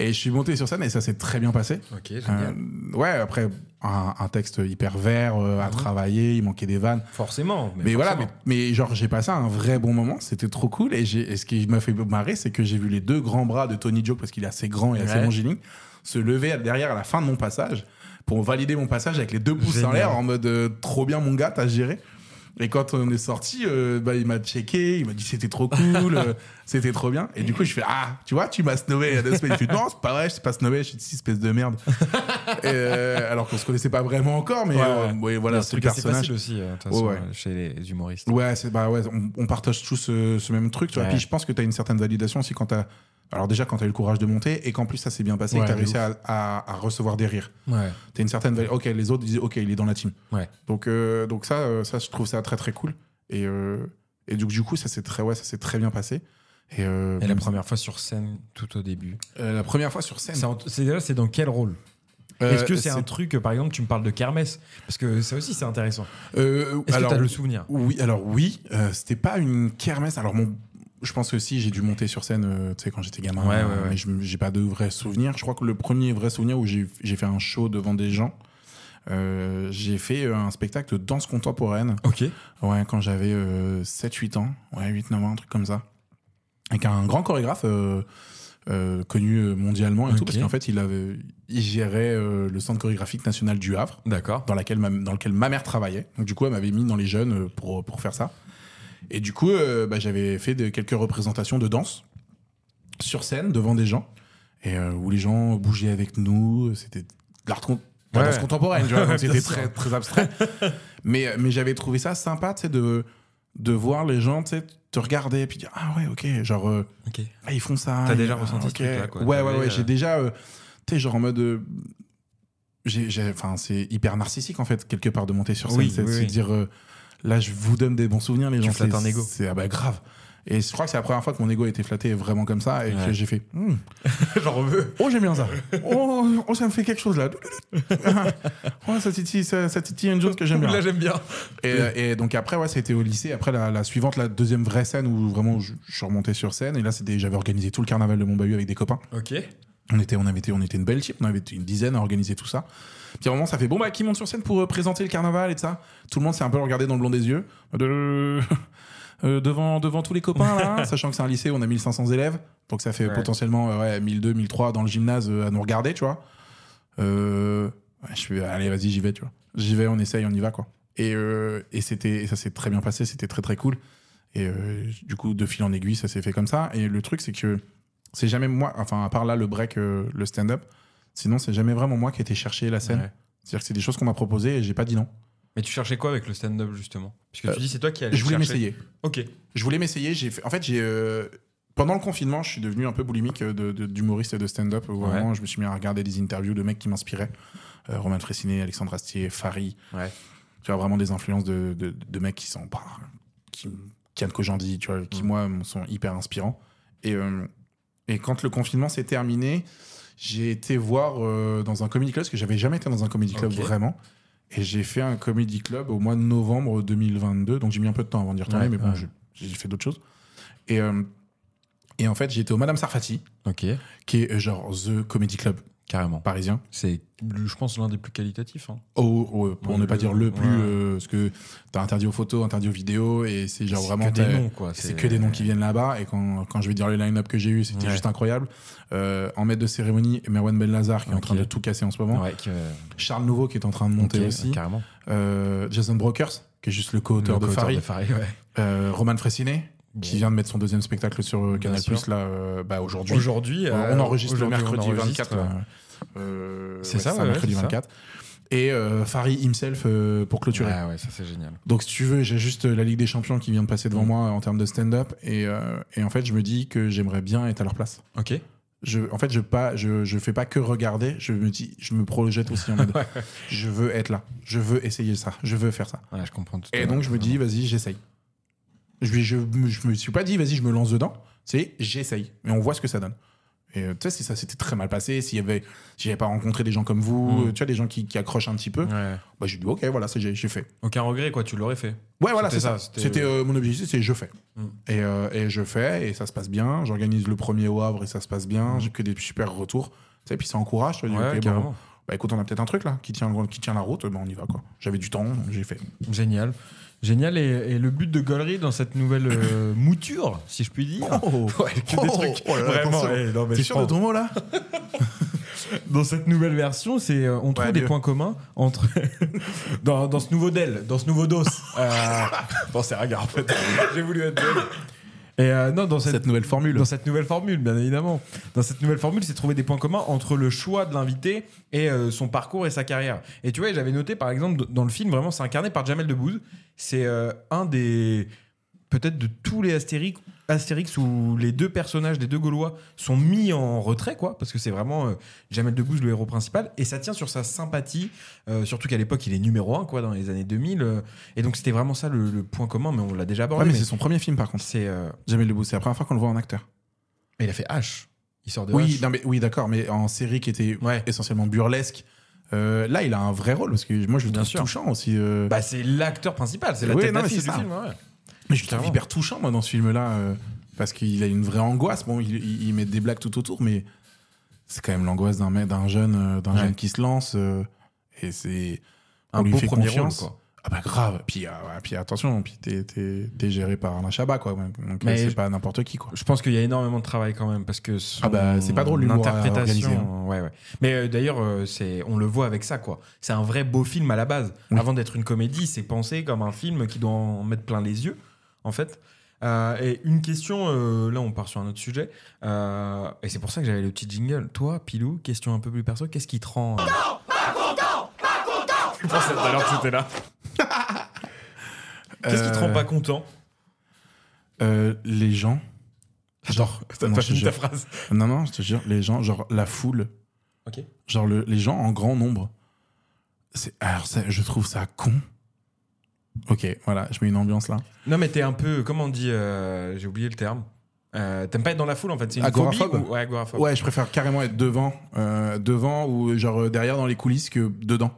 Speaker 2: Et je suis monté sur scène et ça s'est très bien passé.
Speaker 1: Ok, génial.
Speaker 2: Euh, ouais, après, un, un texte hyper vert euh, à
Speaker 1: Mhm.
Speaker 2: travailler, il manquait des vannes.
Speaker 1: Forcément. Mais,
Speaker 2: Mais, voilà, mais,
Speaker 1: forcément.
Speaker 2: mais genre, j'ai passé un vrai bon moment, c'était trop cool. Et, j'ai- et ce qui m'a fait marrer, c'est que j'ai vu les deux grands bras de Tony Joe, parce qu'il est assez grand et assez
Speaker 1: Ouais.
Speaker 2: longiligne, se lever derrière à la fin de mon passage pour valider mon passage avec les deux pouces en
Speaker 1: Génial.
Speaker 2: l'air en mode euh, trop bien, mon gars, t'as géré. Et quand on est sorti, euh, bah, il m'a checké, il m'a dit c'était trop cool, euh, c'était trop bien. Et du coup, je fais Ah, tu vois, tu m'as snobé il y a deux semaines. Il fait, Non, c'est pas vrai, je t'ai pas snobé, je suis une espèce de merde. Et, euh, alors qu'on se connaissait pas vraiment encore, mais
Speaker 1: Ouais,
Speaker 2: euh,
Speaker 1: ouais.
Speaker 2: ouais, voilà,
Speaker 1: Mais
Speaker 2: c'est
Speaker 1: ce
Speaker 2: le
Speaker 1: truc assez
Speaker 2: personnage.
Speaker 1: facile aussi, euh, de toute façon,
Speaker 2: Ouais, ouais.
Speaker 1: euh, chez les humoristes.
Speaker 2: Ouais, c'est bah ouais, on, on partage tous ce, ce même truc, tu vois.
Speaker 1: Ouais.
Speaker 2: Puis je pense que tu as une certaine validation aussi quand t'as alors déjà quand t'as eu le courage de monter et qu'en plus ça s'est bien passé et
Speaker 1: Ouais,
Speaker 2: que t'as
Speaker 1: de
Speaker 2: réussi à, à- à recevoir des rires.
Speaker 1: Ouais.
Speaker 2: T'as une certaine validation. OK, les autres disent OK, il est dans la team.
Speaker 1: Ouais.
Speaker 2: Donc euh, donc ça euh, ça je trouve ça très très cool et euh, et donc du coup ça s'est très ouais, ça s'est très bien passé. Et, euh,
Speaker 1: Et la première fois sur scène, tout au début.
Speaker 2: euh, la première fois sur scène.
Speaker 1: C'est en- C'est déjà, c'est dans quel rôle
Speaker 2: Euh,
Speaker 1: Est-ce que c'est un truc, euh, par exemple, tu me parles de kermesse Parce que ça aussi, c'est intéressant.
Speaker 2: euh,
Speaker 1: Est-ce que
Speaker 2: alors,
Speaker 1: t'as le souvenir
Speaker 2: Oui, alors oui, euh, c'était pas une kermesse. Alors mon, je pense que si j'ai dû monter sur scène, euh, tu sais quand j'étais gamin,
Speaker 1: Ouais, ouais,
Speaker 2: euh,
Speaker 1: ouais.
Speaker 2: mais je- j'ai pas de vrais souvenirs. Je crois que le premier vrai souvenir où j'ai j'ai fait un show devant des gens, euh, j'ai fait euh, un spectacle de danse contemporaine.
Speaker 1: Ok.
Speaker 2: Ouais, quand j'avais 7-8 ans, ouais 8-9 ans, un truc comme ça, avec un grand chorégraphe. euh, euh, connu euh, mondialement et tout
Speaker 1: Ok.
Speaker 2: parce qu'en fait il avait il gérait euh, le centre chorégraphique national du Havre
Speaker 1: D'accord.
Speaker 2: dans, laquelle ma- dans lequel ma mère travaillait. Donc, du coup, elle m'avait mis dans les jeunes euh, pour, pour faire ça. Et du coup, euh, bah, j'avais fait de- quelques représentations de danse sur scène devant des gens et euh, où les gens bougeaient avec nous. C'était de l'art con- de la
Speaker 1: Ouais.
Speaker 2: danse contemporaine, tu vois,
Speaker 1: Bien
Speaker 2: donc c'était
Speaker 1: sûr.
Speaker 2: très, très abstrait. mais euh, mais j'avais trouvé ça sympa, tu sais, de, de voir les gens, tu sais, te regarder et puis dire Ah ouais, ok, genre. euh,
Speaker 1: Ok.
Speaker 2: ah, ils font ça.
Speaker 1: T'as
Speaker 2: ils-
Speaker 1: déjà
Speaker 2: ah,
Speaker 1: ressenti ce
Speaker 2: ok.
Speaker 1: truc-là, quoi.
Speaker 2: Ouais,
Speaker 1: T'avais,
Speaker 2: ouais, ouais.
Speaker 1: euh,
Speaker 2: J'ai déjà. euh, tu sais, genre en mode. euh, j'ai- j'ai- Enfin, c'est hyper narcissique, en fait, quelque part, de monter sur scène.
Speaker 1: Oui,
Speaker 2: c'est
Speaker 1: oui,
Speaker 2: de se
Speaker 1: oui.
Speaker 2: dire. euh, là, je vous donne des bons souvenirs, les
Speaker 1: Tu
Speaker 2: gens.
Speaker 1: flattes
Speaker 2: c'est-
Speaker 1: un ego.
Speaker 2: C'est ah bah, grave. Et je crois que c'est la première fois que mon ego a été flatté vraiment comme ça et que
Speaker 1: Ouais.
Speaker 2: j'ai fait. Hmm,
Speaker 1: J'en reveux.
Speaker 2: Oh, j'aime bien ça. Oh, oh, ça me fait quelque chose là. oh, ça titille, ça, ça titille une chose que j'aime bien.
Speaker 1: Là, j'aime bien.
Speaker 2: Et, euh, et donc après, ouais, c'était au lycée. Après, la, la suivante, la deuxième vraie scène où vraiment je, je suis remonté sur scène. Et là, c'était, j'avais organisé tout le carnaval de Montbahut avec des copains.
Speaker 1: Ok.
Speaker 2: On était, on avait été, on était une belle team. On avait été une dizaine à organiser tout ça. Puis à un moment, ça fait bon, bah, qui monte sur scène pour euh, présenter le carnaval et tout ça Tout le monde s'est un peu regardé dans le blanc des yeux. Euh, euh, devant, devant tous les copains, là, sachant que c'est un lycée où on a 1500 élèves. Donc ça fait
Speaker 1: Ouais.
Speaker 2: potentiellement euh, ouais, 1002, 1003 dans le gymnase euh, à nous regarder, tu vois. Euh, ouais, je fais, allez, vas-y, j'y vais, tu vois. J'y vais, on essaye, on y va, quoi. Et, euh, et, c'était- et ça s'est très bien passé, c'était très, très cool. Et euh, du coup, de fil en aiguille, ça s'est fait comme ça. Et le truc, c'est que c'est jamais moi, enfin, à part là, le break, euh, le stand-up, sinon, c'est jamais vraiment moi qui ai été chercher la scène.
Speaker 1: Ouais.
Speaker 2: C'est-à-dire que c'est des choses qu'on m'a proposées et j'ai pas dit non.
Speaker 1: Mais tu cherchais quoi avec le stand-up, justement Parce que
Speaker 2: Euh,
Speaker 1: tu dis, c'est toi qui allais
Speaker 2: Je voulais
Speaker 1: chercher.
Speaker 2: m'essayer.
Speaker 1: Ok.
Speaker 2: Je voulais m'essayer. J'ai fait- En fait, j'ai euh, pendant le confinement, je suis devenu un peu boulimique euh, de- de- d'humoriste et de stand-up. où
Speaker 1: Ouais.
Speaker 2: Vraiment, je me suis mis à regarder des interviews de mecs qui m'inspiraient. Euh, Roman Fressinet, Alexandre Astier, Farid.
Speaker 1: Ouais.
Speaker 2: Tu vois, vraiment des influences de, de- de mecs qui sont... bah, qui, Kian Kojandi, tu vois, qui,
Speaker 1: Mm.
Speaker 2: moi, m- sont hyper inspirants. Et, euh, et quand le confinement s'est terminé, j'ai été voir euh, dans un comedy club, parce que j'avais jamais été dans un comedy club
Speaker 1: Ok.
Speaker 2: vraiment. Et j'ai fait un comedy club au mois de novembre 2022. Donc j'ai mis un peu de temps avant d'y retourner,
Speaker 1: Ouais,
Speaker 2: mais bon,
Speaker 1: ouais.
Speaker 2: je- j'ai fait d'autres choses. Et, euh, et en fait, j'ai été au Madame Sarfati,
Speaker 1: Ok.
Speaker 2: qui est euh, genre The Comedy Club
Speaker 1: Carrément.
Speaker 2: parisien.
Speaker 1: C'est, je pense, l'un des plus qualitatifs. hein.
Speaker 2: Oh, oh, pour
Speaker 1: Ouais,
Speaker 2: ne pas
Speaker 1: le-
Speaker 2: dire le plus,
Speaker 1: ouais.
Speaker 2: euh, parce que t'as interdit aux photos, interdit aux vidéos, et c'est genre
Speaker 1: C'est
Speaker 2: vraiment.
Speaker 1: que des
Speaker 2: t'as-
Speaker 1: noms, quoi.
Speaker 2: C'est que des noms qui viennent là-bas. Et quand, quand je vais dire le line-up que j'ai eu, c'était
Speaker 1: Ouais.
Speaker 2: juste incroyable. Euh, en maître de cérémonie, Merwan Benlazar, qui est en
Speaker 1: Ok.
Speaker 2: train de tout casser en ce moment.
Speaker 1: Ouais, qui, euh,
Speaker 2: Charles Nouveau, qui est en train de monter
Speaker 1: ok,
Speaker 2: aussi.
Speaker 1: Carrément.
Speaker 2: Euh, Jason Brokers, qui est juste le co-auteur
Speaker 1: Le
Speaker 2: de
Speaker 1: co-auteur
Speaker 2: Farid.
Speaker 1: ouais.
Speaker 2: Euh, Roman Fressinet, qui vient de mettre son deuxième spectacle sur euh,
Speaker 1: Bien
Speaker 2: Canal
Speaker 1: sûr.
Speaker 2: Plus là, euh, bah, aujourd'hui.
Speaker 1: Aujourd'hui,
Speaker 2: Euh,
Speaker 1: euh,
Speaker 2: on enregistre le
Speaker 1: aujourd'hui, on
Speaker 2: mercredi
Speaker 1: enregistre,
Speaker 2: 24.
Speaker 1: ouais.
Speaker 2: là. Euh,
Speaker 1: C'est ça,
Speaker 2: un
Speaker 1: ouais,
Speaker 2: mercredi
Speaker 1: c'est ça.
Speaker 2: 24. Et euh, Farid himself euh, pour clôturer.
Speaker 1: Ah ouais, ça c'est génial.
Speaker 2: Donc, si tu veux, j'ai juste euh, la Ligue des Champions qui vient de passer devant
Speaker 1: Mm.
Speaker 2: moi euh, en termes de stand-up. Et, euh, et en fait, je me dis que j'aimerais bien être à leur place.
Speaker 1: Ok.
Speaker 2: Je, en fait, je pas, je, je fais pas que regarder. Je me dis, je me projette aussi en mode, je veux être là. Je veux essayer ça. Je veux faire ça.
Speaker 1: Ouais, je comprends tout. à
Speaker 2: Et
Speaker 1: fait.
Speaker 2: donc, je me dis, vas-y, j'essaye. Je, vais- je, me- je me suis pas dit, vas-y, je me lance dedans. C'est j'essaye. Et on voit ce que ça donne. Et euh, tu sais, si ça s'était très mal passé, s'il y avait, si j'avais pas rencontré des gens comme vous,
Speaker 1: Mm.
Speaker 2: euh, tu vois, des gens qui, qui accrochent un petit peu,
Speaker 1: Ouais.
Speaker 2: bah, j'ai dit, ok, voilà, c'est- j'ai j'ai fait.
Speaker 1: Aucun regret, quoi, tu l'aurais fait.
Speaker 2: Ouais, voilà, c'est
Speaker 1: C'était
Speaker 2: ça.
Speaker 1: ça, c'était-
Speaker 2: C'était euh, mon objectif, c'est je fais.
Speaker 1: Mm.
Speaker 2: Et, euh, et je fais, et ça se passe bien. J'organise le premier au Havre et ça se passe bien.
Speaker 1: Mm.
Speaker 2: J'ai que des super retours. Tu sais, puis ça encourage. Tu vois,
Speaker 1: Ouais,
Speaker 2: dis, ok, bon,
Speaker 1: carrément.
Speaker 2: bah écoute, on a peut-être un truc là qui tient, qui tient la route, bah, on y va quoi. J'avais du temps, donc j'ai fait.
Speaker 1: Génial. Génial. Et, et le but de Gollery dans cette nouvelle euh, mouture, si je puis dire. Ouais, que des
Speaker 2: Oh,
Speaker 1: trucs.
Speaker 2: oh là là,
Speaker 1: Vraiment.
Speaker 2: attention.
Speaker 1: eh, non, mais
Speaker 2: T'es
Speaker 1: je
Speaker 2: sûr de
Speaker 1: prends-
Speaker 2: ton mot là
Speaker 1: dans cette nouvelle version, c'est euh, on trouve
Speaker 2: Ouais,
Speaker 1: des
Speaker 2: mieux.
Speaker 1: points communs entre dans, dans ce nouveau Dell, dans ce nouveau DOS. Euh, bon, c'est ringard en fait. J'ai voulu être Dell. Et euh, non, dans cette,
Speaker 2: nouvelle formule.
Speaker 1: dans cette nouvelle formule, bien évidemment. Dans cette nouvelle formule, c'est trouver des points communs entre le choix de l'invité et euh, son parcours et sa carrière. Et tu vois, j'avais noté, par exemple, d- dans le film, vraiment, c'est incarné par Jamel Debbouze. C'est euh, un des. Peut-être de tous les Astérix, Astérix où les deux personnages des deux Gaulois sont mis en retrait, quoi, parce que c'est vraiment euh, Jamel Debbouze le héros principal, et ça tient sur sa sympathie, euh, surtout qu'à l'époque, il est numéro un, quoi, dans les années 2000. euh, et donc, c'était vraiment ça le, le point commun, mais on l'a déjà abordé.
Speaker 2: Ouais, mais
Speaker 1: mais
Speaker 2: c'est son premier film par contre.
Speaker 1: c'est. euh,
Speaker 2: Jamel Debbouze, c'est la première fois qu'on le voit en acteur.
Speaker 1: mais il a fait H. Il sort de
Speaker 2: Oui,
Speaker 1: H.
Speaker 2: non, mais, oui d'accord, mais en série qui était
Speaker 1: Ouais.
Speaker 2: essentiellement burlesque. euh, là, il a un vrai rôle parce que moi je le
Speaker 1: Bien
Speaker 2: trouve
Speaker 1: sûr.
Speaker 2: touchant aussi. euh.
Speaker 1: Bah, c'est l'acteur principal, c'est la
Speaker 2: Oui,
Speaker 1: tête
Speaker 2: non, mais
Speaker 1: d'affiche
Speaker 2: c'est
Speaker 1: du
Speaker 2: ça.
Speaker 1: film. ouais.
Speaker 2: Mais je le trouve
Speaker 1: Clairement.
Speaker 2: hyper touchant, moi, dans ce film-là, euh, parce qu'il a une vraie angoisse. Bon, il, il- il met des blagues tout autour, mais c'est quand même l'angoisse d'un mec- d'un jeune, euh, d'un
Speaker 1: Ouais.
Speaker 2: jeune qui se lance. euh, et c'est. on
Speaker 1: Un
Speaker 2: lui
Speaker 1: beau
Speaker 2: fait
Speaker 1: premier
Speaker 2: confiance.
Speaker 1: rôle, quoi.
Speaker 2: Ah bah grave. Puis, ah ouais, puis attention, puis t'es, t'es- t'es géré par un Chabat, quoi. Donc
Speaker 1: Mais
Speaker 2: euh, c'est
Speaker 1: je-
Speaker 2: pas n'importe qui, quoi.
Speaker 1: Je pense qu'il y a énormément de travail quand même parce que son
Speaker 2: Ah bah, c'est pas drôle, l'humour hein. à
Speaker 1: interprétation.
Speaker 2: organiser,
Speaker 1: Ouais, ouais. Mais euh, d'ailleurs, euh, c'est on le voit avec ça quoi. C'est un vrai beau film à la base.
Speaker 2: Oui.
Speaker 1: Avant d'être une comédie, c'est pensé comme un film qui doit en mettre plein les yeux. en fait. Euh, et une question, euh, là on part sur un autre sujet, euh, et c'est pour ça que j'avais le petit jingle. Toi, Pilou, question un peu plus perso, qu'est-ce qui te rend... Non, pas content, pas content Je pensais tout à l'heure que c'était là. Qu'est-ce qui te rend pas content
Speaker 2: Euh, les gens.
Speaker 1: Genre, t'as
Speaker 2: euh, Non,
Speaker 1: pas
Speaker 2: je
Speaker 1: fini ta
Speaker 2: jure.
Speaker 1: phrase.
Speaker 2: Non, non, je te jure, les gens, genre la foule.
Speaker 1: Ok.
Speaker 2: Genre le- les gens en grand nombre. C'est, alors, ça, je trouve ça con. Ok, voilà, je mets une ambiance là.
Speaker 1: Non, mais t'es un peu, comment on dit, euh, j'ai oublié le terme. Euh, T'aimes pas être dans la foule en fait, c'est une
Speaker 2: Agoraphobe
Speaker 1: phobie ou- Ouais, agoraphobe.
Speaker 2: Ouais, je préfère carrément être devant, euh, devant ou genre euh, derrière dans les coulisses que dedans.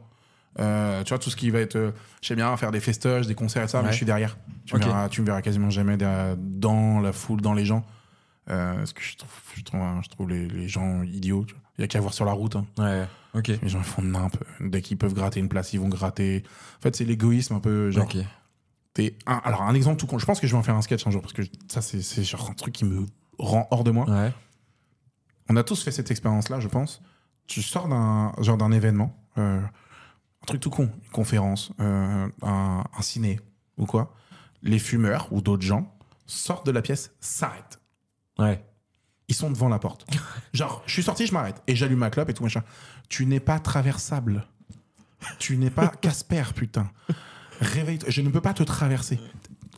Speaker 2: Euh, tu vois, tout ce qui va être. euh, J'aime bien faire des festoches, des concerts et ça, mais
Speaker 1: Ouais.
Speaker 2: je suis derrière. Tu,
Speaker 1: Ok.
Speaker 2: me verras, tu me verras quasiment jamais derrière- dans la foule, dans les gens. Euh, parce que je trouve, je trouve, je trouve les, les gens idiots. tu vois. Il y a qu'à voir sur la route. hein.
Speaker 1: Ouais, ok.
Speaker 2: Les gens ils font nimp. Dès qu'ils peuvent gratter une place, ils vont gratter. En fait, c'est l'égoïsme un peu. Genre,
Speaker 1: Ok.
Speaker 2: t'es un- alors, un exemple tout con. Je pense que je vais en faire un sketch un jour parce que je- ça, c'est c'est genre un truc qui me rend hors de moi.
Speaker 1: Ouais.
Speaker 2: On a tous fait cette expérience-là, je pense. Tu sors d'un genre d'un événement, euh, un truc tout con, une conférence, euh, un, un ciné ou quoi. Les fumeurs ou d'autres gens sortent de la pièce, s'arrêtent.
Speaker 1: Ouais.
Speaker 2: Ils sont devant la porte. Genre, je suis sorti, je m'arrête et j'allume ma clope et tout machin. Tu n'es pas traversable. Tu n'es pas Casper, putain. Réveille-toi. Je ne peux pas te traverser.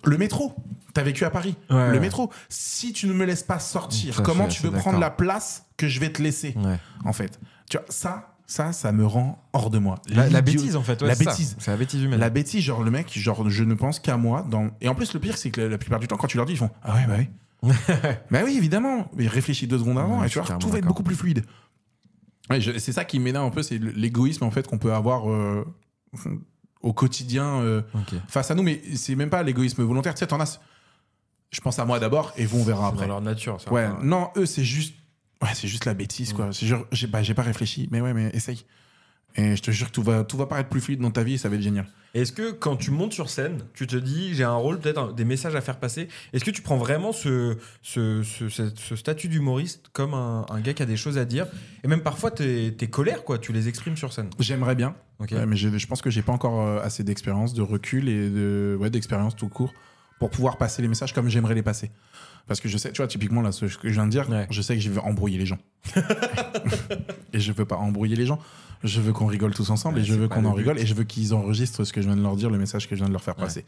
Speaker 2: Le métro. T'as vécu à Paris.
Speaker 1: Ouais,
Speaker 2: le
Speaker 1: ouais.
Speaker 2: métro. Si tu ne me laisses pas sortir,
Speaker 1: Tout à
Speaker 2: comment
Speaker 1: fait,
Speaker 2: tu
Speaker 1: je suis
Speaker 2: veux prendre
Speaker 1: d'accord.
Speaker 2: la place que je vais te laisser
Speaker 1: Ouais.
Speaker 2: en fait. Tu vois, ça, ça, ça me rend hors de moi.
Speaker 1: La, la
Speaker 2: L'idiot-
Speaker 1: bêtise en fait, ouais,
Speaker 2: la
Speaker 1: c'est ça.
Speaker 2: bêtise. hein,
Speaker 1: C'est la bêtise humaine.
Speaker 2: La bêtise, genre le mec, genre je ne pense qu'à moi. Dans... Et en plus, le pire, c'est que la, la plupart du temps, quand tu leur dis, ils font Ah ouais, bah oui. bah oui, évidemment. Mais réfléchis deux secondes avant
Speaker 1: Ouais, je
Speaker 2: et
Speaker 1: suis
Speaker 2: tu vois,
Speaker 1: carrément
Speaker 2: tout va être
Speaker 1: d'accord.
Speaker 2: beaucoup plus fluide. Ouais, je- c'est ça qui m'énerve un peu, c'est l'égoïsme en fait qu'on peut avoir euh, au quotidien euh,
Speaker 1: Ok.
Speaker 2: face à nous. Mais c'est même pas l'égoïsme volontaire. Tu sais, t'en as. Je pense à moi d'abord et vous, on verra
Speaker 1: Dans
Speaker 2: après.
Speaker 1: leur nature, ça.
Speaker 2: Ouais,
Speaker 1: Enfin,
Speaker 2: non, eux, c'est juste. Ouais, c'est juste la bêtise, quoi. C'est genre, j'ai bah, j'ai pas réfléchi, mais ouais, mais essaye. Et je te jure que tout va, tout va paraître plus fluide dans ta vie et ça va être génial.
Speaker 1: Est-ce que quand tu montes sur scène, tu te dis j'ai un rôle, peut-être un- des messages à faire passer Est-ce que tu prends vraiment ce, ce, ce, ce- ce statut d'humoriste comme un, un gars qui a des choses à dire Et même parfois tes, tes colères, quoi, tu les exprimes sur scène.
Speaker 2: J'aimerais bien,
Speaker 1: Ok.
Speaker 2: ouais, mais je, je pense que j'ai pas encore euh, assez d'expérience, de recul et de, ouais, d'expérience tout court pour pouvoir passer les messages comme j'aimerais les passer. Parce que je sais, tu vois, typiquement, là, ce que je viens de dire,
Speaker 1: Ouais.
Speaker 2: je sais que je vais embrouiller les gens. et je veux pas embrouiller les gens. Je veux qu'on rigole tous ensemble
Speaker 1: Ouais,
Speaker 2: et je
Speaker 1: c'est
Speaker 2: veux
Speaker 1: pas
Speaker 2: qu'on
Speaker 1: le
Speaker 2: en
Speaker 1: but.
Speaker 2: rigole et je veux qu'ils enregistrent ce que je viens de leur dire, le message que je viens de leur faire
Speaker 1: Ouais.
Speaker 2: passer.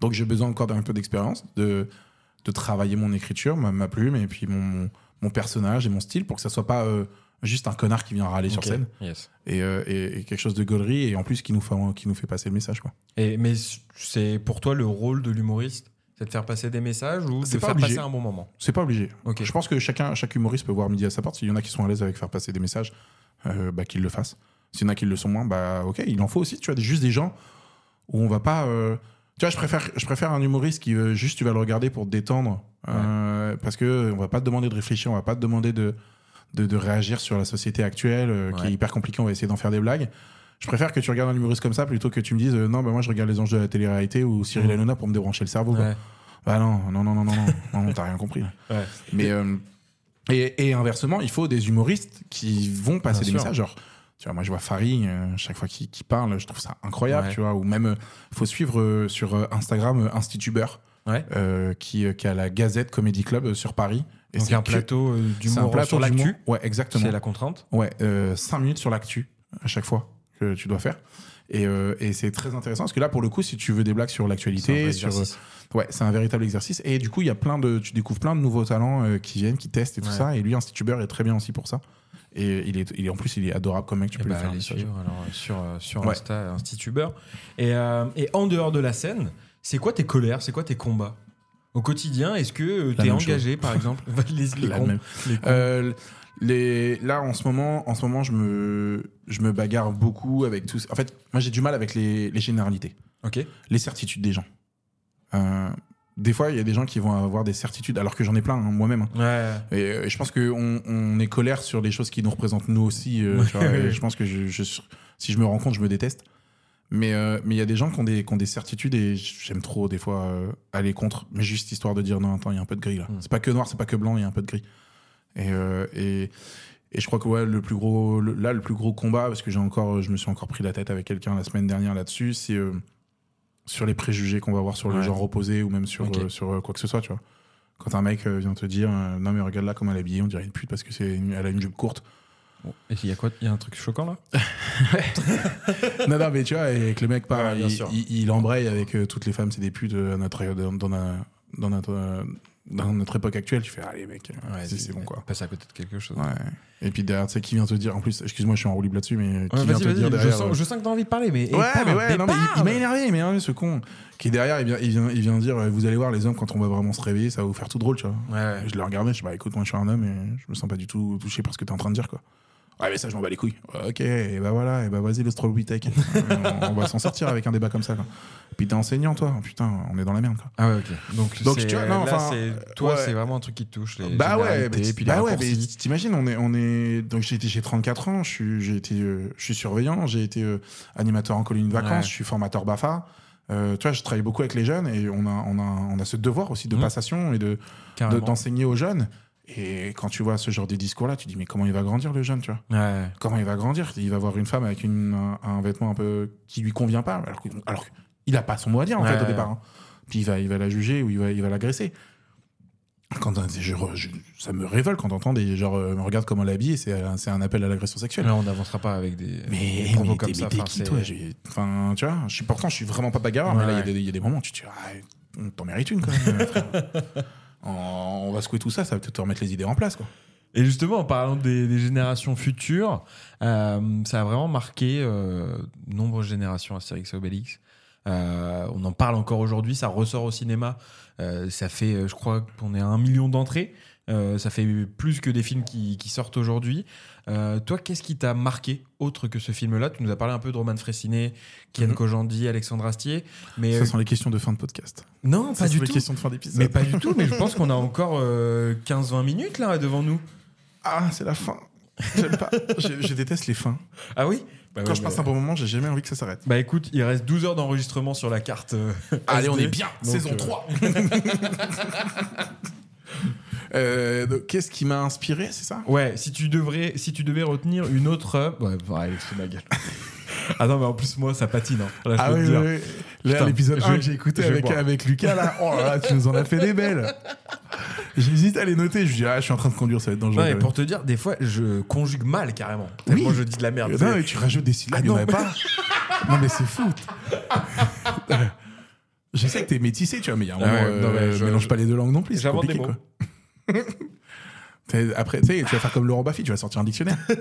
Speaker 2: Donc j'ai besoin encore d'un peu d'expérience, de, de travailler mon écriture, ma, ma plume et puis mon, mon, mon personnage et mon style pour que ça soit pas euh, juste un connard qui vient râler sur
Speaker 1: Ok.
Speaker 2: scène
Speaker 1: Yes.
Speaker 2: et, euh, et- et quelque chose de gaulerie et en plus qui nous fait, qui nous fait passer le message. quoi.
Speaker 1: Et, mais c'est pour toi le rôle de l'humoriste C'est de faire passer des messages ou de
Speaker 2: C'est pas
Speaker 1: faire
Speaker 2: obligé.
Speaker 1: passer un bon moment
Speaker 2: C'est pas obligé.
Speaker 1: Ok.
Speaker 2: Je pense que chacun, chaque humoriste peut voir midi à sa porte. S'il y en a qui sont à l'aise avec faire passer des messages, euh, bah, qu'ils le fassent. S'il y en a qui le sont moins, bah ok, il en faut aussi. Tu vois, juste des gens où on va pas. euh, Tu vois, je préfère, je préfère un humoriste qui euh, juste tu vas le regarder pour te détendre. euh, parce que on va pas te demander de réfléchir, on va pas te demander de, de, de réagir sur la société actuelle euh, qui
Speaker 1: Ouais.
Speaker 2: est hyper compliquée. On va essayer d'en faire des blagues. Je préfère que tu regardes un humoriste comme ça plutôt que tu me dises euh, non, bah moi je regarde les anges de la télé-réalité ou Cyril
Speaker 1: Mhm.
Speaker 2: Hanouna pour me débrancher le cerveau. quoi.
Speaker 1: Ouais.
Speaker 2: Bah non, non, non, non, non, non, non, non, t'as rien compris. là.
Speaker 1: Ouais.
Speaker 2: Mais euh, et, et inversement, il faut des humoristes qui vont passer
Speaker 1: Bien
Speaker 2: des
Speaker 1: sûr.
Speaker 2: messages. Genre, tu vois, moi je vois Farid euh, chaque fois qu'il qu'il parle, je trouve ça incroyable,
Speaker 1: Ouais.
Speaker 2: tu vois. Ou même, euh, faut suivre euh, sur euh, Instagram euh, Institubeur,
Speaker 1: Ouais.
Speaker 2: euh, qui, euh, qui a la Gazette Comedy Club euh, sur Paris. Et
Speaker 1: Donc
Speaker 2: c'est
Speaker 1: un
Speaker 2: que-
Speaker 1: plateau euh,
Speaker 2: c'est un
Speaker 1: d'humour
Speaker 2: plateau
Speaker 1: sur
Speaker 2: d'humour.
Speaker 1: l'actu,
Speaker 2: Ouais, exactement.
Speaker 1: c'est la contrainte.
Speaker 2: Ouais, euh, 5 minutes sur l'actu à chaque fois que tu dois faire. Et, euh, et c'est très intéressant parce que là, pour le coup, si tu veux des blagues sur
Speaker 1: C'est un
Speaker 2: l'actualité,
Speaker 1: vrai
Speaker 2: sur, euh,
Speaker 1: exercice.
Speaker 2: Ouais, c'est un véritable exercice. Et du coup, il y a plein de, tu découvres plein de nouveaux talents euh, qui viennent, qui testent et tout
Speaker 1: Ouais.
Speaker 2: ça. Et lui, Institubeur, est très bien aussi pour ça. Et il est, il est- en plus, il est adorable comme mec. Tu
Speaker 1: Eh
Speaker 2: peux
Speaker 1: bah,
Speaker 2: lui faire un
Speaker 1: allez
Speaker 2: message.
Speaker 1: suivre, alors, euh, sur, euh, sur
Speaker 2: Ouais.
Speaker 1: Insta, Instituber. Et, euh, et en dehors de la scène, c'est quoi tes colères C'est quoi tes combats Au quotidien, est-ce que tu
Speaker 2: La
Speaker 1: t'es
Speaker 2: même
Speaker 1: engagé, par exemple les, les
Speaker 2: La
Speaker 1: cons-
Speaker 2: même.
Speaker 1: les cons.
Speaker 2: Euh, les, là, en ce moment, en ce moment, je me, je me bagarre beaucoup avec tous. En fait, moi, j'ai du mal avec les, les généralités,
Speaker 1: Ok.
Speaker 2: les certitudes des gens. Euh, des fois, il y a des gens qui vont avoir des certitudes, alors que j'en ai plein hein, moi-même. hein.
Speaker 1: Ouais.
Speaker 2: Et, euh, et je pense qu'on on est colère sur des choses qui nous représentent nous aussi. euh, tu vois, et je pense que je, je- si je me rends compte, je me déteste. Mais euh, mais il y a des gens qui ont des, qui ont des certitudes et j'aime trop des fois euh, aller contre, mais juste histoire de dire non, attends, il y a un peu de gris là.
Speaker 1: Mm.
Speaker 2: C'est pas que noir, c'est pas que blanc, il y a un peu de gris. Et, euh, et, et je crois que ouais, le plus gros, le- là, le plus gros combat, parce que j'ai encore, je me suis encore pris la tête avec quelqu'un la semaine dernière là-dessus, c'est euh, sur les préjugés qu'on va avoir sur le
Speaker 1: Ouais.
Speaker 2: genre opposé ou même sur,
Speaker 1: Ok.
Speaker 2: euh, sur euh, quoi que ce soit, tu vois. Quand un mec euh, vient te dire euh, non mais regarde là comment elle est habillée, on dirait une pute parce que c'est une- elle a une jupe courte.
Speaker 1: Bon. Et il y a quoi Il y a un truc choquant là
Speaker 2: non non mais tu vois et que le mec part,
Speaker 1: Ouais, bien
Speaker 2: il,
Speaker 1: sûr.
Speaker 2: il- il embraye avec euh, toutes les femmes, c'est des putes euh, à notre dans, dans la- dans notre euh, dans notre époque actuelle, tu fais allez mec, euh, c'est c'est bon quoi.
Speaker 1: Passer à côté de quelque chose.
Speaker 2: Ouais. Et puis derrière, tu sais, qui vient te dire, en plus, excuse-moi, je suis en roue libre là-dessus, mais qui
Speaker 1: Ouais,
Speaker 2: vient
Speaker 1: vas-y,
Speaker 2: te
Speaker 1: vas-y,
Speaker 2: dire
Speaker 1: je,
Speaker 2: derrière. euh,
Speaker 1: sens, je sens que t'as envie de parler, mais. et
Speaker 2: Ouais,
Speaker 1: parle,
Speaker 2: mais ouais, non, mais il- il
Speaker 1: parle.
Speaker 2: m'a énervé, mais énervé ce con. Qui est derrière, il vient, il vient, il vient dire, euh, vous allez voir les hommes, quand on va vraiment se réveiller, ça va vous faire tout drôle, tu vois.
Speaker 1: Ouais, ouais.
Speaker 2: Je l'ai regardé, je dis, bah écoute, moi je suis un homme et je me sens pas du tout touché par ce que t'es en train de dire, quoi. Ouais, mais ça, je m'en bats les couilles. Ouais, Ok, et bah voilà, et bah vas-y, l'Australopithèque. on, on va s'en sortir avec un débat comme ça, quoi. Puis t'es enseignant, toi. Putain, on est dans la merde, quoi.
Speaker 1: Ah ouais, ok. Donc,
Speaker 2: Donc,
Speaker 1: c'est-
Speaker 2: tu vois, non,
Speaker 1: là,
Speaker 2: enfin,
Speaker 1: c'est- toi,
Speaker 2: ouais.
Speaker 1: c'est vraiment un truc qui te touche. Les
Speaker 2: Bah ouais,
Speaker 1: généralités,
Speaker 2: mais,
Speaker 1: puis les
Speaker 2: bah ouais, mais
Speaker 1: raccourcis.
Speaker 2: t'imagines, on est, on est, donc j'étais j'ai 34 ans, je suis, j'ai été, euh, je suis surveillant, j'ai été euh, animateur en colonie de vacances,
Speaker 1: Ouais.
Speaker 2: je suis formateur Bafa. Euh, tu vois, je travaille beaucoup avec les jeunes et on a, on a, on a ce devoir aussi de
Speaker 1: Mhm.
Speaker 2: passation et de de-
Speaker 1: Carrément.
Speaker 2: d'enseigner aux jeunes. Et quand tu vois ce genre de discours-là, tu dis mais comment il va grandir le jeune, tu vois
Speaker 1: Ouais.
Speaker 2: Comment il va grandir Il va voir une femme avec une, un, un vêtement un peu qui lui convient pas, alors qu'il alors qu'il a pas son mot à dire en
Speaker 1: Ouais.
Speaker 2: fait au départ. hein. Puis il va, il va la juger ou il va, il va l'agresser. Quand un- je- je- ça me révolte quand t'entends des genre euh, regarde comment elle est habillée, c'est un- c'est un appel à l'agression sexuelle.
Speaker 1: Là, on n'avancera pas avec des, des
Speaker 2: Mais,
Speaker 1: propos
Speaker 2: mais
Speaker 1: comme
Speaker 2: t'es
Speaker 1: ça.
Speaker 2: mais t'es
Speaker 1: enfin,
Speaker 2: qui
Speaker 1: c'est-
Speaker 2: toi J'ai- Enfin, tu vois, je suis pourtant, je suis vraiment pas bagarreur, mais
Speaker 1: Ouais,
Speaker 2: là, il y a
Speaker 1: ouais.
Speaker 2: des- il y, a des moments où tu te dis, ah, on t'en mérite une quand même, euh, frère. On, on va secouer tout ça, ça va peut-être te remettre les idées en place, quoi.
Speaker 1: Et justement, en parlant des, des générations futures, euh, ça a vraiment marqué euh, de nombreuses générations Astérix et Obélix. Euh, on en parle encore aujourd'hui, ça ressort au cinéma. Euh, ça fait, euh, je crois qu'on est à un million d'entrées. Euh, ça fait plus que des films qui, qui sortent aujourd'hui. Euh, toi, qu'est-ce qui t'a marqué autre que ce film-là Tu nous as parlé un peu de Roman Fressinet, Kian
Speaker 2: Mhm.
Speaker 1: Kojandi, Alexandre Astier. Mais
Speaker 2: Ça
Speaker 1: euh,
Speaker 2: sont les questions de fin de podcast.
Speaker 1: non,
Speaker 2: Ça
Speaker 1: pas
Speaker 2: sont
Speaker 1: du
Speaker 2: les
Speaker 1: tout.
Speaker 2: questions de fin d'épisode.
Speaker 1: Mais pas du tout. Mais je pense qu'on a encore euh, 15-20 minutes là devant nous.
Speaker 2: Ah, c'est la fin. J'aime pas. je, je déteste les fins.
Speaker 1: Ah oui
Speaker 2: Quand je passe un bon moment, j'ai jamais envie que ça s'arrête.
Speaker 1: Bah écoute, il reste 12 heures d'enregistrement sur la carte. euh,
Speaker 2: Allez, on
Speaker 1: SD.
Speaker 2: est bien,
Speaker 1: Donc,
Speaker 2: saison
Speaker 1: euh,
Speaker 2: 3. Euh, donc, Qu'est-ce qui m'a inspiré, c'est ça
Speaker 1: Ouais, si tu, devrais, si tu devais retenir une autre œuvre. Ouais, bah, allez, c'est ma gueule. ah non, mais en plus, moi, ça patine. hein. Là, je
Speaker 2: Ah
Speaker 1: peux
Speaker 2: oui,
Speaker 1: te
Speaker 2: oui,
Speaker 1: dire.
Speaker 2: oui. Là,
Speaker 1: Putain,
Speaker 2: l'épisode
Speaker 1: je-
Speaker 2: 1 que j'ai écouté
Speaker 1: je vais
Speaker 2: avec,
Speaker 1: boire.
Speaker 2: avec Lucas, là, oh là là, tu nous en as fait des belles. J'hésite à les noter. Je dis, ah, je suis en train de conduire, ça va être dangereux.
Speaker 1: Non, mais
Speaker 2: quand
Speaker 1: pour te dire, des fois, je conjugue mal carrément. Tellement
Speaker 2: Oui.
Speaker 1: je dis de la merde.
Speaker 2: même. Non, mais tu rajoutes des syllabes,
Speaker 1: Ah
Speaker 2: il n'y en
Speaker 1: non.
Speaker 2: avait pas. Non, mais c'est fou. je sais que t'es métissé, tu vois, mais il y a un
Speaker 1: Ah
Speaker 2: moment,
Speaker 1: ouais, non, mais
Speaker 2: euh,
Speaker 1: je-
Speaker 2: mélange
Speaker 1: je-
Speaker 2: pas les deux langues non plus. c'est
Speaker 1: J'invente des
Speaker 2: compliqué,
Speaker 1: mots.
Speaker 2: quoi. T'es- Après, tu sais, tu vas faire comme Laurent Baffy, tu vas sortir un dictionnaire. tu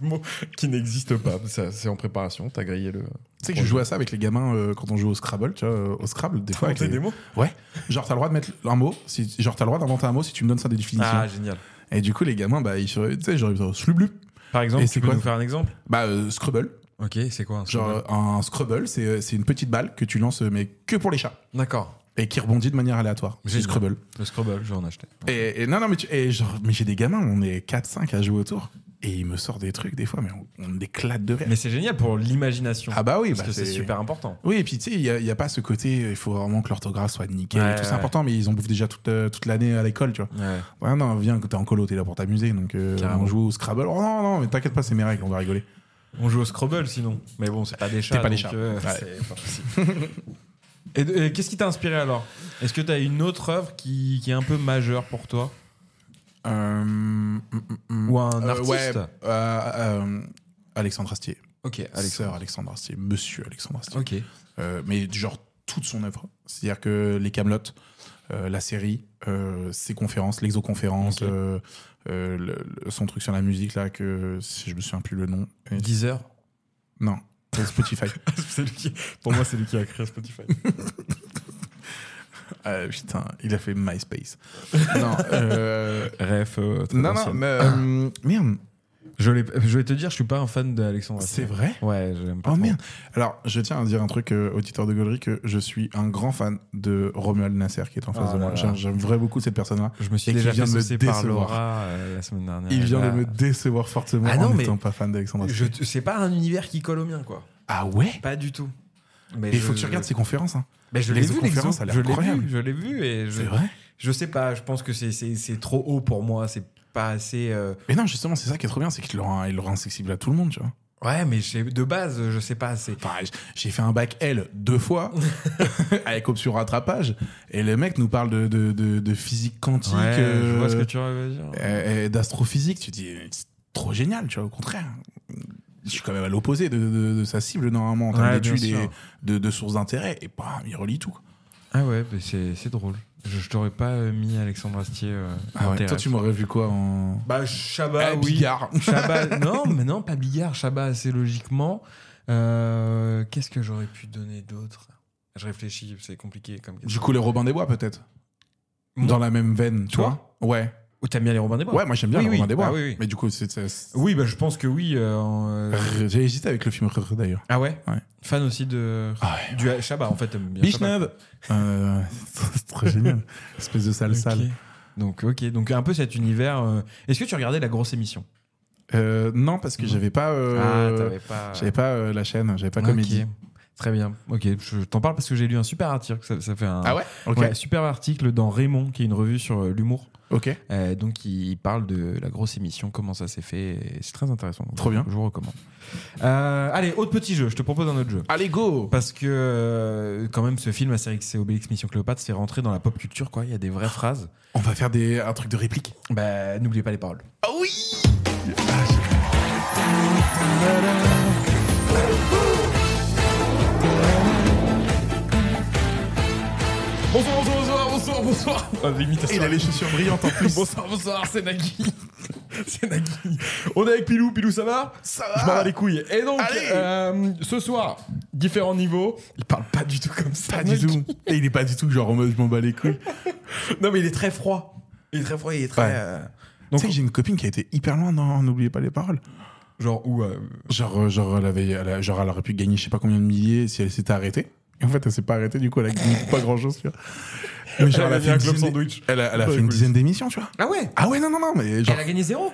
Speaker 1: de mots qui n'existent pas. Ça, C'est en préparation, t'as grillé le.
Speaker 2: sais que je jouais à ça avec les gamins euh, quand on jouait au Scrabble, tu vois, euh, au Scrabble, des fois. avec
Speaker 1: T'as
Speaker 2: les-
Speaker 1: des mots
Speaker 2: Ouais. Genre, t'as le droit de mettre un mot, si, genre, t'as le droit d'inventer un mot si tu me donnes sa définition.
Speaker 1: Ah, génial.
Speaker 2: Et du coup, les gamins, bah, ils seraient- tu sais, genre, ils seraient slublu.
Speaker 1: Par exemple,
Speaker 2: Et
Speaker 1: tu
Speaker 2: c'est
Speaker 1: peux
Speaker 2: quoi
Speaker 1: nous faire un exemple
Speaker 2: Bah, euh, Scrubble.
Speaker 1: Ok, c'est quoi un
Speaker 2: Genre,
Speaker 1: symbole
Speaker 2: euh, un Scrubble, c'est euh, c'est une petite balle que tu lances, euh, mais que pour les chats.
Speaker 1: D'accord.
Speaker 2: Et qui rebondit de manière aléatoire. C'est
Speaker 1: Génial.
Speaker 2: Scrubble.
Speaker 1: Le Scrabble, je vais en acheter.
Speaker 2: Et, et non, non, mais, tu- et genre, mais j'ai des gamins, on est 4-5 à jouer autour. Et ils me sortent des trucs, des fois, mais on, on éclate de rire.
Speaker 1: Mais c'est génial pour l'imagination.
Speaker 2: ah bah oui,
Speaker 1: parce
Speaker 2: bah
Speaker 1: que c'est super important.
Speaker 2: Oui, et puis tu sais, il n'y a, il y a pas ce côté, euh, il faut vraiment que l'orthographe soit nickel.
Speaker 1: Ouais,
Speaker 2: et tout, c'est
Speaker 1: ouais.
Speaker 2: important, mais ils en bouffent déjà toute, euh, toute l'année à l'école, tu vois.
Speaker 1: Ouais.
Speaker 2: Ouais, non, viens, t'es en colo, t'es là pour t'amuser, donc euh,
Speaker 1: Carrément.
Speaker 2: on joue au Scrabble. Oh non, non, mais t'inquiète pas, c'est mes règles, on va rigoler.
Speaker 1: On joue au Scrabble sinon. Mais bon, c'est pas des chats.
Speaker 2: pas des
Speaker 1: donc,
Speaker 2: chats.
Speaker 1: euh,
Speaker 2: Ouais.
Speaker 1: c'est pas possible. Et, de- et qu'est-ce qui t'a inspiré alors Est-ce que t'as une autre œuvre qui, qui est un peu majeure pour toi
Speaker 2: Euh, mm, mm, mm.
Speaker 1: Ou un
Speaker 2: Euh,
Speaker 1: artiste
Speaker 2: ouais, euh, euh, Alexandre Astier.
Speaker 1: Ok, Alex.
Speaker 2: Sœur Alexandre Astier, monsieur Alexandre Astier.
Speaker 1: Ok.
Speaker 2: Euh, mais genre toute son œuvre. C'est-à-dire que les Kaamelott, euh, la série, euh, ses conférences, l'exoconférence,
Speaker 1: Ok.
Speaker 2: euh, euh, le- le- son truc sur la musique, là, que si je me souviens plus le nom. Et-
Speaker 1: Deezer.
Speaker 2: Non, euh, Spotify.
Speaker 1: c'est lui qui- Pour moi, c'est lui qui a créé Spotify.
Speaker 2: Euh, putain, il a fait MySpace. non, euh,
Speaker 1: Bref, euh, très
Speaker 2: non, non,
Speaker 1: ancienne.
Speaker 2: mais, euh, merde,
Speaker 1: Je, l'ai- je vais te dire, je suis pas un fan d'Alexandre.
Speaker 2: c'est
Speaker 1: Astier.
Speaker 2: vrai
Speaker 1: Ouais, j'aime pas.
Speaker 2: Oh
Speaker 1: trop.
Speaker 2: merde Alors, je tiens à dire un truc, euh, auditeur de Gaulerie, que je suis un grand fan de Romuald Nasser qui est en face
Speaker 1: Ah
Speaker 2: de
Speaker 1: là
Speaker 2: moi.
Speaker 1: là.
Speaker 2: J'aime- J'aime vraiment beaucoup cette personne-là.
Speaker 1: Je me suis
Speaker 2: Et qui
Speaker 1: déjà fait
Speaker 2: vient de me
Speaker 1: saucer par
Speaker 2: décevoir.
Speaker 1: Laura euh, la semaine dernière.
Speaker 2: Il
Speaker 1: Et
Speaker 2: vient
Speaker 1: là,
Speaker 2: de me décevoir fortement
Speaker 1: Ah non,
Speaker 2: en
Speaker 1: mais-
Speaker 2: n'étant pas fan d'Alexandre Astier.
Speaker 1: je- C'est pas un univers qui colle au mien, quoi.
Speaker 2: Ah ouais
Speaker 1: Pas du tout. Mais
Speaker 2: Et il faut
Speaker 1: je-
Speaker 2: que tu regardes ses conférences. hein.
Speaker 1: Mais je
Speaker 2: Les
Speaker 1: l'ai vu, l'exo.
Speaker 2: conférences, ça a l'air
Speaker 1: Je l'ai vu,
Speaker 2: incroyable.
Speaker 1: je l'ai vu et je,
Speaker 2: C'est vrai
Speaker 1: je sais pas, je pense que c'est- c'est c'est trop haut pour moi, c'est pas assez. euh,
Speaker 2: Mais non, justement, c'est ça qui est trop bien, c'est qu'il le rend, il le rend accessible à tout le monde, tu vois.
Speaker 1: Ouais, mais j'ai- de base, je sais pas assez.
Speaker 2: Enfin, j'ai fait un bac L deux fois avec option rattrapage et le mec nous parle de, de, de, de physique quantique,
Speaker 1: Ouais, je vois ce
Speaker 2: euh,
Speaker 1: que tu veux dire.
Speaker 2: et- et d'astrophysique. Tu dis c'est trop génial, tu vois. Au contraire, je suis quand même à l'opposé de, de- de sa cible normalement en termes
Speaker 1: Ouais, bien
Speaker 2: d'études et
Speaker 1: sûr.
Speaker 2: de, de sources d'intérêt. Et bam, il relie tout.
Speaker 1: Ah ouais, mais c'est c'est drôle. Je, je t'aurais pas euh, mis Alexandre Astier. euh,
Speaker 2: Ah ouais,
Speaker 1: intérêt.
Speaker 2: Toi, tu m'aurais vu quoi en
Speaker 1: Bah, Chabat,
Speaker 2: Eh,
Speaker 1: oui.
Speaker 2: Bigard.
Speaker 1: Chabat, non, mais non, pas Bigard, Chabat, assez logiquement. Euh, Qu'est-ce que j'aurais pu donner d'autre Je réfléchis, c'est compliqué comme
Speaker 2: Du
Speaker 1: question.
Speaker 2: coup, les Robins des Bois, peut-être
Speaker 1: Moi
Speaker 2: Dans la même veine, tu
Speaker 1: Toi
Speaker 2: vois Ouais.
Speaker 1: Ou Oh, t'aimes bien les Robins des Bois
Speaker 2: Ouais, moi j'aime bien
Speaker 1: Oui,
Speaker 2: les
Speaker 1: oui.
Speaker 2: Robins des Bois.
Speaker 1: Ah oui, oui.
Speaker 2: Mais du coup, c'est. c'est-
Speaker 1: Oui, bah, je pense que oui. euh, en, euh,
Speaker 2: Rrr, J'ai hésité avec le film Rrr, d'ailleurs.
Speaker 1: Ah ouais,
Speaker 2: Ouais.
Speaker 1: Fan aussi de.
Speaker 2: Ah ouais.
Speaker 1: Du Chabat, en fait, t'aimes bien.
Speaker 2: Biche
Speaker 1: Chabat.
Speaker 2: neuve Euh, C'est trop génial. Espèce de sale
Speaker 1: Ok.
Speaker 2: sale.
Speaker 1: Donc, ok, donc un peu cet univers. euh, Est-ce que tu regardais la grosse émission
Speaker 2: Euh, non, parce que j'avais pas. euh,
Speaker 1: Ah, t'avais pas.
Speaker 2: j'avais pas euh, la chaîne, j'avais pas
Speaker 1: Ok.
Speaker 2: comédie.
Speaker 1: Très bien. Ok, je t'en parle parce que j'ai lu un super article. Ça, ça fait un
Speaker 2: Ah ouais Ok.
Speaker 1: Ouais, super article dans Raymond, qui est une revue sur euh, l'humour.
Speaker 2: Ok.
Speaker 1: Euh, donc, il parle de la grosse émission, comment ça s'est fait. et C'est très intéressant. Donc,
Speaker 2: Trop bien.
Speaker 1: Je vous recommande. Euh, allez, autre petit jeu. Je te propose un autre jeu.
Speaker 2: Allez, go
Speaker 1: Parce que, euh, quand même, ce film, Astérix et Obélix Mission Cléopâtre, c'est rentré dans la pop culture, quoi. Il y a des
Speaker 2: Ah.
Speaker 1: vraies phrases.
Speaker 2: On va faire des, un truc de réplique.
Speaker 1: Bah, n'oubliez pas les paroles.
Speaker 2: Ah oui Bonsoir, bonsoir, bonsoir, bonsoir, bonsoir.
Speaker 1: Ah,
Speaker 2: Il a les chaussures brillantes en plus.
Speaker 1: Bonsoir, bonsoir, c'est Nagui. c'est Nagui. On est avec Pilou. Pilou, ça va
Speaker 2: Ça
Speaker 1: Je m'en bats les couilles. Et donc,
Speaker 2: Allez
Speaker 1: euh, ce soir, différents niveaux. Il parle pas du tout comme ça.
Speaker 2: Pas du
Speaker 1: mec.
Speaker 2: tout. Et il est pas du tout genre en mode je m'en bats les couilles.
Speaker 1: Non, mais il est très froid. Il est très froid, il est très.
Speaker 2: Ouais.
Speaker 1: euh,
Speaker 2: Tu
Speaker 1: Donc,
Speaker 2: sais que j'ai une copine qui a été hyper loin dans N'oubliez pas les paroles.
Speaker 1: genre, où. euh,
Speaker 2: Genre, euh, genre, elle avait, elle a- genre, elle aurait pu gagner je sais pas combien de milliers si elle s'était arrêtée. Et en fait, elle s'est pas arrêtée, du coup, elle a gagné pas grand chose, tu vois. Mais genre,
Speaker 1: Elle a
Speaker 2: fait
Speaker 1: gagné un
Speaker 2: une
Speaker 1: club
Speaker 2: dizaine
Speaker 1: sandwich.
Speaker 2: d'é- Elle a, elle a
Speaker 1: Ouais,
Speaker 2: fait une
Speaker 1: cool.
Speaker 2: dizaine d'émissions, tu vois.
Speaker 1: Ah ouais
Speaker 2: Ah ouais, non, non, non, mais genre,
Speaker 1: Elle a gagné zéro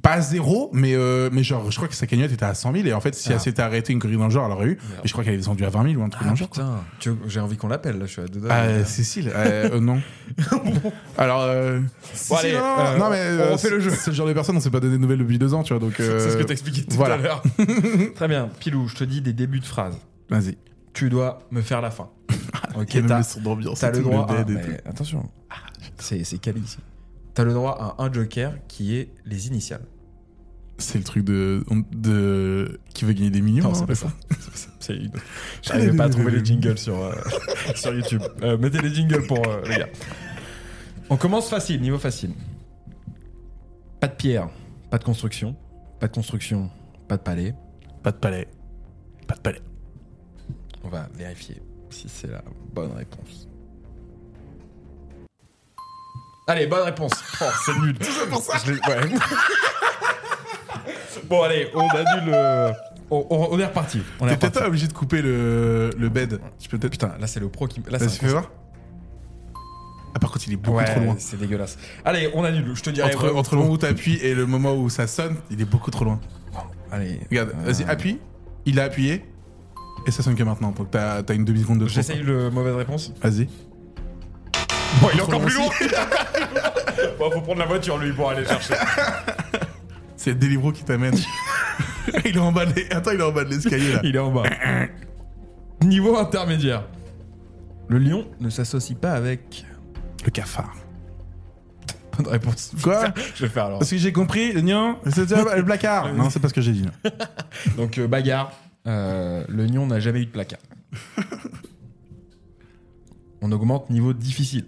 Speaker 2: pas à zéro, mais, euh, mais genre, je crois que sa cagnotte était à 100 000. Et en fait, si
Speaker 1: Ah.
Speaker 2: elle s'était arrêtée une connerie dans le genre, elle aurait eu.
Speaker 1: Merde.
Speaker 2: Mais je crois qu'elle est descendue à 20 000 ou un truc dans le genre.
Speaker 1: putain. Tu veux- J'ai envie qu'on l'appelle, là, je suis à deux doigts.
Speaker 2: Ah, euh, Cécile, euh, euh, non. Alors, euh, Cécile,
Speaker 1: allez,
Speaker 2: non, non,
Speaker 1: euh,
Speaker 2: non, mais
Speaker 1: on
Speaker 2: euh,
Speaker 1: refait le jeu.
Speaker 2: C'est c'est le genre de personne, on s'est pas donné de nouvelles depuis deux ans, tu vois. Donc,
Speaker 1: C'est ce que
Speaker 2: euh,
Speaker 1: t'expliquais tout
Speaker 2: voilà.
Speaker 1: à l'heure. très bien. Pilou, je te dis des débuts de phrases.
Speaker 2: Vas-y.
Speaker 1: Tu dois me faire la fin.
Speaker 2: Il y a
Speaker 1: ok,
Speaker 2: même
Speaker 1: t'as
Speaker 2: le son d'ambiance
Speaker 1: T'as
Speaker 2: et
Speaker 1: le
Speaker 2: tout,
Speaker 1: droit. à-
Speaker 2: bed et
Speaker 1: mais
Speaker 2: tout.
Speaker 1: attention, c'est c'est calé ici. T'as le droit à un joker qui est les initiales.
Speaker 2: C'est le truc de, de. qui veut gagner des millions.
Speaker 1: Non,
Speaker 2: hein,
Speaker 1: c'est pas
Speaker 2: c'est
Speaker 1: ça. C'est une. J'arrivais pas à trouver les jingles sur, euh, sur YouTube. Euh, mettez les jingles pour euh, les gars. On commence facile, niveau facile. Pas de pierre, pas de construction. Pas de construction, pas de palais.
Speaker 2: Pas de palais. Pas de palais.
Speaker 1: On va vérifier si c'est la bonne réponse. Allez, bonne réponse. Oh, c'est nul. pour ça. bon, allez, on annule. euh, On, on- on est reparti. On est
Speaker 2: T'es peut-être
Speaker 1: reparti.
Speaker 2: pas obligé de couper le, le bed. Tu peux peut-être. Putain,
Speaker 1: Là, c'est le pro qui. Là,
Speaker 2: là,
Speaker 1: c'est
Speaker 2: tu fais Bah, voir Ah, par contre, il est beaucoup
Speaker 1: Ouais,
Speaker 2: trop loin.
Speaker 1: C'est dégueulasse. Allez, on annule. Je te dirai.
Speaker 2: Entre,
Speaker 1: vraiment.
Speaker 2: entre le moment où t'appuies et le moment où ça sonne, il est beaucoup trop loin.
Speaker 1: Allez.
Speaker 2: Regarde,
Speaker 1: euh,
Speaker 2: vas-y, appuie. Il a appuyé. Et ça sonne que maintenant. Donc t'as t'as une demi-seconde de trop.
Speaker 1: J'essaye le mauvaise réponse.
Speaker 2: Vas-y.
Speaker 1: Bon,
Speaker 2: il est encore plus loin.
Speaker 1: bon, faut prendre la voiture lui pour aller chercher.
Speaker 2: C'est Deliveroo qui t'amène. il est en bas de l'es- Attends, il est en bas de l'escalier là.
Speaker 1: Il est en bas. Niveau intermédiaire. Le lion ne s'associe pas avec.
Speaker 2: Le cafard.
Speaker 1: Bonne réponse.
Speaker 2: Quoi
Speaker 1: Je vais faire alors.
Speaker 2: Parce que j'ai compris, le nian, c'est le placard. Non, c'est pas ce que j'ai dit.
Speaker 1: Donc euh, bagarre. Euh, le lion n'a jamais eu de placard. On augmente niveau difficile.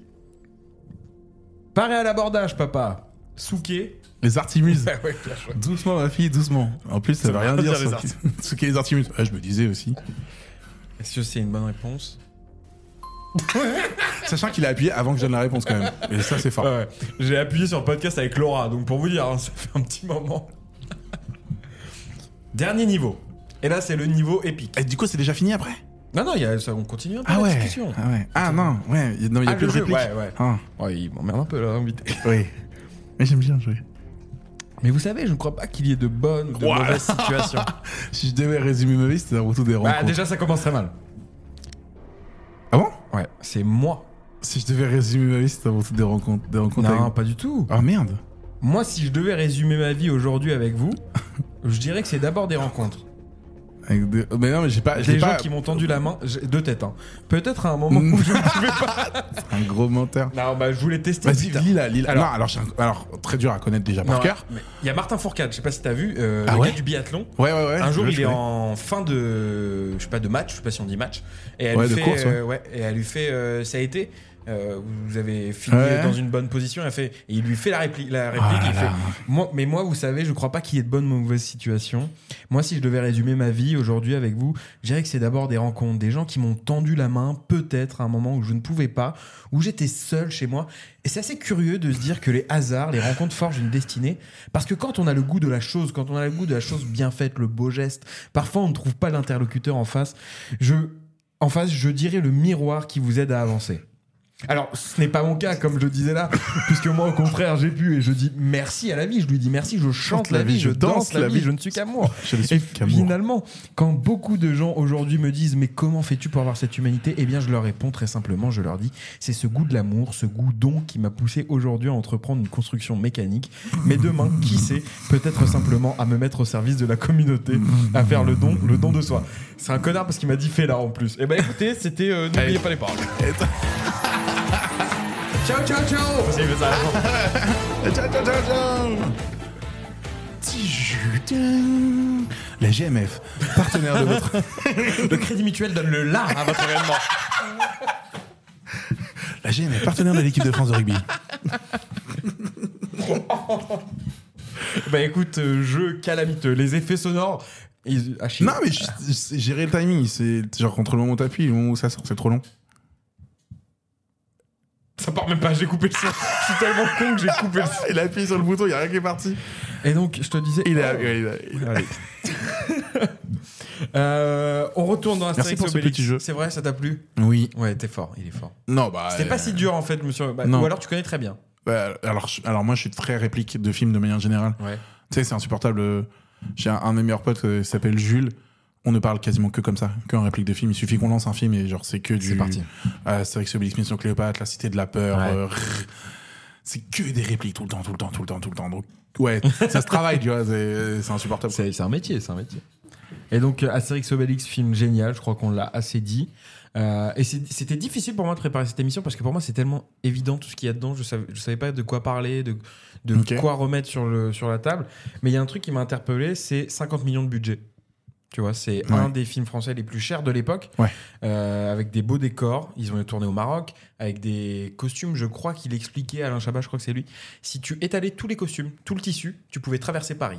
Speaker 1: Paré à l'abordage, papa. Souquet.
Speaker 2: Les artimuses.
Speaker 1: Bah ouais, bien joué.
Speaker 2: doucement, ma fille, doucement. En plus, ça, veut rien dire.
Speaker 1: les
Speaker 2: ça.
Speaker 1: artimuses.
Speaker 2: Ce qu'est les artimuses. Ah, je me disais aussi.
Speaker 1: Est-ce que c'est une bonne réponse
Speaker 2: Sachant qu'il a appuyé avant que je donne la réponse quand même. Et ça, c'est fort.
Speaker 1: Ah Ouais, ouais. J'ai appuyé sur le podcast avec Laura, donc pour vous dire, hein, ça fait un petit moment. Dernier niveau. Et là, c'est le niveau épique.
Speaker 2: Et du coup, c'est déjà fini après
Speaker 1: Non, non, il y a- ça, on continue un peu
Speaker 2: Ah
Speaker 1: la
Speaker 2: ouais.
Speaker 1: discussion.
Speaker 2: ah ouais. Ah non, ouais. Il n'y a
Speaker 1: Ah,
Speaker 2: plus
Speaker 1: le jeu,
Speaker 2: de réplique.
Speaker 1: ouais, ouais.
Speaker 2: Ah,
Speaker 1: Oh, il m'emmerde un peu, là, l'invité.
Speaker 2: oui. Mais j'aime bien jouer.
Speaker 1: Mais vous savez, je ne crois pas qu'il y ait de bonnes ou de
Speaker 2: Ouah.
Speaker 1: mauvaises situations.
Speaker 2: Si je devais résumer ma vie, c'était un retour des
Speaker 1: bah,
Speaker 2: rencontres.
Speaker 1: déjà, ça commence très mal.
Speaker 2: Ah bon
Speaker 1: Ouais, c'est moi.
Speaker 2: Si je devais résumer ma vie, c'était un retour des rencontres. Des rencontres
Speaker 1: Non,
Speaker 2: avec-
Speaker 1: pas du tout.
Speaker 2: Ah merde.
Speaker 1: Moi, si je devais résumer ma vie aujourd'hui avec vous, je dirais que c'est d'abord des rencontres.
Speaker 2: Avec des- Mais non, mais j'ai pas. Ah, j'ai
Speaker 1: Des gens
Speaker 2: pas- Mm.
Speaker 1: qui m'ont tendu la main, j'ai- de tête. hein. Peut-être à un moment où je ne pouvais pas.
Speaker 2: Un gros menteur.
Speaker 1: Non, bah, je voulais tester.
Speaker 2: Vas-y,
Speaker 1: Putain.
Speaker 2: lis-la, lis-la.
Speaker 1: Alors-
Speaker 2: Non, alors, j'ai un- alors, très dur à connaître déjà
Speaker 1: Non,
Speaker 2: par cœur.
Speaker 1: mais Il y a Martin Fourcade, je sais pas si t'as vu, euh,
Speaker 2: Ah
Speaker 1: le
Speaker 2: ouais
Speaker 1: gars du biathlon.
Speaker 2: Ouais, ouais, ouais.
Speaker 1: un jour,
Speaker 2: je-
Speaker 1: il
Speaker 2: je
Speaker 1: est
Speaker 2: connais.
Speaker 1: en fin de, je sais pas, de match, je sais pas si on dit match, et elle
Speaker 2: Ouais,
Speaker 1: lui
Speaker 2: de
Speaker 1: fait,
Speaker 2: course, ouais.
Speaker 1: euh, ouais, et elle lui fait, euh, ça a été, euh, vous avez fini
Speaker 2: Ouais.
Speaker 1: dans une bonne position, elle fait, et il lui fait la réplique, la réplique,
Speaker 2: Ah là
Speaker 1: il
Speaker 2: là.
Speaker 1: fait, moi, mais moi, vous savez, je crois pas qu'il y ait de bonne ou mauvaise situation. Moi, si je devais résumer ma vie aujourd'hui avec vous, je dirais que c'est d'abord des rencontres, des gens qui m'ont tendu la main, peut-être à un moment où je ne pouvais pas, où j'étais seul chez moi. Et c'est assez curieux de se dire que les hasards, les rencontres forgent une destinée. Parce que quand on a le goût de la chose, quand on a le goût de la chose bien faite, le beau geste, parfois on ne trouve pas l'interlocuteur en face. Je, en face, je dirais le miroir qui vous aide à avancer. Alors, ce n'est pas mon cas, comme je le disais là, puisque moi, au contraire, j'ai pu et je dis merci à la vie, je lui dis merci, je chante la vie, je danse la vie, je ne suis qu'amour.
Speaker 2: Je le suis
Speaker 1: Et
Speaker 2: qu'amour.
Speaker 1: finalement, quand beaucoup de gens aujourd'hui me disent mais comment fais-tu pour avoir cette humanité Eh bien, je leur réponds très simplement, je leur dis c'est ce goût de l'amour, ce goût don qui m'a poussé aujourd'hui à entreprendre une construction mécanique, mais demain, qui sait, peut-être simplement à me mettre au service de la communauté, à faire le don, le don de soi. C'est un connard parce qu'il m'a dit fais là en plus. Eh ben écoutez, c'était euh, n'oubliez pas les paroles. ciao ciao ciao. Vas-y, fais ça à la fin.
Speaker 2: Ciao, ciao, ciao, ciao. Petit jus, tiens. La GMF, partenaire de votre.
Speaker 1: Le Crédit Mutuel donne le là à votre événement.
Speaker 2: La GMF, partenaire de l'équipe de France de rugby.
Speaker 1: Bah écoute, euh, jeu calamiteux. Les effets sonores, ils, ah, à chier.
Speaker 2: Non, mais je- je- gérer le timing, c'est genre contre le moment où t'appuies, le moment où ça sort, c'est trop long.
Speaker 1: ça part même pas. J'ai coupé le son. Je suis tellement con que j'ai coupé le son.
Speaker 2: Il a appuyé sur le bouton, il y a rien qui est parti.
Speaker 1: Et donc, je te disais.
Speaker 2: Il a. il a- il a-
Speaker 1: Allez. Euh, on retourne dans Astérix
Speaker 2: Merci pour ce
Speaker 1: Obélix.
Speaker 2: petit jeu.
Speaker 1: C'est vrai, ça t'a plu
Speaker 2: Oui.
Speaker 1: Ouais, t'es fort, il est fort.
Speaker 2: Non, bah.
Speaker 1: C'était
Speaker 2: euh,
Speaker 1: pas si dur en fait, monsieur. Bah,
Speaker 2: non.
Speaker 1: Ou alors tu connais très bien.
Speaker 2: bah, alors, je- alors, moi, je suis très réplique de films de manière générale.
Speaker 1: Ouais.
Speaker 2: Tu sais, c'est insupportable. euh, J'ai un, un de mes meilleurs potes euh, qui s'appelle Jules. On ne parle quasiment que comme ça, qu'en réplique de film. Il suffit qu'on lance un film et genre, c'est que du.
Speaker 1: C'est parti.
Speaker 2: Euh, Astérix, Obélix, Mission Cléopâtre, La Cité de la Peur.
Speaker 1: Ouais.
Speaker 2: euh, rrr. c'est que des répliques tout le temps, tout le temps, tout le temps, tout le temps. Donc, ouais, ça se travaille, tu vois, c'est c'est insupportable.
Speaker 1: C'est c'est un métier, c'est un métier. Et donc, euh, Astérix Obélix, film génial, je crois qu'on l'a assez dit. Euh, et c'est- c'était difficile pour moi de préparer cette émission parce que pour moi, c'est tellement évident tout ce qu'il y a dedans. Je savais, je savais pas de quoi parler, de, de
Speaker 2: Ok.
Speaker 1: quoi remettre sur, le, sur la table. Mais il y a un truc qui m'a interpellé c'est 50 millions de budget. Tu vois, c'est
Speaker 2: Ouais.
Speaker 1: un des films français les plus chers de l'époque,
Speaker 2: Ouais.
Speaker 1: Euh, avec des beaux décors. Ils ont tourné au Maroc, avec des costumes. Je crois qu'il expliquait, Alain Chabat, je crois que c'est lui. Si tu étalais tous les costumes, tout le tissu, tu pouvais traverser Paris.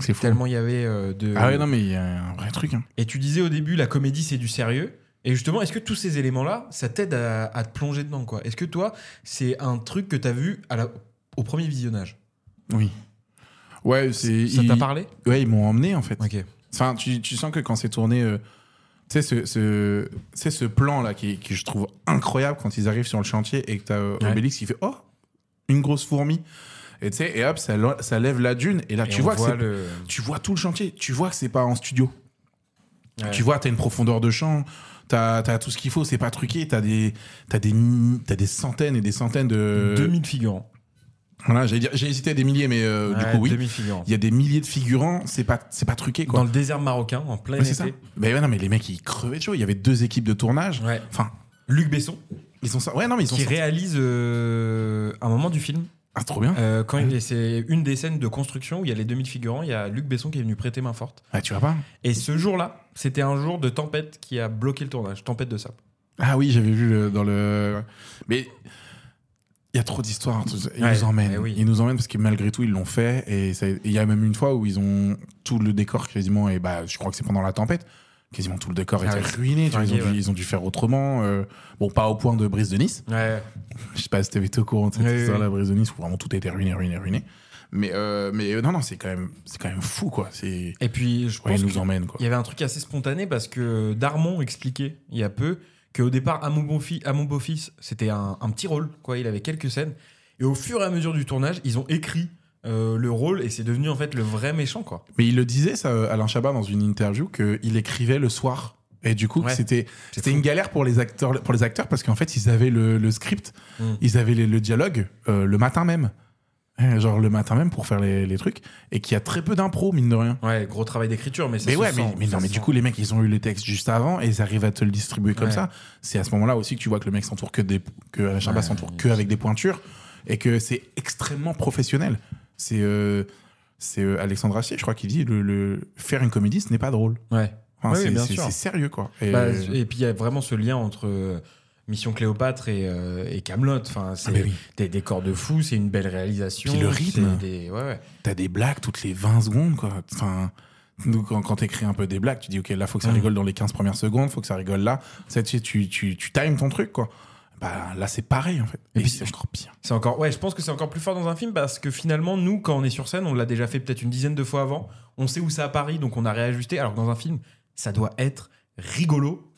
Speaker 2: C'est fou.
Speaker 1: Tellement il y avait euh, de.
Speaker 2: Ah ouais, non, mais il y a un vrai truc. hein.
Speaker 1: Et tu disais au début, la comédie, c'est du sérieux. Et justement, est-ce que tous ces éléments-là, ça t'aide à, à te plonger dedans quoi Est-ce que toi, c'est un truc que t'as vu à la- au premier visionnage
Speaker 2: Oui. Ouais, c'est.
Speaker 1: Ça
Speaker 2: ils-
Speaker 1: t'a parlé
Speaker 2: Ouais, ils m'ont emmené, en fait.
Speaker 1: Ok.
Speaker 2: Enfin, tu, tu sens que quand c'est tourné, euh, tu sais, ce, ce, tu sais, ce plan-là qui, qui je trouve incroyable quand ils arrivent sur le chantier et que t'as euh,
Speaker 1: Ouais.
Speaker 2: Obélix qui fait Oh, une grosse fourmi. Et tu sais, et hop, ça, lo- ça lève la dune. Et là,
Speaker 1: Et
Speaker 2: Ah, tu
Speaker 1: on
Speaker 2: vois, que
Speaker 1: voit
Speaker 2: c'est-
Speaker 1: le-
Speaker 2: tu vois tout le chantier. Tu vois que c'est pas en studio.
Speaker 1: Ouais.
Speaker 2: Ah, Tu vois, t'as une profondeur de champ. T'as as tout ce qu'il faut. C'est pas truqué. T'as des, t'as des, mi- t'as des centaines et des centaines de.
Speaker 1: 2000 figurants.
Speaker 2: Voilà, j'allais dire- j'ai hésité à des milliers, mais euh, du
Speaker 1: Ouais,
Speaker 2: coup, oui.
Speaker 1: 2000 figurants.
Speaker 2: Il y a des milliers de figurants. C'est pas, c'est pas truqué, quoi.
Speaker 1: Dans le désert marocain, en plein
Speaker 2: Ouais,
Speaker 1: été.
Speaker 2: c'est ça. Mais ouais, non, mais les mecs, ils crevaient de chaud. Il y avait deux équipes de tournage.
Speaker 1: Ouais.
Speaker 2: Enfin,
Speaker 1: Luc Besson,
Speaker 2: ils sont ça. Ouais, non, mais ils sont
Speaker 1: qui
Speaker 2: sortis-
Speaker 1: réalise euh, un moment du film.
Speaker 2: Ah, trop bien.
Speaker 1: Euh, quand il- C'est une des scènes de construction où il y a les 2000 figurants. Il y a Luc Besson qui est venu prêter main forte.
Speaker 2: Ah, tu vois pas
Speaker 1: Et ce jour-là, c'était un jour de tempête qui a bloqué le tournage, tempête de sable.
Speaker 2: Ah oui, j'avais vu le- dans le. Mais il y a trop d'histoires. hein, tout ça. Ils
Speaker 1: Ouais,
Speaker 2: nous emmènent.
Speaker 1: eh oui.
Speaker 2: Ils nous emmènent parce que malgré tout, ils l'ont fait. Et ça- et il y a même une fois où ils ont tout le décor quasiment. Et bah, je crois que c'est pendant la tempête. Quasiment tout le décor
Speaker 1: Ah
Speaker 2: était
Speaker 1: ouais.
Speaker 2: ruiné. tu vois, ils, ont
Speaker 1: Fringué,
Speaker 2: dû,
Speaker 1: ouais.
Speaker 2: ils ont dû faire autrement. euh, bon, pas au point de Brise de Nice.
Speaker 1: Ouais.
Speaker 2: Je sais pas si t'avais été au courant de cette
Speaker 1: Oui, oui,
Speaker 2: histoire-là,
Speaker 1: oui.
Speaker 2: Brise de Nice, où vraiment tout était ruiné, ruiné, ruiné. Mais, euh, mais euh, non, non, c'est quand même, c'est quand même fou, quoi. C'est,
Speaker 1: Et puis, je
Speaker 2: ouais,
Speaker 1: pense
Speaker 2: ils nous
Speaker 1: qu'il
Speaker 2: emmènent, quoi.
Speaker 1: y avait un truc assez spontané parce que Darmon expliquait il y a peu qu'au départ, à mon beau-fils, c'était un, un petit rôle, quoi. Il avait quelques scènes. Et au fur et à mesure du tournage, ils ont écrit euh, le rôle et c'est devenu en fait le vrai méchant, quoi.
Speaker 2: Mais il le disait, ça, euh, Alain Chabat, dans une interview, qu'il écrivait le soir. Et du coup,
Speaker 1: Ouais.
Speaker 2: c'était,
Speaker 1: C'est
Speaker 2: c'était
Speaker 1: fou.
Speaker 2: une galère pour les acteurs, pour les acteurs parce qu'en fait, ils avaient le, le script,
Speaker 1: Mm.
Speaker 2: ils avaient les- le dialogue euh, le matin même. euh, genre le matin même pour faire les, les trucs, et qu'il y a très peu d'impro, mine de rien.
Speaker 1: Ouais, gros travail d'écriture, mais ça
Speaker 2: Mais
Speaker 1: se
Speaker 2: ouais,
Speaker 1: sent,
Speaker 2: mais, mais
Speaker 1: ça
Speaker 2: non, mais
Speaker 1: se
Speaker 2: du
Speaker 1: sent.
Speaker 2: coup, les mecs, ils ont eu les textes juste avant et ils arrivent à te le distribuer comme
Speaker 1: Ouais.
Speaker 2: ça. C'est à ce moment-là aussi que tu vois que le mec s'entoure que des, que Alain Chabat
Speaker 1: Ouais,
Speaker 2: s'entoure
Speaker 1: il-
Speaker 2: que avec des pointures et que c'est extrêmement professionnel. C'est, euh, c'est euh, Alexandre Astier, je crois, qui dit le, le- faire une comédie, ce n'est pas drôle.
Speaker 1: Ouais.
Speaker 2: Enfin,
Speaker 1: Oui, oui,
Speaker 2: c'est,
Speaker 1: bien
Speaker 2: c'est-
Speaker 1: sûr.
Speaker 2: c'est sérieux, quoi. Et,
Speaker 1: Bah,
Speaker 2: euh,
Speaker 1: et puis il y a vraiment ce lien entre euh, Mission Cléopâtre et, euh, et Camelot. Enfin,
Speaker 2: ah,
Speaker 1: c'est
Speaker 2: mais oui.
Speaker 1: des décors de fou, c'est une belle réalisation.
Speaker 2: Puis le rythme.
Speaker 1: c'est des- ouais, ouais.
Speaker 2: t'as des blagues toutes les 20 secondes, quoi. Enfin, nous, quand, quand t'écris un peu des blagues, tu dis, OK, là, faut que ça
Speaker 1: Mm.
Speaker 2: rigole dans les 15 premières secondes, faut que ça rigole là. Ça, tu, tu, tu, tu times ton truc, quoi. Bah, là, c'est pareil, en fait.
Speaker 1: Et
Speaker 2: Et,
Speaker 1: puis-
Speaker 2: c'est encore pire.
Speaker 1: C'est encore, ouais, je pense que c'est encore plus fort dans un film parce que finalement, nous, quand on est sur scène, on l'a déjà fait peut-être une dizaine de fois avant. On sait où c'est à Paris, donc on a réajusté. Alors que dans un film, ça doit être rigolo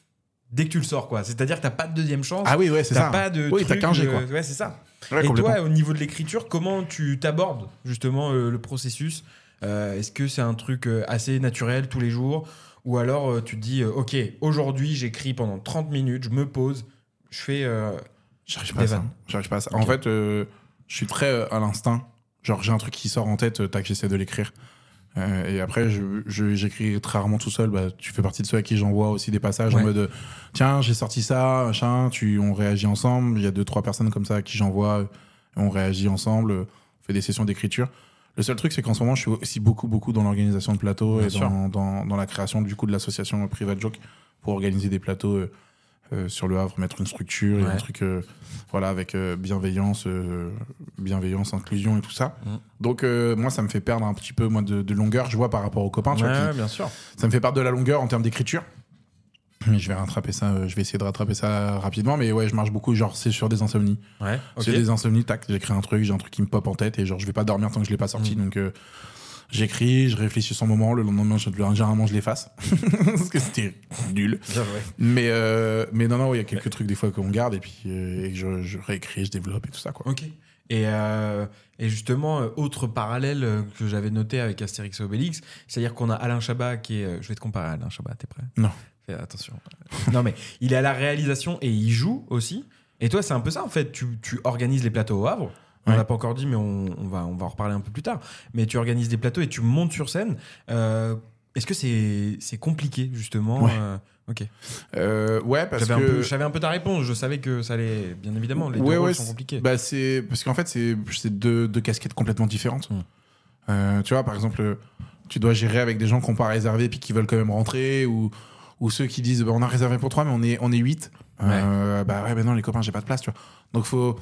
Speaker 1: dès que tu le sors, quoi. C'est-à-dire que t'as pas de deuxième chance.
Speaker 2: Ah oui, ouais, c'est
Speaker 1: T'as
Speaker 2: ça.
Speaker 1: pas de.
Speaker 2: Oui, t'as
Speaker 1: truc,
Speaker 2: qu'un jet,
Speaker 1: euh,
Speaker 2: quoi.
Speaker 1: Ouais, c'est ça.
Speaker 2: Ouais,
Speaker 1: Et
Speaker 2: complètement.
Speaker 1: toi, au niveau de l'écriture, comment tu t'abordes justement euh, le processus Euh, Est-ce que c'est un truc euh, assez naturel tous les jours Ou alors euh, tu te dis, euh, OK, aujourd'hui j'écris pendant 30 minutes, je me pose, je fais. euh,
Speaker 2: J'arrive pas à
Speaker 1: Des
Speaker 2: ça.
Speaker 1: vannes.
Speaker 2: J'arrive pas à ça.
Speaker 1: Ok.
Speaker 2: En fait, euh, je suis très euh, à l'instinct. Genre, j'ai un truc qui sort en tête, euh, tac, j'essaie de l'écrire. Euh, et après, je- je- j'écris très rarement tout seul. Bah, tu fais partie de ceux à qui j'envoie aussi des passages
Speaker 1: Ouais.
Speaker 2: en mode euh, Tiens, j'ai sorti ça, machin, tu, on réagit ensemble. Il y a deux, trois personnes comme ça à qui j'envoie, euh, on réagit ensemble, euh, on fait des sessions d'écriture. Le seul truc, c'est qu'en ce moment, je suis aussi beaucoup, beaucoup dans l'organisation de plateaux
Speaker 1: Bien
Speaker 2: et
Speaker 1: sûr.
Speaker 2: dans, dans- dans la création du coup de l'association Private Joke pour organiser des plateaux euh, euh, sur le Havre, mettre une structure et
Speaker 1: Ouais.
Speaker 2: un truc euh, voilà, avec euh, bienveillance, euh, bienveillance, inclusion et tout ça.
Speaker 1: Mm.
Speaker 2: Donc, euh, moi, ça me fait perdre un petit peu moi, de, de longueur, je vois, par rapport aux copains. tu vois, qui-
Speaker 1: ouais, bien sûr.
Speaker 2: ça me fait perdre de la longueur en termes d'écriture. Mais je vais rattraper ça, euh, je vais essayer de rattraper ça rapidement. Mais ouais, je marche beaucoup, genre, c'est sur des insomnies.
Speaker 1: Ouais, ok.
Speaker 2: J'ai des insomnies, tac, j'écris un truc, j'ai un truc qui me pop en tête et genre je vais pas dormir tant que je l'ai pas sorti.
Speaker 1: Mm.
Speaker 2: Donc euh, j'écris, je réfléchis sur le moment, le lendemain, je- généralement je l'efface. Parce que c'était nul.
Speaker 1: Bien, ouais.
Speaker 2: Mais, euh, mais non, non, ouais, il y a quelques trucs des fois qu'on garde et puis euh, et que je, je réécris, je développe et tout ça quoi.
Speaker 1: Ok. Et, euh, et justement, euh, autre parallèle euh, que j'avais noté avec Astérix et Obélix, c'est-à-dire qu'on a Alain Chabat qui est. euh, Je vais te comparer à Alain Chabat, t'es prêt
Speaker 2: Non.
Speaker 1: Fais attention. Euh, non, mais il est à la réalisation et il joue aussi. Et toi, c'est un peu ça en fait. Tu, tu organises les plateaux au Havre. On
Speaker 2: Ouais.
Speaker 1: l'a pas encore dit, mais on, on va, on va en reparler un peu plus tard. Mais tu organises des plateaux et tu montes sur scène. Euh, Est-ce que c'est c'est compliqué justement
Speaker 2: Ouais.
Speaker 1: euh, Ok.
Speaker 2: Euh, ouais, parce
Speaker 1: J'avais
Speaker 2: que.
Speaker 1: un peu- je savais un, peu ta réponse. Je savais que ça allait. Bien évidemment, les
Speaker 2: Ouais,
Speaker 1: deux rôles
Speaker 2: ouais,
Speaker 1: sont
Speaker 2: c'est-
Speaker 1: compliqués.
Speaker 2: Bah, c'est parce qu'en fait c'est c'est deux, deux casquettes complètement différentes.
Speaker 1: Mm.
Speaker 2: Euh, tu vois par exemple tu dois gérer avec des gens qui n'ont pas réservé puis qui veulent quand même rentrer ou ou ceux qui disent bah, on a réservé pour trois mais on est on est huit. Euh, bah ouais mais non les copains j'ai pas de place tu vois. Donc faut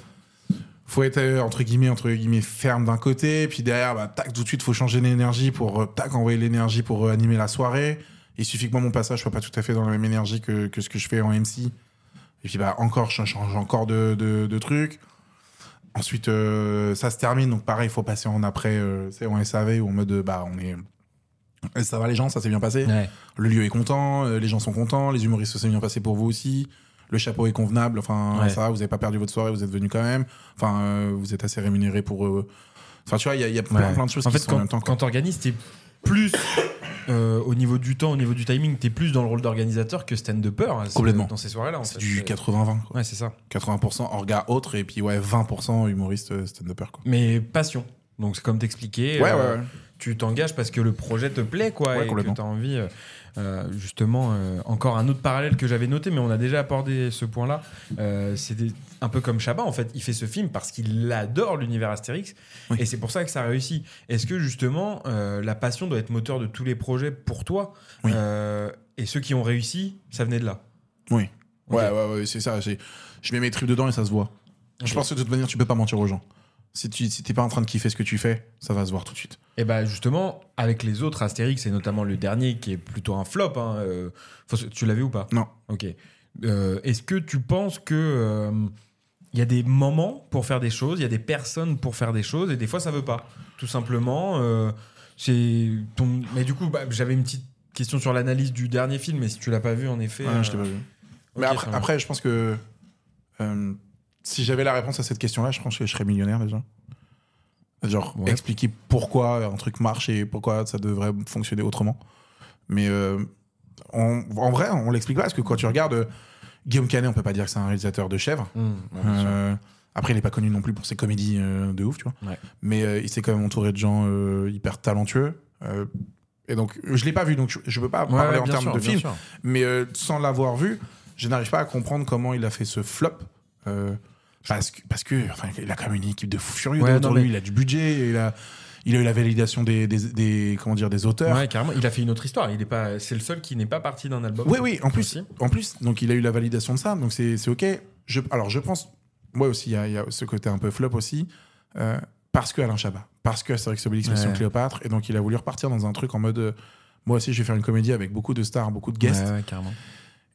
Speaker 2: faut être euh, entre guillemets entre guillemets ferme d'un côté puis derrière bah tac tout de suite faut changer l'énergie pour euh, tac envoyer l'énergie pour euh, animer la soirée. Il suffit que moi mon passage soit pas tout à fait dans la même énergie que, que ce que je fais en MC. Et puis bah encore, je change encore de, de, de trucs. Ensuite, euh, ça se termine. Donc pareil, il faut passer en après, euh, tu sais, en SAV ou en mode euh, bah on est. Et Ça va les gens, ça s'est bien passé.
Speaker 1: Ouais.
Speaker 2: Le lieu est content, euh, les gens sont contents, les humoristes se sont bien passés pour vous aussi. Le chapeau est convenable. Enfin
Speaker 1: Ouais.
Speaker 2: ça, va, vous n'avez pas perdu votre soirée, vous êtes venus quand même. Enfin euh, vous êtes assez rémunérés pour. euh, Enfin tu vois, il y a, il y a plein,
Speaker 1: Ouais.
Speaker 2: plein de choses
Speaker 1: en
Speaker 2: qui
Speaker 1: fait,
Speaker 2: sont
Speaker 1: quand,
Speaker 2: en même temps. quoi.
Speaker 1: Quand t'organises, t'es plus euh, au niveau du temps, au niveau du timing, t'es plus dans le rôle d'organisateur que stand de peur
Speaker 2: Complètement.
Speaker 1: dans ces soirées-là. en
Speaker 2: C'est
Speaker 1: fait.
Speaker 2: du 80-20. quoi.
Speaker 1: Ouais, c'est ça.
Speaker 2: 80% orga autre et puis ouais 20% humoriste euh, stand-upper quoi.
Speaker 1: Mais passion. Donc c'est comme t'expliquer.
Speaker 2: Ouais, ouais,
Speaker 1: euh,
Speaker 2: ouais.
Speaker 1: Tu t'engages parce que le projet te plaît, quoi,
Speaker 2: Ouais,
Speaker 1: et que
Speaker 2: complètement.
Speaker 1: t'as envie. euh, euh, justement, euh, encore un autre parallèle que j'avais noté, mais on a déjà abordé ce point-là. Euh, c'est des- un peu comme Chabat, en fait. Il fait ce film parce qu'il adore l'univers Astérix,
Speaker 2: Oui.
Speaker 1: et c'est pour ça que ça réussit. Est-ce que justement, euh, la passion doit être moteur de tous les projets pour toi
Speaker 2: Oui.
Speaker 1: Euh, Et ceux qui ont réussi, ça venait de là.
Speaker 2: Oui.
Speaker 1: Ok.
Speaker 2: Ouais, ouais, ouais, c'est ça. c'est- Je mets mes tripes dedans et ça se voit.
Speaker 1: Ok.
Speaker 2: Je pense que de toute manière, tu peux pas mentir aux gens. Si tu si t'es pas en train de kiffer ce que tu fais, ça va se voir tout de suite.
Speaker 1: Et bah justement, avec les autres Astérix, et notamment le dernier qui est plutôt un flop, hein, euh, faut- tu l'as vu ou pas
Speaker 2: Non.
Speaker 1: Ok. Euh, Est-ce que tu penses que euh, il y a des moments pour faire des choses, il y a des personnes pour faire des choses, et des fois ça veut pas. Tout simplement, euh, c'est ton. Mais du coup, bah, j'avais une petite question sur l'analyse du dernier film, mais si tu l'as pas vu, en effet.
Speaker 2: Ouais,
Speaker 1: euh,
Speaker 2: je t'ai pas vu.
Speaker 1: ok,
Speaker 2: Mais après,
Speaker 1: ça va.
Speaker 2: après, je pense que euh, si j'avais la réponse à cette question-là, je pense que je serais millionnaire déjà. Genre,
Speaker 1: Ouais.
Speaker 2: expliquer pourquoi un truc marche et pourquoi ça devrait fonctionner autrement. Mais euh, on- en vrai, on l'explique pas parce que quand tu regardes euh, Guillaume Canet, on peut pas dire que c'est un réalisateur de chèvre.
Speaker 1: Mmh, ouais, bien sûr.
Speaker 2: Euh, Après, il est pas connu non plus pour ses comédies euh, de ouf, tu vois.
Speaker 1: Ouais.
Speaker 2: Mais euh, il s'est quand même entouré de gens euh, hyper talentueux. euh, et donc, je l'ai pas vu, donc je, je peux pas parler en
Speaker 1: bien
Speaker 2: termes
Speaker 1: sûr,
Speaker 2: de
Speaker 1: bien
Speaker 2: film.
Speaker 1: sûr.
Speaker 2: Mais euh, sans l'avoir vu, je n'arrive pas à comprendre comment il a fait ce flop. euh, parce que, parce que enfin, il a quand même une équipe de fous furieux
Speaker 1: Ouais,
Speaker 2: autour
Speaker 1: non,
Speaker 2: de
Speaker 1: mais-
Speaker 2: lui. Il a du budget, il a, il a eu la validation des, des, des- comment dire, des auteurs.
Speaker 1: Ouais, carrément. Il a fait une autre histoire. Il est pas. C'est le seul qui n'est pas parti d'un album.
Speaker 2: Oui, oui, en plus,
Speaker 1: Aussi.
Speaker 2: en plus, donc il a eu la validation de ça, donc c'est c'est ok. Je, alors je pense, moi aussi, il y, a- il y a ce côté un peu flop aussi, euh, parce que Alain Chabat, parce que Astérix Obélix, Mission
Speaker 1: Ouais.
Speaker 2: Cléopâtre, et donc il a voulu repartir dans un truc en mode, euh, moi aussi je vais faire une comédie avec beaucoup de stars, beaucoup de guests,
Speaker 1: Ouais, ouais, carrément.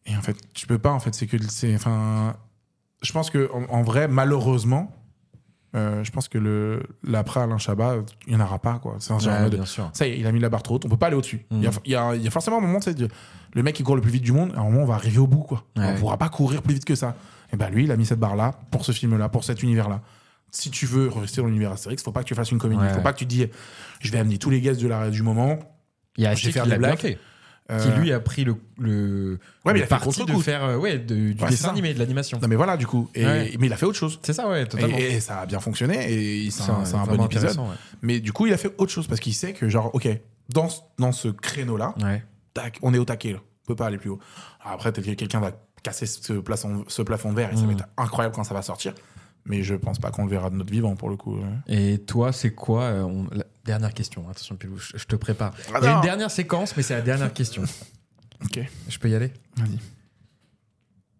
Speaker 2: et en fait, tu peux pas, en fait, c'est que, c'est, enfin, je pense que en, en vrai, malheureusement, euh, je pense que le l'après Alain Chabat, il n'y en aura pas, quoi. C'est un genre en
Speaker 1: Ouais,
Speaker 2: mode,
Speaker 1: bien sûr.
Speaker 2: ça y est, il a mis la barre trop haute, on peut pas aller au-dessus. Il y a-
Speaker 1: Mhm.
Speaker 2: il y, a, il y a forcément un moment, tu sais, de- le mec qui court le plus vite du monde, à un moment, on va arriver au bout, quoi.
Speaker 1: Ouais.
Speaker 2: On pourra pas courir plus vite que ça. Et ben lui, il a mis cette barre-là pour ce film-là, pour cet univers-là. Si tu veux rester dans l'univers Astérix, faut pas que tu fasses une comédie.
Speaker 1: Ouais,
Speaker 2: faut
Speaker 1: ouais.
Speaker 2: pas que tu te dis, je vais amener tous les guests de la, du moment.
Speaker 1: Il y a
Speaker 2: Je vais
Speaker 1: Ashik
Speaker 2: faire
Speaker 1: qui
Speaker 2: des
Speaker 1: l'a bien
Speaker 2: blagues.
Speaker 1: fait.
Speaker 2: Euh,
Speaker 1: Qui lui a pris le le.
Speaker 2: Ouais, mais
Speaker 1: le
Speaker 2: il a fait le
Speaker 1: parti de
Speaker 2: contre-coup.
Speaker 1: faire euh, ouais de- du
Speaker 2: Ouais, c'est ça.
Speaker 1: dessin animé de l'animation.
Speaker 2: Non, mais voilà, du coup. Et,
Speaker 1: Ouais.
Speaker 2: Mais il a fait autre chose.
Speaker 1: C'est ça, ouais,
Speaker 2: Et,
Speaker 1: totalement.
Speaker 2: et ça a bien fonctionné. Et il- c'est
Speaker 1: C'est
Speaker 2: un, c'est un bon
Speaker 1: vraiment
Speaker 2: épisode.
Speaker 1: intéressant,
Speaker 2: Mais du coup, il a fait autre chose parce qu'il sait que, genre, ok, dans, ce- dans ce créneau-là,
Speaker 1: Ouais. Ouais.
Speaker 2: tac, on est au taquet, là. on peut pas aller plus haut. Alors après, peut-être que quelqu'un va casser ce plafond, ce plafond vert et ça va
Speaker 1: Mm.
Speaker 2: être incroyable quand ça va sortir. Mais je pense pas qu'on le verra de notre vivant pour le coup. ouais.
Speaker 1: Et toi, c'est quoi euh, on- la- Dernière question, hein, attention Pilou, je, je te prépare.
Speaker 2: Ah
Speaker 1: Il y a
Speaker 2: non.
Speaker 1: une dernière séquence, mais c'est la dernière question.
Speaker 2: Ok.
Speaker 1: Je peux y aller
Speaker 2: Vas-y.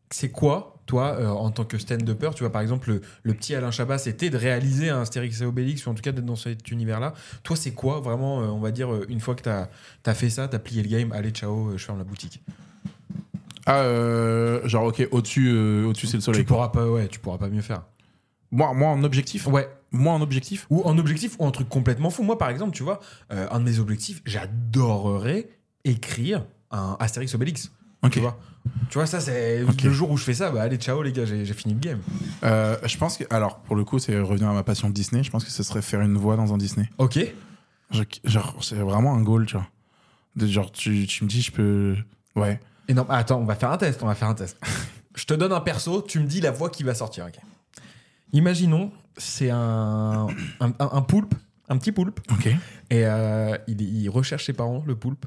Speaker 1: C'est quoi, toi, euh, en tant que stand-upper Tu vois, par exemple, le, le petit Alain Chabat, c'était de réaliser un Astérix et Obélix, ou en tout cas d'être dans cet univers-là. Toi, c'est quoi, vraiment, euh, on va dire, euh, une fois que t'as as fait ça, t'as plié le game, allez, ciao, euh, je ferme la boutique
Speaker 2: Ah, euh, genre, ok, au-dessus, euh, au-dessus c'est le soleil.
Speaker 1: Tu pourras pas, ouais, tu pourras pas mieux faire.
Speaker 2: Moi, moi, en objectif,
Speaker 1: Ouais,
Speaker 2: moi, en objectif,
Speaker 1: ou en objectif ou un truc complètement fou. Moi, par exemple, tu vois, euh, un de mes objectifs, j'adorerais écrire un Astérix Obélix.
Speaker 2: Ok.
Speaker 1: Tu vois, tu vois, ça c'est
Speaker 2: Ok.
Speaker 1: le jour où je fais ça, bah allez, ciao les gars, j'ai j'ai fini le game.
Speaker 2: euh, je pense que, alors, pour le coup, c'est revenir à ma passion de Disney. Je pense que ce serait faire une voix dans un Disney.
Speaker 1: Ok.
Speaker 2: Je- genre, c'est vraiment un goal, tu vois. De, genre, tu, tu me dis, je peux. Ouais.
Speaker 1: Et non, ah, attends, on va faire un test, on va faire un test. je te donne un perso, tu me dis la voix qui va sortir. ok. Imaginons, c'est un, un, un- un poulpe, un petit poulpe,
Speaker 2: Ok.
Speaker 1: et euh, il, il recherche ses parents, le poulpe.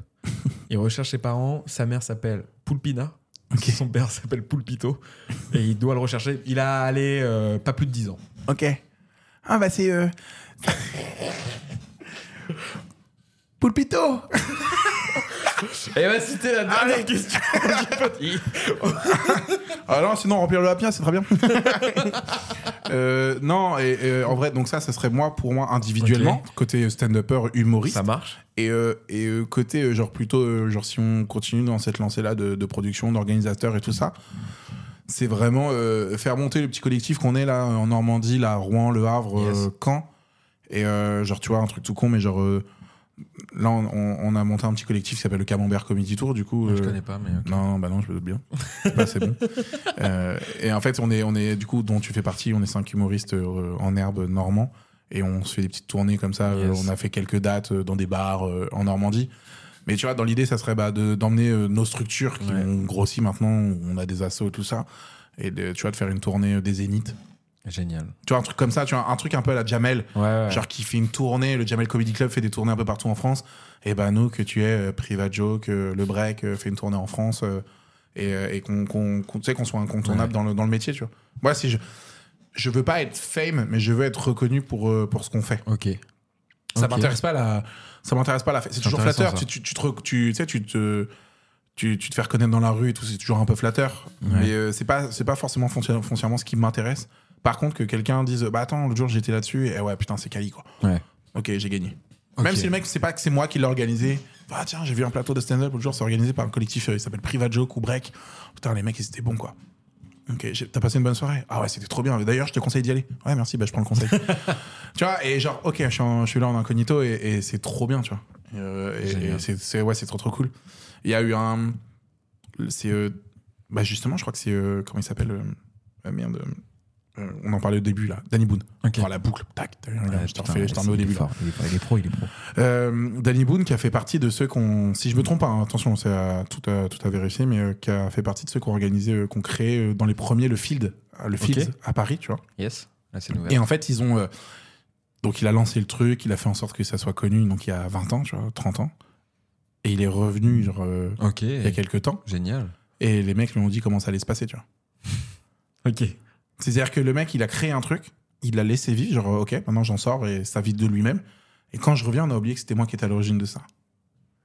Speaker 1: Il recherche ses parents, sa mère s'appelle Poulpina.
Speaker 2: Ok.
Speaker 1: Son père s'appelle Pulpito et il doit le rechercher. Il a allé euh, pas plus de 10 ans.
Speaker 2: Ok. Ah bah c'est... Euh... Pulpito
Speaker 1: Et bah, c'était la dernière question du podcast.
Speaker 2: Ah non, sinon remplir le Apia, c'est très bien. Euh, non, et, et en vrai, donc ça, ça serait moi, pour moi, individuellement, côté stand-upper, humoriste.
Speaker 1: marche.
Speaker 2: Et, euh, et euh, côté, euh, genre, plutôt, euh, genre, si on continue dans cette lancée-là de, de production, d'organisateur et tout ça, c'est vraiment euh, faire monter le petit collectif qu'on est là, en Normandie, là, Rouen, Le Havre,
Speaker 1: Yes.
Speaker 2: euh, Caen. Et euh, genre, tu vois, un truc tout con, mais genre, euh, là, on, on- on a monté un petit collectif qui s'appelle le Camembert Comedy Tour, du coup.
Speaker 1: Je
Speaker 2: euh,
Speaker 1: connais pas, mais. ok.
Speaker 2: non, non, bah non, je me doute bien. Bah, c'est bon. Euh, et en fait, on est, on est, du coup, dont tu fais partie, on est cinq humoristes euh, en herbe normands. Et on se fait des petites tournées comme ça. Euh,
Speaker 1: Yes.
Speaker 2: on a fait quelques dates euh, dans des bars euh, en Normandie. Mais tu vois, dans l'idée, ça serait bah, de- d'emmener euh, nos structures qui
Speaker 1: Ouais.
Speaker 2: ont grossi maintenant, où on a des assos et tout ça. Et de, tu vois, de faire une tournée euh, des zéniths.
Speaker 1: euh, Génial.
Speaker 2: Tu vois, un truc comme ça, tu vois, un truc un peu à la Jamel.
Speaker 1: Ouais, ouais.
Speaker 2: Genre qui fait une tournée, le Jamel Comedy Club fait des tournées un peu partout en France. Et ben nous, que tu es euh, Private Joke, euh, le Break euh, fait une tournée en France euh, et, euh, et qu'on qu'on- qu'on- tu sais, qu'on soit incontournable
Speaker 1: Ouais.
Speaker 2: dans, le, dans le métier, tu vois. Moi, si je, je veux pas être fame, mais je veux être reconnu pour, euh, pour ce qu'on fait.
Speaker 1: Ok.
Speaker 2: Ça
Speaker 1: Ok.
Speaker 2: m'intéresse pas la, ça m'intéresse pas la, c'est toujours
Speaker 1: intéressant,
Speaker 2: flatteur.
Speaker 1: ça.
Speaker 2: Tu, tu, tu te, rec- tu, tu sais, tu te, tu, tu te fais reconnaître dans la rue et tout, c'est toujours un peu flatteur.
Speaker 1: Ouais.
Speaker 2: Mais euh, c'est pas, c'est pas forcément foncièrement, foncièrement ce qui m'intéresse. Par contre, que quelqu'un dise, bah attends, l'autre jour j'étais là-dessus et eh ouais, putain, c'est Cali quoi.
Speaker 1: Ouais.
Speaker 2: Ok, j'ai gagné.
Speaker 1: Ok.
Speaker 2: Même si le mec, c'est pas que c'est moi qui l'ai organisé. Ah tiens, j'ai vu un plateau de stand-up l'autre jour, c'est organisé par un collectif, euh, il s'appelle Private Joke ou Break. Putain, les mecs, ils étaient bons quoi. Ok, j'ai- t'as passé une bonne soirée Ah ouais, c'était trop bien. D'ailleurs, je te conseille d'y aller. Ouais, merci, bah, je prends le conseil. tu vois, et genre, ok, je suis, en- je suis là en incognito et, et c'est trop bien, tu vois. Et, euh, et-
Speaker 1: Génial.
Speaker 2: et c'est, c'est- ouais, c'est trop trop cool. Il y a eu un. C'est. euh, bah justement, je crois que c'est. euh, comment il s'appelle euh, ah, Merde. euh, euh, on en parlait au début là. Danny Boone.
Speaker 1: Ok.
Speaker 2: Oh, la boucle. Tac. t'as vu,
Speaker 1: Ouais,
Speaker 2: je t'en
Speaker 1: putain,
Speaker 2: refais, je t'en mets au
Speaker 1: il est
Speaker 2: début. là.
Speaker 1: fort, Il est, fort, il est pro, il est pro.
Speaker 2: Euh, Danny Boone qui a fait partie de ceux qu'on, si je me trompe pas, hein, attention, c'est à- tout à tout à vérifier, mais euh, qui a fait partie de ceux qu'on organisé, euh, qu'on créé euh, dans les premiers le Field, euh, le
Speaker 1: Ok.
Speaker 2: Field à Paris, tu vois.
Speaker 1: Yes. Là, c'est nouvelle.
Speaker 2: Et en fait, ils ont. euh, donc, il a lancé le truc, il a fait en sorte que ça soit connu, donc il y a 20 ans, tu vois, 30 ans. Et il est revenu, genre, euh,
Speaker 1: Ok.
Speaker 2: il y a quelques temps.
Speaker 1: Génial.
Speaker 2: Et les mecs lui ont dit comment ça allait se passer, tu vois.
Speaker 1: Ok.
Speaker 2: C'est-à-dire que le mec, il a créé un truc, il l'a laissé vivre, genre, ok, maintenant j'en sors et ça vit de lui-même. Et quand je reviens, on a oublié que c'était moi qui étais à l'origine de ça.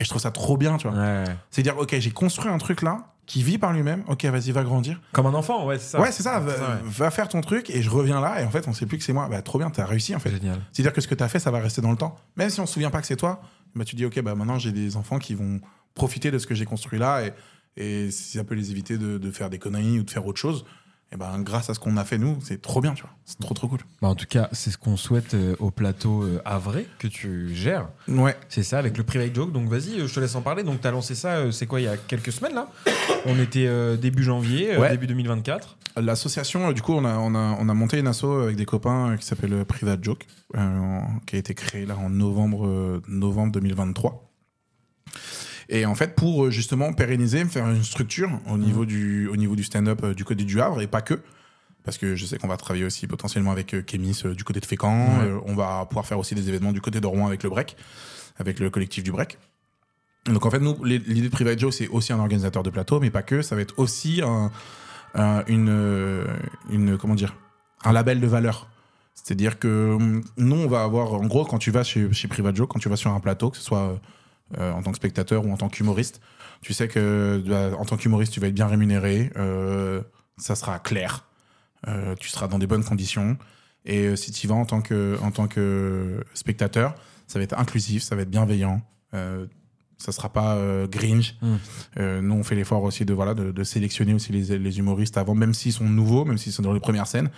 Speaker 2: Et je trouve ça trop bien, tu vois.
Speaker 1: Ouais.
Speaker 2: C'est-à-dire, ok, j'ai construit un truc là qui vit par lui-même, ok, vas-y, va grandir.
Speaker 1: Comme un enfant, ouais, c'est ça. euh,
Speaker 2: ouais, c'est ça, va,
Speaker 1: ouais.
Speaker 2: va faire ton truc et je reviens là et en fait, on sait plus que c'est moi. Bah, trop bien, t'as réussi en fait.
Speaker 1: Génial.
Speaker 2: C'est-à-dire que ce que t'as fait, ça va rester dans le temps. Même si on se souvient pas que c'est toi, bah, tu dis, ok, bah, maintenant j'ai des enfants qui vont profiter de ce que j'ai construit là et, et si ça peut les éviter de, de faire des conneries ou de faire autre chose, et ben, grâce à ce qu'on a fait nous, c'est trop bien, tu vois. C'est trop, trop cool.
Speaker 1: Bah, en tout cas, c'est ce qu'on souhaite euh, au plateau euh, Havre que tu gères.
Speaker 2: Ouais.
Speaker 1: C'est ça, avec le private joke. Donc vas-y, euh, je te laisse en parler. Donc t'as lancé ça, euh, c'est quoi, il y a quelques semaines là On était euh, début janvier, euh,
Speaker 2: Ouais.
Speaker 1: début 2024.
Speaker 2: L'association, euh, du coup, on a, on, a, on a monté une asso avec des copains euh, qui s'appelle euh, Private Joke, euh, qui a été créée là en novembre, euh, novembre 2023. Et en fait, pour euh, justement pérenniser, faire une structure au niveau du, au niveau du stand-up euh, du côté du Havre et pas que. Parce que je sais qu'on va travailler aussi potentiellement avec euh, Kémis euh, du côté de Fécamp.
Speaker 1: Ouais.
Speaker 2: Euh, on va pouvoir faire aussi des événements du côté de Rouen avec le Break, avec le collectif du Break. Donc en fait, nous, les- l'idée de Private Joe, c'est aussi un organisateur de plateau, mais pas que. Ça va être aussi un, un- une, euh, une, comment dire, un label de valeur. C'est-à-dire que hum, nous, on va avoir, en gros, quand tu vas chez, chez Private Joe, quand tu vas sur un plateau, que ce soit euh, en tant que spectateur ou en tant qu'humoriste, tu sais que bah, en tant qu'humoriste, tu vas être bien rémunéré, euh, ça sera clair, euh, tu seras dans des bonnes conditions. Et euh, si tu y vas en tant que, en tant que spectateur, ça va être inclusif, ça va être bienveillant. euh, ça sera pas euh, gringe.
Speaker 1: Mm.
Speaker 2: Euh, nous, on fait l'effort aussi de, voilà, de, de sélectionner aussi les, les humoristes avant, même s'ils sont nouveaux, même s'ils sont dans les premières scènes.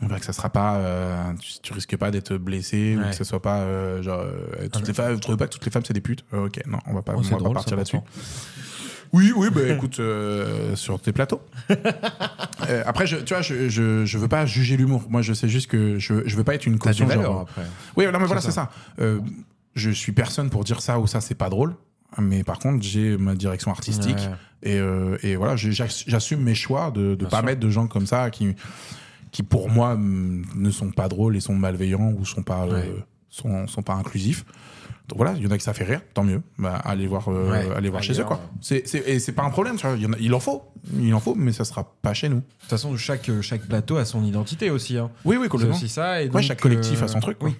Speaker 2: On verra que ça sera pas. euh, tu, tu risques pas d'être blessé ou
Speaker 1: Ouais.
Speaker 2: que ce soit pas euh, genre. euh, toutes
Speaker 1: mais-
Speaker 2: les femmes, vous trouvez pas que toutes les femmes c'est des putes Euh, Ok, non, on va pas,
Speaker 1: Oh,
Speaker 2: on
Speaker 1: c'est
Speaker 2: va
Speaker 1: drôle,
Speaker 2: pas partir
Speaker 1: ça,
Speaker 2: là-dessus.
Speaker 1: pourtant.
Speaker 2: Oui, oui, bah écoute, euh, sur tes plateaux. Euh, après, je, tu vois, je, je, je veux pas juger l'humour. Moi, je sais juste que je, je veux pas être une
Speaker 1: T'as des
Speaker 2: caution.
Speaker 1: valeurs
Speaker 2: genre,
Speaker 1: après.
Speaker 2: oui, non, mais voilà,
Speaker 1: C'est
Speaker 2: c'est ça. Euh, je suis personne pour dire ça ou ça, c'est pas drôle. Mais par contre, j'ai ma direction artistique.
Speaker 1: Ouais.
Speaker 2: Et, euh, et voilà, j'ai- j'ass- j'assume mes choix de ne
Speaker 1: Bien
Speaker 2: pas
Speaker 1: sûr.
Speaker 2: mettre de gens comme ça qui, qui pour moi, mm, ne sont pas drôles et sont malveillants ou sont pas, euh,
Speaker 1: Ouais.
Speaker 2: sont, sont pas inclusifs. Donc voilà, il y en a qui ça fait rire, tant mieux. Bah, allez voir, euh,
Speaker 1: Ouais.
Speaker 2: allez voir chez eux,
Speaker 1: Ailleurs,
Speaker 2: quoi.
Speaker 1: ouais.
Speaker 2: C'est, c'est- et c'est pas un problème, tu vois. Il, y en a- il en faut, il en faut, mais ça sera pas chez nous.
Speaker 1: De toute façon, chaque, euh, chaque plateau a son identité aussi. Hein.
Speaker 2: Oui, oui,
Speaker 1: C'est
Speaker 2: complètement.
Speaker 1: aussi ça. Et
Speaker 2: Ouais,
Speaker 1: donc, euh,
Speaker 2: chaque collectif a son truc, quoi.
Speaker 1: Oui.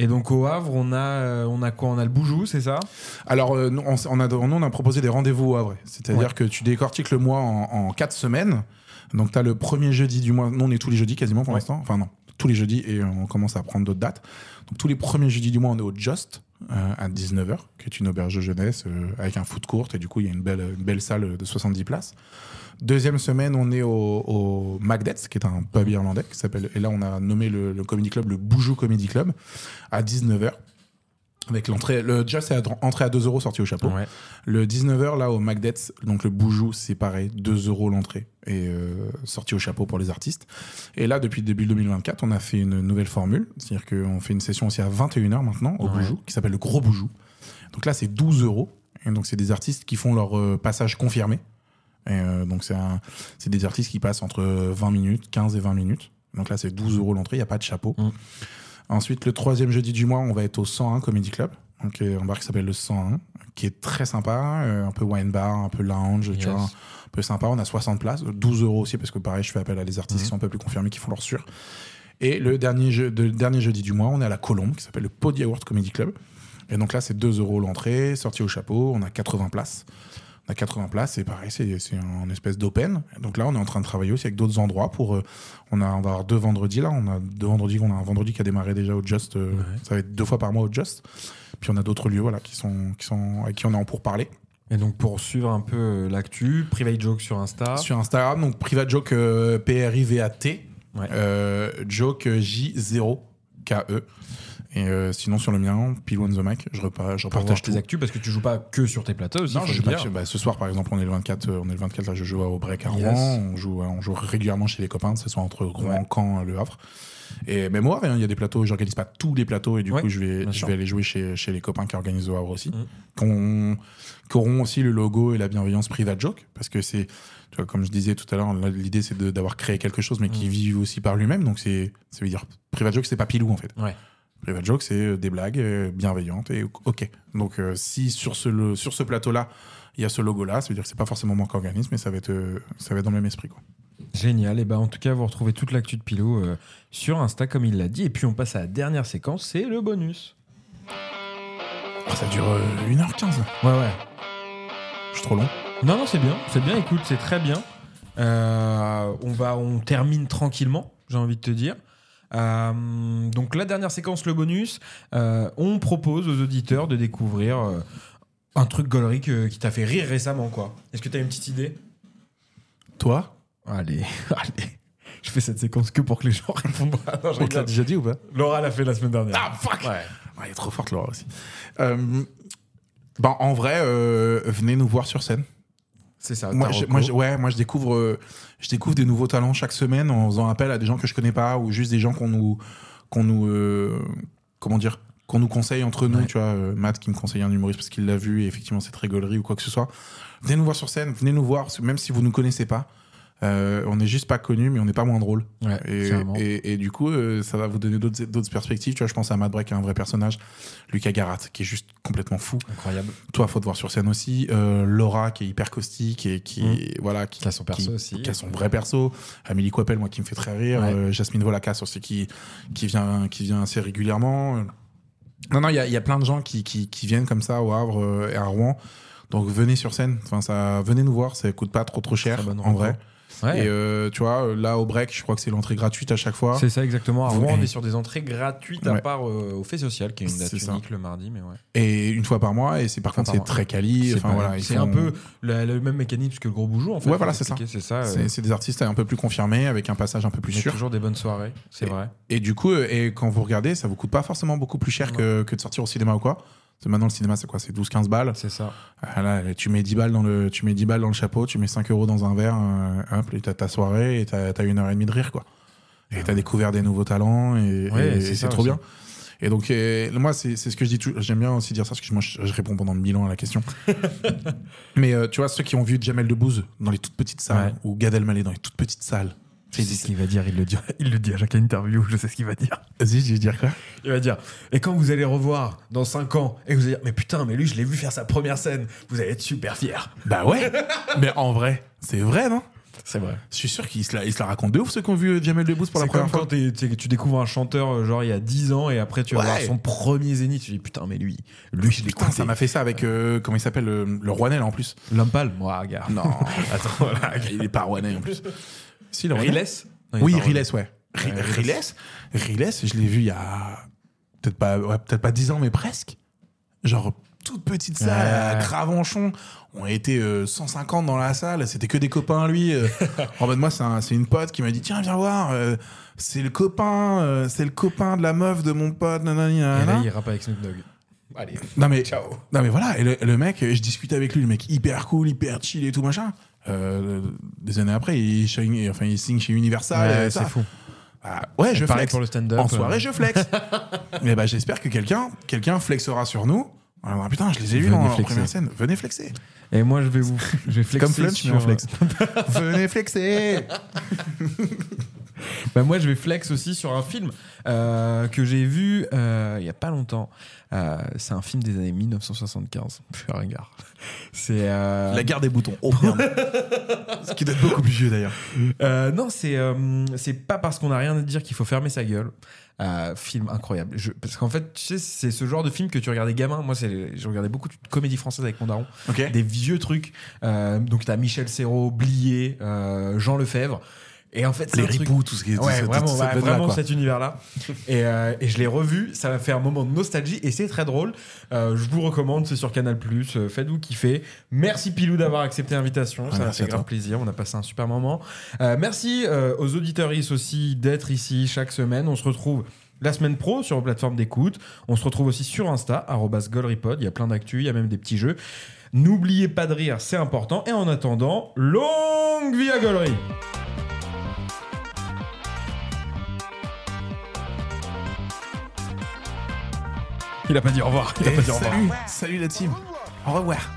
Speaker 1: Et donc au Havre, on a, euh, on a quoi On a le Boujou, c'est ça
Speaker 2: Alors, euh, nous, on, s- on a, nous, on a proposé des rendez-vous au Havre. C'est-à-dire que tu décortiques le mois en, en quatre semaines. Donc, tu as le premier jeudi du mois. Nous, on est tous les jeudis quasiment pour
Speaker 1: Ouais.
Speaker 2: l'instant. Enfin, non, tous les jeudis et euh, on commence à prendre d'autres dates. Donc, tous les premiers jeudis du mois, on est au Just euh, à 19h, qui est une auberge de jeunesse euh, avec un foot court. Et du coup, il y a une belle, une belle salle de 70 places. Deuxième semaine, on est au, au Macdet's, qui est un pub irlandais. Qui s'appelle, et là, on a nommé le, le comedy club le Boujou Comedy Club à 19h. Avec l'entrée, le Just, c'est à- entrée à 2 euros, sortie au chapeau.
Speaker 1: Ouais.
Speaker 2: Le 19h, là, au Macdet's, donc le Boujou, c'est pareil, 2 euros l'entrée et euh, sortie au chapeau pour les artistes. Et là, depuis le début 2024, on a fait une nouvelle formule. C'est-à-dire qu'on fait une session aussi à 21h maintenant, au
Speaker 1: Ouais.
Speaker 2: Boujou, qui s'appelle le Gros Boujou. Donc là, c'est 12 euros. Et donc, c'est des artistes qui font leur euh, passage confirmé. Et euh, donc, c'est un- c'est des artistes qui passent entre 20 minutes, 15 et 20 minutes. Donc là, c'est 12 euros l'entrée, il n'y a pas de chapeau.
Speaker 1: Mm.
Speaker 2: Ensuite, le troisième jeudi du mois, on va être au 101 Comedy Club. Donc, euh, un bar qui s'appelle le 101, qui est très sympa, euh, un peu wine bar, un peu lounge,
Speaker 1: Yes.
Speaker 2: tu vois, un peu sympa. On a 60 places, 12 euros aussi, parce que pareil, je fais appel à des artistes
Speaker 1: Mhm.
Speaker 2: qui sont un peu plus confirmés, qui font leur sur. Et le dernier, jeu, le dernier jeudi du mois, on est à la Colombe, qui s'appelle le Podi Award Comedy Club. Et donc là, c'est 2 euros l'entrée, sortie au chapeau, on a 80 places. On a 80 places, et pareil, c'est c'est un espèce d'open. Donc là, on est en train de travailler aussi avec d'autres endroits pour. euh, on, a, on va avoir deux vendredis là. On a deux vendredis, on a un vendredi qui a démarré déjà au Just. euh,
Speaker 1: Ouais.
Speaker 2: Ça va être deux fois par mois au Just. Puis on a d'autres lieux voilà, qui sont, qui sont, avec qui on est en pourparlers.
Speaker 1: Et donc pour suivre un peu euh, l'actu, Private Joke sur Insta.
Speaker 2: Sur Instagram, donc Private Joke euh, P-R-I-V-A-T.
Speaker 1: Ouais.
Speaker 2: euh, joke J0KE. Et Et euh, sinon, sur le mien, Pilou on the Mac, je, repas, je
Speaker 1: Pour voir
Speaker 2: repartage
Speaker 1: tes
Speaker 2: tout.
Speaker 1: actus, parce que tu joues pas que sur tes plateaux aussi.
Speaker 2: Non,
Speaker 1: faut
Speaker 2: je
Speaker 1: le
Speaker 2: joue pas
Speaker 1: dire.
Speaker 2: que- bah, ce soir, par exemple, on est le 24, euh, on est le 24 là, je joue au break à Rouen.
Speaker 1: Yes.
Speaker 2: On, joue, euh, on joue régulièrement chez les copains, que ce soit entre Rouen, Caen, euh, Le Havre. Et même au Havre, hein, il y a des plateaux, j'organise pas tous les plateaux, et du
Speaker 1: Ouais,
Speaker 2: coup, je vais,
Speaker 1: bien
Speaker 2: je
Speaker 1: sûr.
Speaker 2: vais aller jouer chez, chez les copains qui organisent au Havre aussi,
Speaker 1: Mhm.
Speaker 2: qu'on- qui auront aussi le logo et la bienveillance Private Joke, parce que c'est, tu vois, comme je disais tout à l'heure, là, l'idée c'est de- d'avoir créé quelque chose, mais qui
Speaker 1: Mhm.
Speaker 2: vive aussi par lui-même, donc c'est, ça veut dire, Private Joke, c'est pas pilou en fait.
Speaker 1: Ouais.
Speaker 2: Private joke, c'est euh, des blagues euh, bienveillantes et ok. Donc euh, si sur ce, le- sur ce plateau-là, il y a ce logo-là, ça veut dire que c'est pas forcément moi qui organise, mais ça va être, euh, ça va être dans le même esprit. Quoi.
Speaker 1: Génial. Et ben, en tout cas, vous retrouvez toute l'actu de Pilou euh, sur Insta, comme il l'a dit. Et puis, on passe à la dernière séquence, c'est le bonus.
Speaker 2: Ah, ça dure euh, 1h15, là.
Speaker 1: Ouais, ouais.
Speaker 2: je suis trop long.
Speaker 1: Non, non, c'est bien. C'est bien, écoute, c'est très bien. Euh, on, va, on termine tranquillement, j'ai envie de te dire. Euh, donc la dernière séquence, le bonus, euh, on propose aux auditeurs de découvrir euh, un truc gaulerie que- qui t'a fait rire récemment, quoi. Est-ce que t'as une petite idée
Speaker 2: Toi,
Speaker 1: Allez, allez. Je fais cette séquence que pour que les gens répondent. Ah, non, je
Speaker 2: on te l'a
Speaker 1: rigole.
Speaker 2: déjà dit ou pas
Speaker 1: Laura l'a fait la semaine dernière.
Speaker 2: Ah fuck Ouais, Elle est trop forte Laura aussi. Euh, ben, en vrai, euh, venez nous voir sur scène.
Speaker 1: c'est ça.
Speaker 2: Moi,
Speaker 1: ta
Speaker 2: je,
Speaker 1: reco.
Speaker 2: moi, je- ouais, moi je découvre, euh, je découvre des nouveaux talents chaque semaine en faisant appel à des gens que je connais pas ou juste des gens qu'on nous, qu'on nous, euh, comment dire, qu'on nous conseille entre nous.
Speaker 1: Ouais.
Speaker 2: Tu vois, euh, Matt qui me conseille un humoriste parce qu'il l'a vu et effectivement c'est très gaulerie ou quoi que ce soit. Venez nous voir sur scène, venez nous voir, parce que même si vous nous connaissez pas. euh, on n'est juste pas connu, mais on n'est pas moins drôle.
Speaker 1: Ouais,
Speaker 2: Et,
Speaker 1: clairement.
Speaker 2: et- et du coup, euh, ça va vous donner d'autres d'autres perspectives. Tu vois, je pense à Matt Breck, qui est un vrai personnage. Lucas Garat, qui est juste complètement fou.
Speaker 1: Incroyable.
Speaker 2: Toi, faut te voir sur scène aussi. Euh, Laura, qui est hyper caustique et qui,
Speaker 1: Mm.
Speaker 2: voilà, qui,
Speaker 1: Qui a son perso
Speaker 2: qui-
Speaker 1: aussi.
Speaker 2: qui a son vrai perso. Amélie Coppel, moi, qui me fait très rire.
Speaker 1: Ouais.
Speaker 2: Euh, Jasmine Volacas aussi, qui, qui, vient, qui vient assez régulièrement. Non, non, il y a, il y a plein de gens qui, qui, qui viennent comme ça au Havre euh, et à Rouen. Donc, venez sur scène. Enfin, ça, venez nous voir. Ça coûte pas trop, trop cher,
Speaker 1: Très bonne
Speaker 2: en
Speaker 1: rencontre.
Speaker 2: vrai.
Speaker 1: Ouais.
Speaker 2: Et euh, tu vois, là, au break, je crois que c'est l'entrée gratuite à chaque fois.
Speaker 1: C'est ça exactement. Ah, À
Speaker 2: Vous-
Speaker 1: Rouen, on
Speaker 2: eh.
Speaker 1: est sur des entrées gratuites à
Speaker 2: Ouais.
Speaker 1: part euh, au fait social, qui est une date
Speaker 2: C'est ça.
Speaker 1: unique le mardi, mais ouais.
Speaker 2: Et une fois par mois. Et c'est par
Speaker 1: Enfin,
Speaker 2: contre,
Speaker 1: par
Speaker 2: c'est
Speaker 1: mois.
Speaker 2: très quali.
Speaker 1: C'est
Speaker 2: Enfin,
Speaker 1: pas-
Speaker 2: voilà, ils
Speaker 1: c'est
Speaker 2: font-
Speaker 1: un peu la- le même mécanisme que le gros bougeon en fait.
Speaker 2: Ouais, voilà, c'est
Speaker 1: expliqué, C'est ça. euh,
Speaker 2: C'est c'est des artistes un peu plus confirmés, avec un passage un peu plus
Speaker 1: mais
Speaker 2: sûr.
Speaker 1: toujours des bonnes soirées, c'est vrai.
Speaker 2: Et du coup, euh, et quand vous regardez, ça vous coûte pas forcément beaucoup plus cher que, que de sortir au cinéma ou quoi. Parce que Maintenant, le cinéma, c'est quoi C'est 12-15 balles.
Speaker 1: C'est ça.
Speaker 2: Ah là, tu, mets 10 balles dans le, tu mets 10 balles dans le chapeau, tu mets 5 euros dans un verre, euh, hop, et t'as ta soirée, et t'as t'as une heure et demie de rire, quoi. Et t'as découvert des nouveaux talents, et,
Speaker 1: Ouais,
Speaker 2: et
Speaker 1: c'est ça
Speaker 2: c'est trop
Speaker 1: aussi.
Speaker 2: bien. Et donc, euh, moi, c'est c'est ce que je dis. tout- J'aime bien aussi dire ça, parce que moi, je, je réponds pendant mille ans à la question. Mais euh, tu vois, ceux qui ont vu Jamel Debbouze dans les toutes petites salles,
Speaker 1: Ouais.
Speaker 2: ou Gad Elmaleh dans les toutes petites salles, ils disent-
Speaker 1: qu'il va dire, il le dit. Il le dit à chaque interview, je sais ce qu'il va dire.
Speaker 2: Vas-y, je vais dire quoi
Speaker 1: Il va dire Et quand vous allez revoir dans 5 ans et que vous allez dire Mais putain, mais lui, je l'ai vu faire sa première scène, vous allez être super fiers.
Speaker 2: Bah ouais, mais en vrai, c'est vrai, non
Speaker 1: C'est vrai.
Speaker 2: Je suis sûr qu'ils se, la- ils se la racontent de ouf ceux qui ont vu euh, Jamel Debbouze pour la
Speaker 1: C'est
Speaker 2: première
Speaker 1: comme
Speaker 2: fois.
Speaker 1: quand t'es- t'es- tu découvres un chanteur, euh, genre il y a 10 ans, et après tu vas
Speaker 2: Ouais.
Speaker 1: voir son premier zénith, tu dis Putain, mais lui, lui, je l'ai
Speaker 2: Putain, ça m'a fait ça avec, euh, comment il s'appelle, euh, le Rouennais là, en plus.
Speaker 1: L'Impal, moi, regarde.
Speaker 2: Non, attends, voilà, il est pas Rouennais en plus. Si, le Rouennais.
Speaker 1: Riles Non, il est
Speaker 2: Oui,
Speaker 1: pas Riles. Euh,
Speaker 2: Riles, ouais. Ri-
Speaker 1: Ouais,
Speaker 2: Riles, Riles, je l'ai vu il y a peut-être pas, ouais, peut-être pas 10 ans, mais presque. Genre, toute petite salle à
Speaker 1: Ouais.
Speaker 2: Gravenchon. On était euh, 150 dans la salle, c'était que des copains, lui. euh. en mode, moi, c'est un- c'est une pote qui m'a dit Tiens, viens voir, euh, c'est le copain, euh, c'est le copain de la meuf de mon pote, nanani,
Speaker 1: Et
Speaker 2: nanana.
Speaker 1: là, il rappe avec Snoop Dogg. Hein Allez.
Speaker 2: Non mais, non mais voilà, et le, le mec, je discutais avec lui, le mec hyper cool, hyper chill et tout machin. Euh, des années après, il, signe- enfin, il signe chez Universal.
Speaker 1: Ouais,
Speaker 2: et
Speaker 1: c'est
Speaker 2: ça.
Speaker 1: fou.
Speaker 2: Ah, ouais, je
Speaker 1: Pareil
Speaker 2: flex.
Speaker 1: pour le stand-up.
Speaker 2: en
Speaker 1: euh,
Speaker 2: soirée, je flex. mais bah, j'espère que quelqu'un quelqu'un flexera sur nous. Ah, bah, putain, je les ai vus
Speaker 1: Venez
Speaker 2: dans la
Speaker 1: flexer.
Speaker 2: première scène. Venez flexer.
Speaker 1: Et moi, je vais vous. Je vais flexer.
Speaker 2: Comme Flunch, mais
Speaker 1: sur-
Speaker 2: en flex. Venez flexer.
Speaker 1: Bah, moi, je vais flex aussi sur un film euh, que j'ai vu euh, il y a pas longtemps. Euh, c'est un film des années 1975. Pff, regarde. C'est. euh,
Speaker 2: La guerre des boutons. Oh merde. Ce qui doit être beaucoup plus vieux d'ailleurs.
Speaker 1: euh, non, c'est euh, c'est pas parce qu'on a rien à dire qu'il faut fermer sa gueule. Euh, film incroyable. Je- parce qu'en fait, tu sais, c'est ce genre de film que tu regardais gamin. Moi, c'est- je regardais beaucoup de comédies françaises avec mon daron.
Speaker 2: Ok.
Speaker 1: des vieux trucs. Euh, donc t'as Michel Serrault, Blié, euh, Jean Lefebvre. Et en fait, c'est
Speaker 2: Les
Speaker 1: un truc.
Speaker 2: ripoux, tout ce qui est.
Speaker 1: Ouais,
Speaker 2: tout- tout-
Speaker 1: vraiment,
Speaker 2: tout cette
Speaker 1: ouais,
Speaker 2: veine-là,
Speaker 1: vraiment
Speaker 2: quoi.
Speaker 1: cet univers-là. Et, euh, et je l'ai revu, ça m'a fait un moment de nostalgie et c'est très drôle. Euh, je vous recommande, c'est sur Canal+, euh, faites-vous kiffer. Merci Pilou d'avoir accepté l'invitation, ça m'a
Speaker 2: Ah, merci
Speaker 1: fait
Speaker 2: à
Speaker 1: grave
Speaker 2: toi.
Speaker 1: plaisir, on a passé un super moment. Euh, merci euh, aux auditeuristes aussi d'être ici chaque semaine, on se retrouve la semaine pro sur vos plateformes d'écoute. On se retrouve aussi sur Insta, arrobas golripod. Il y a plein d'actu, il y a même des petits jeux. N'oubliez pas de rire, c'est important. Et en attendant, longue vie à Gollery Il a pas dit au revoir. Il a
Speaker 2: Eh,
Speaker 1: pas dit au revoir.
Speaker 2: salut, salut la team. Au revoir.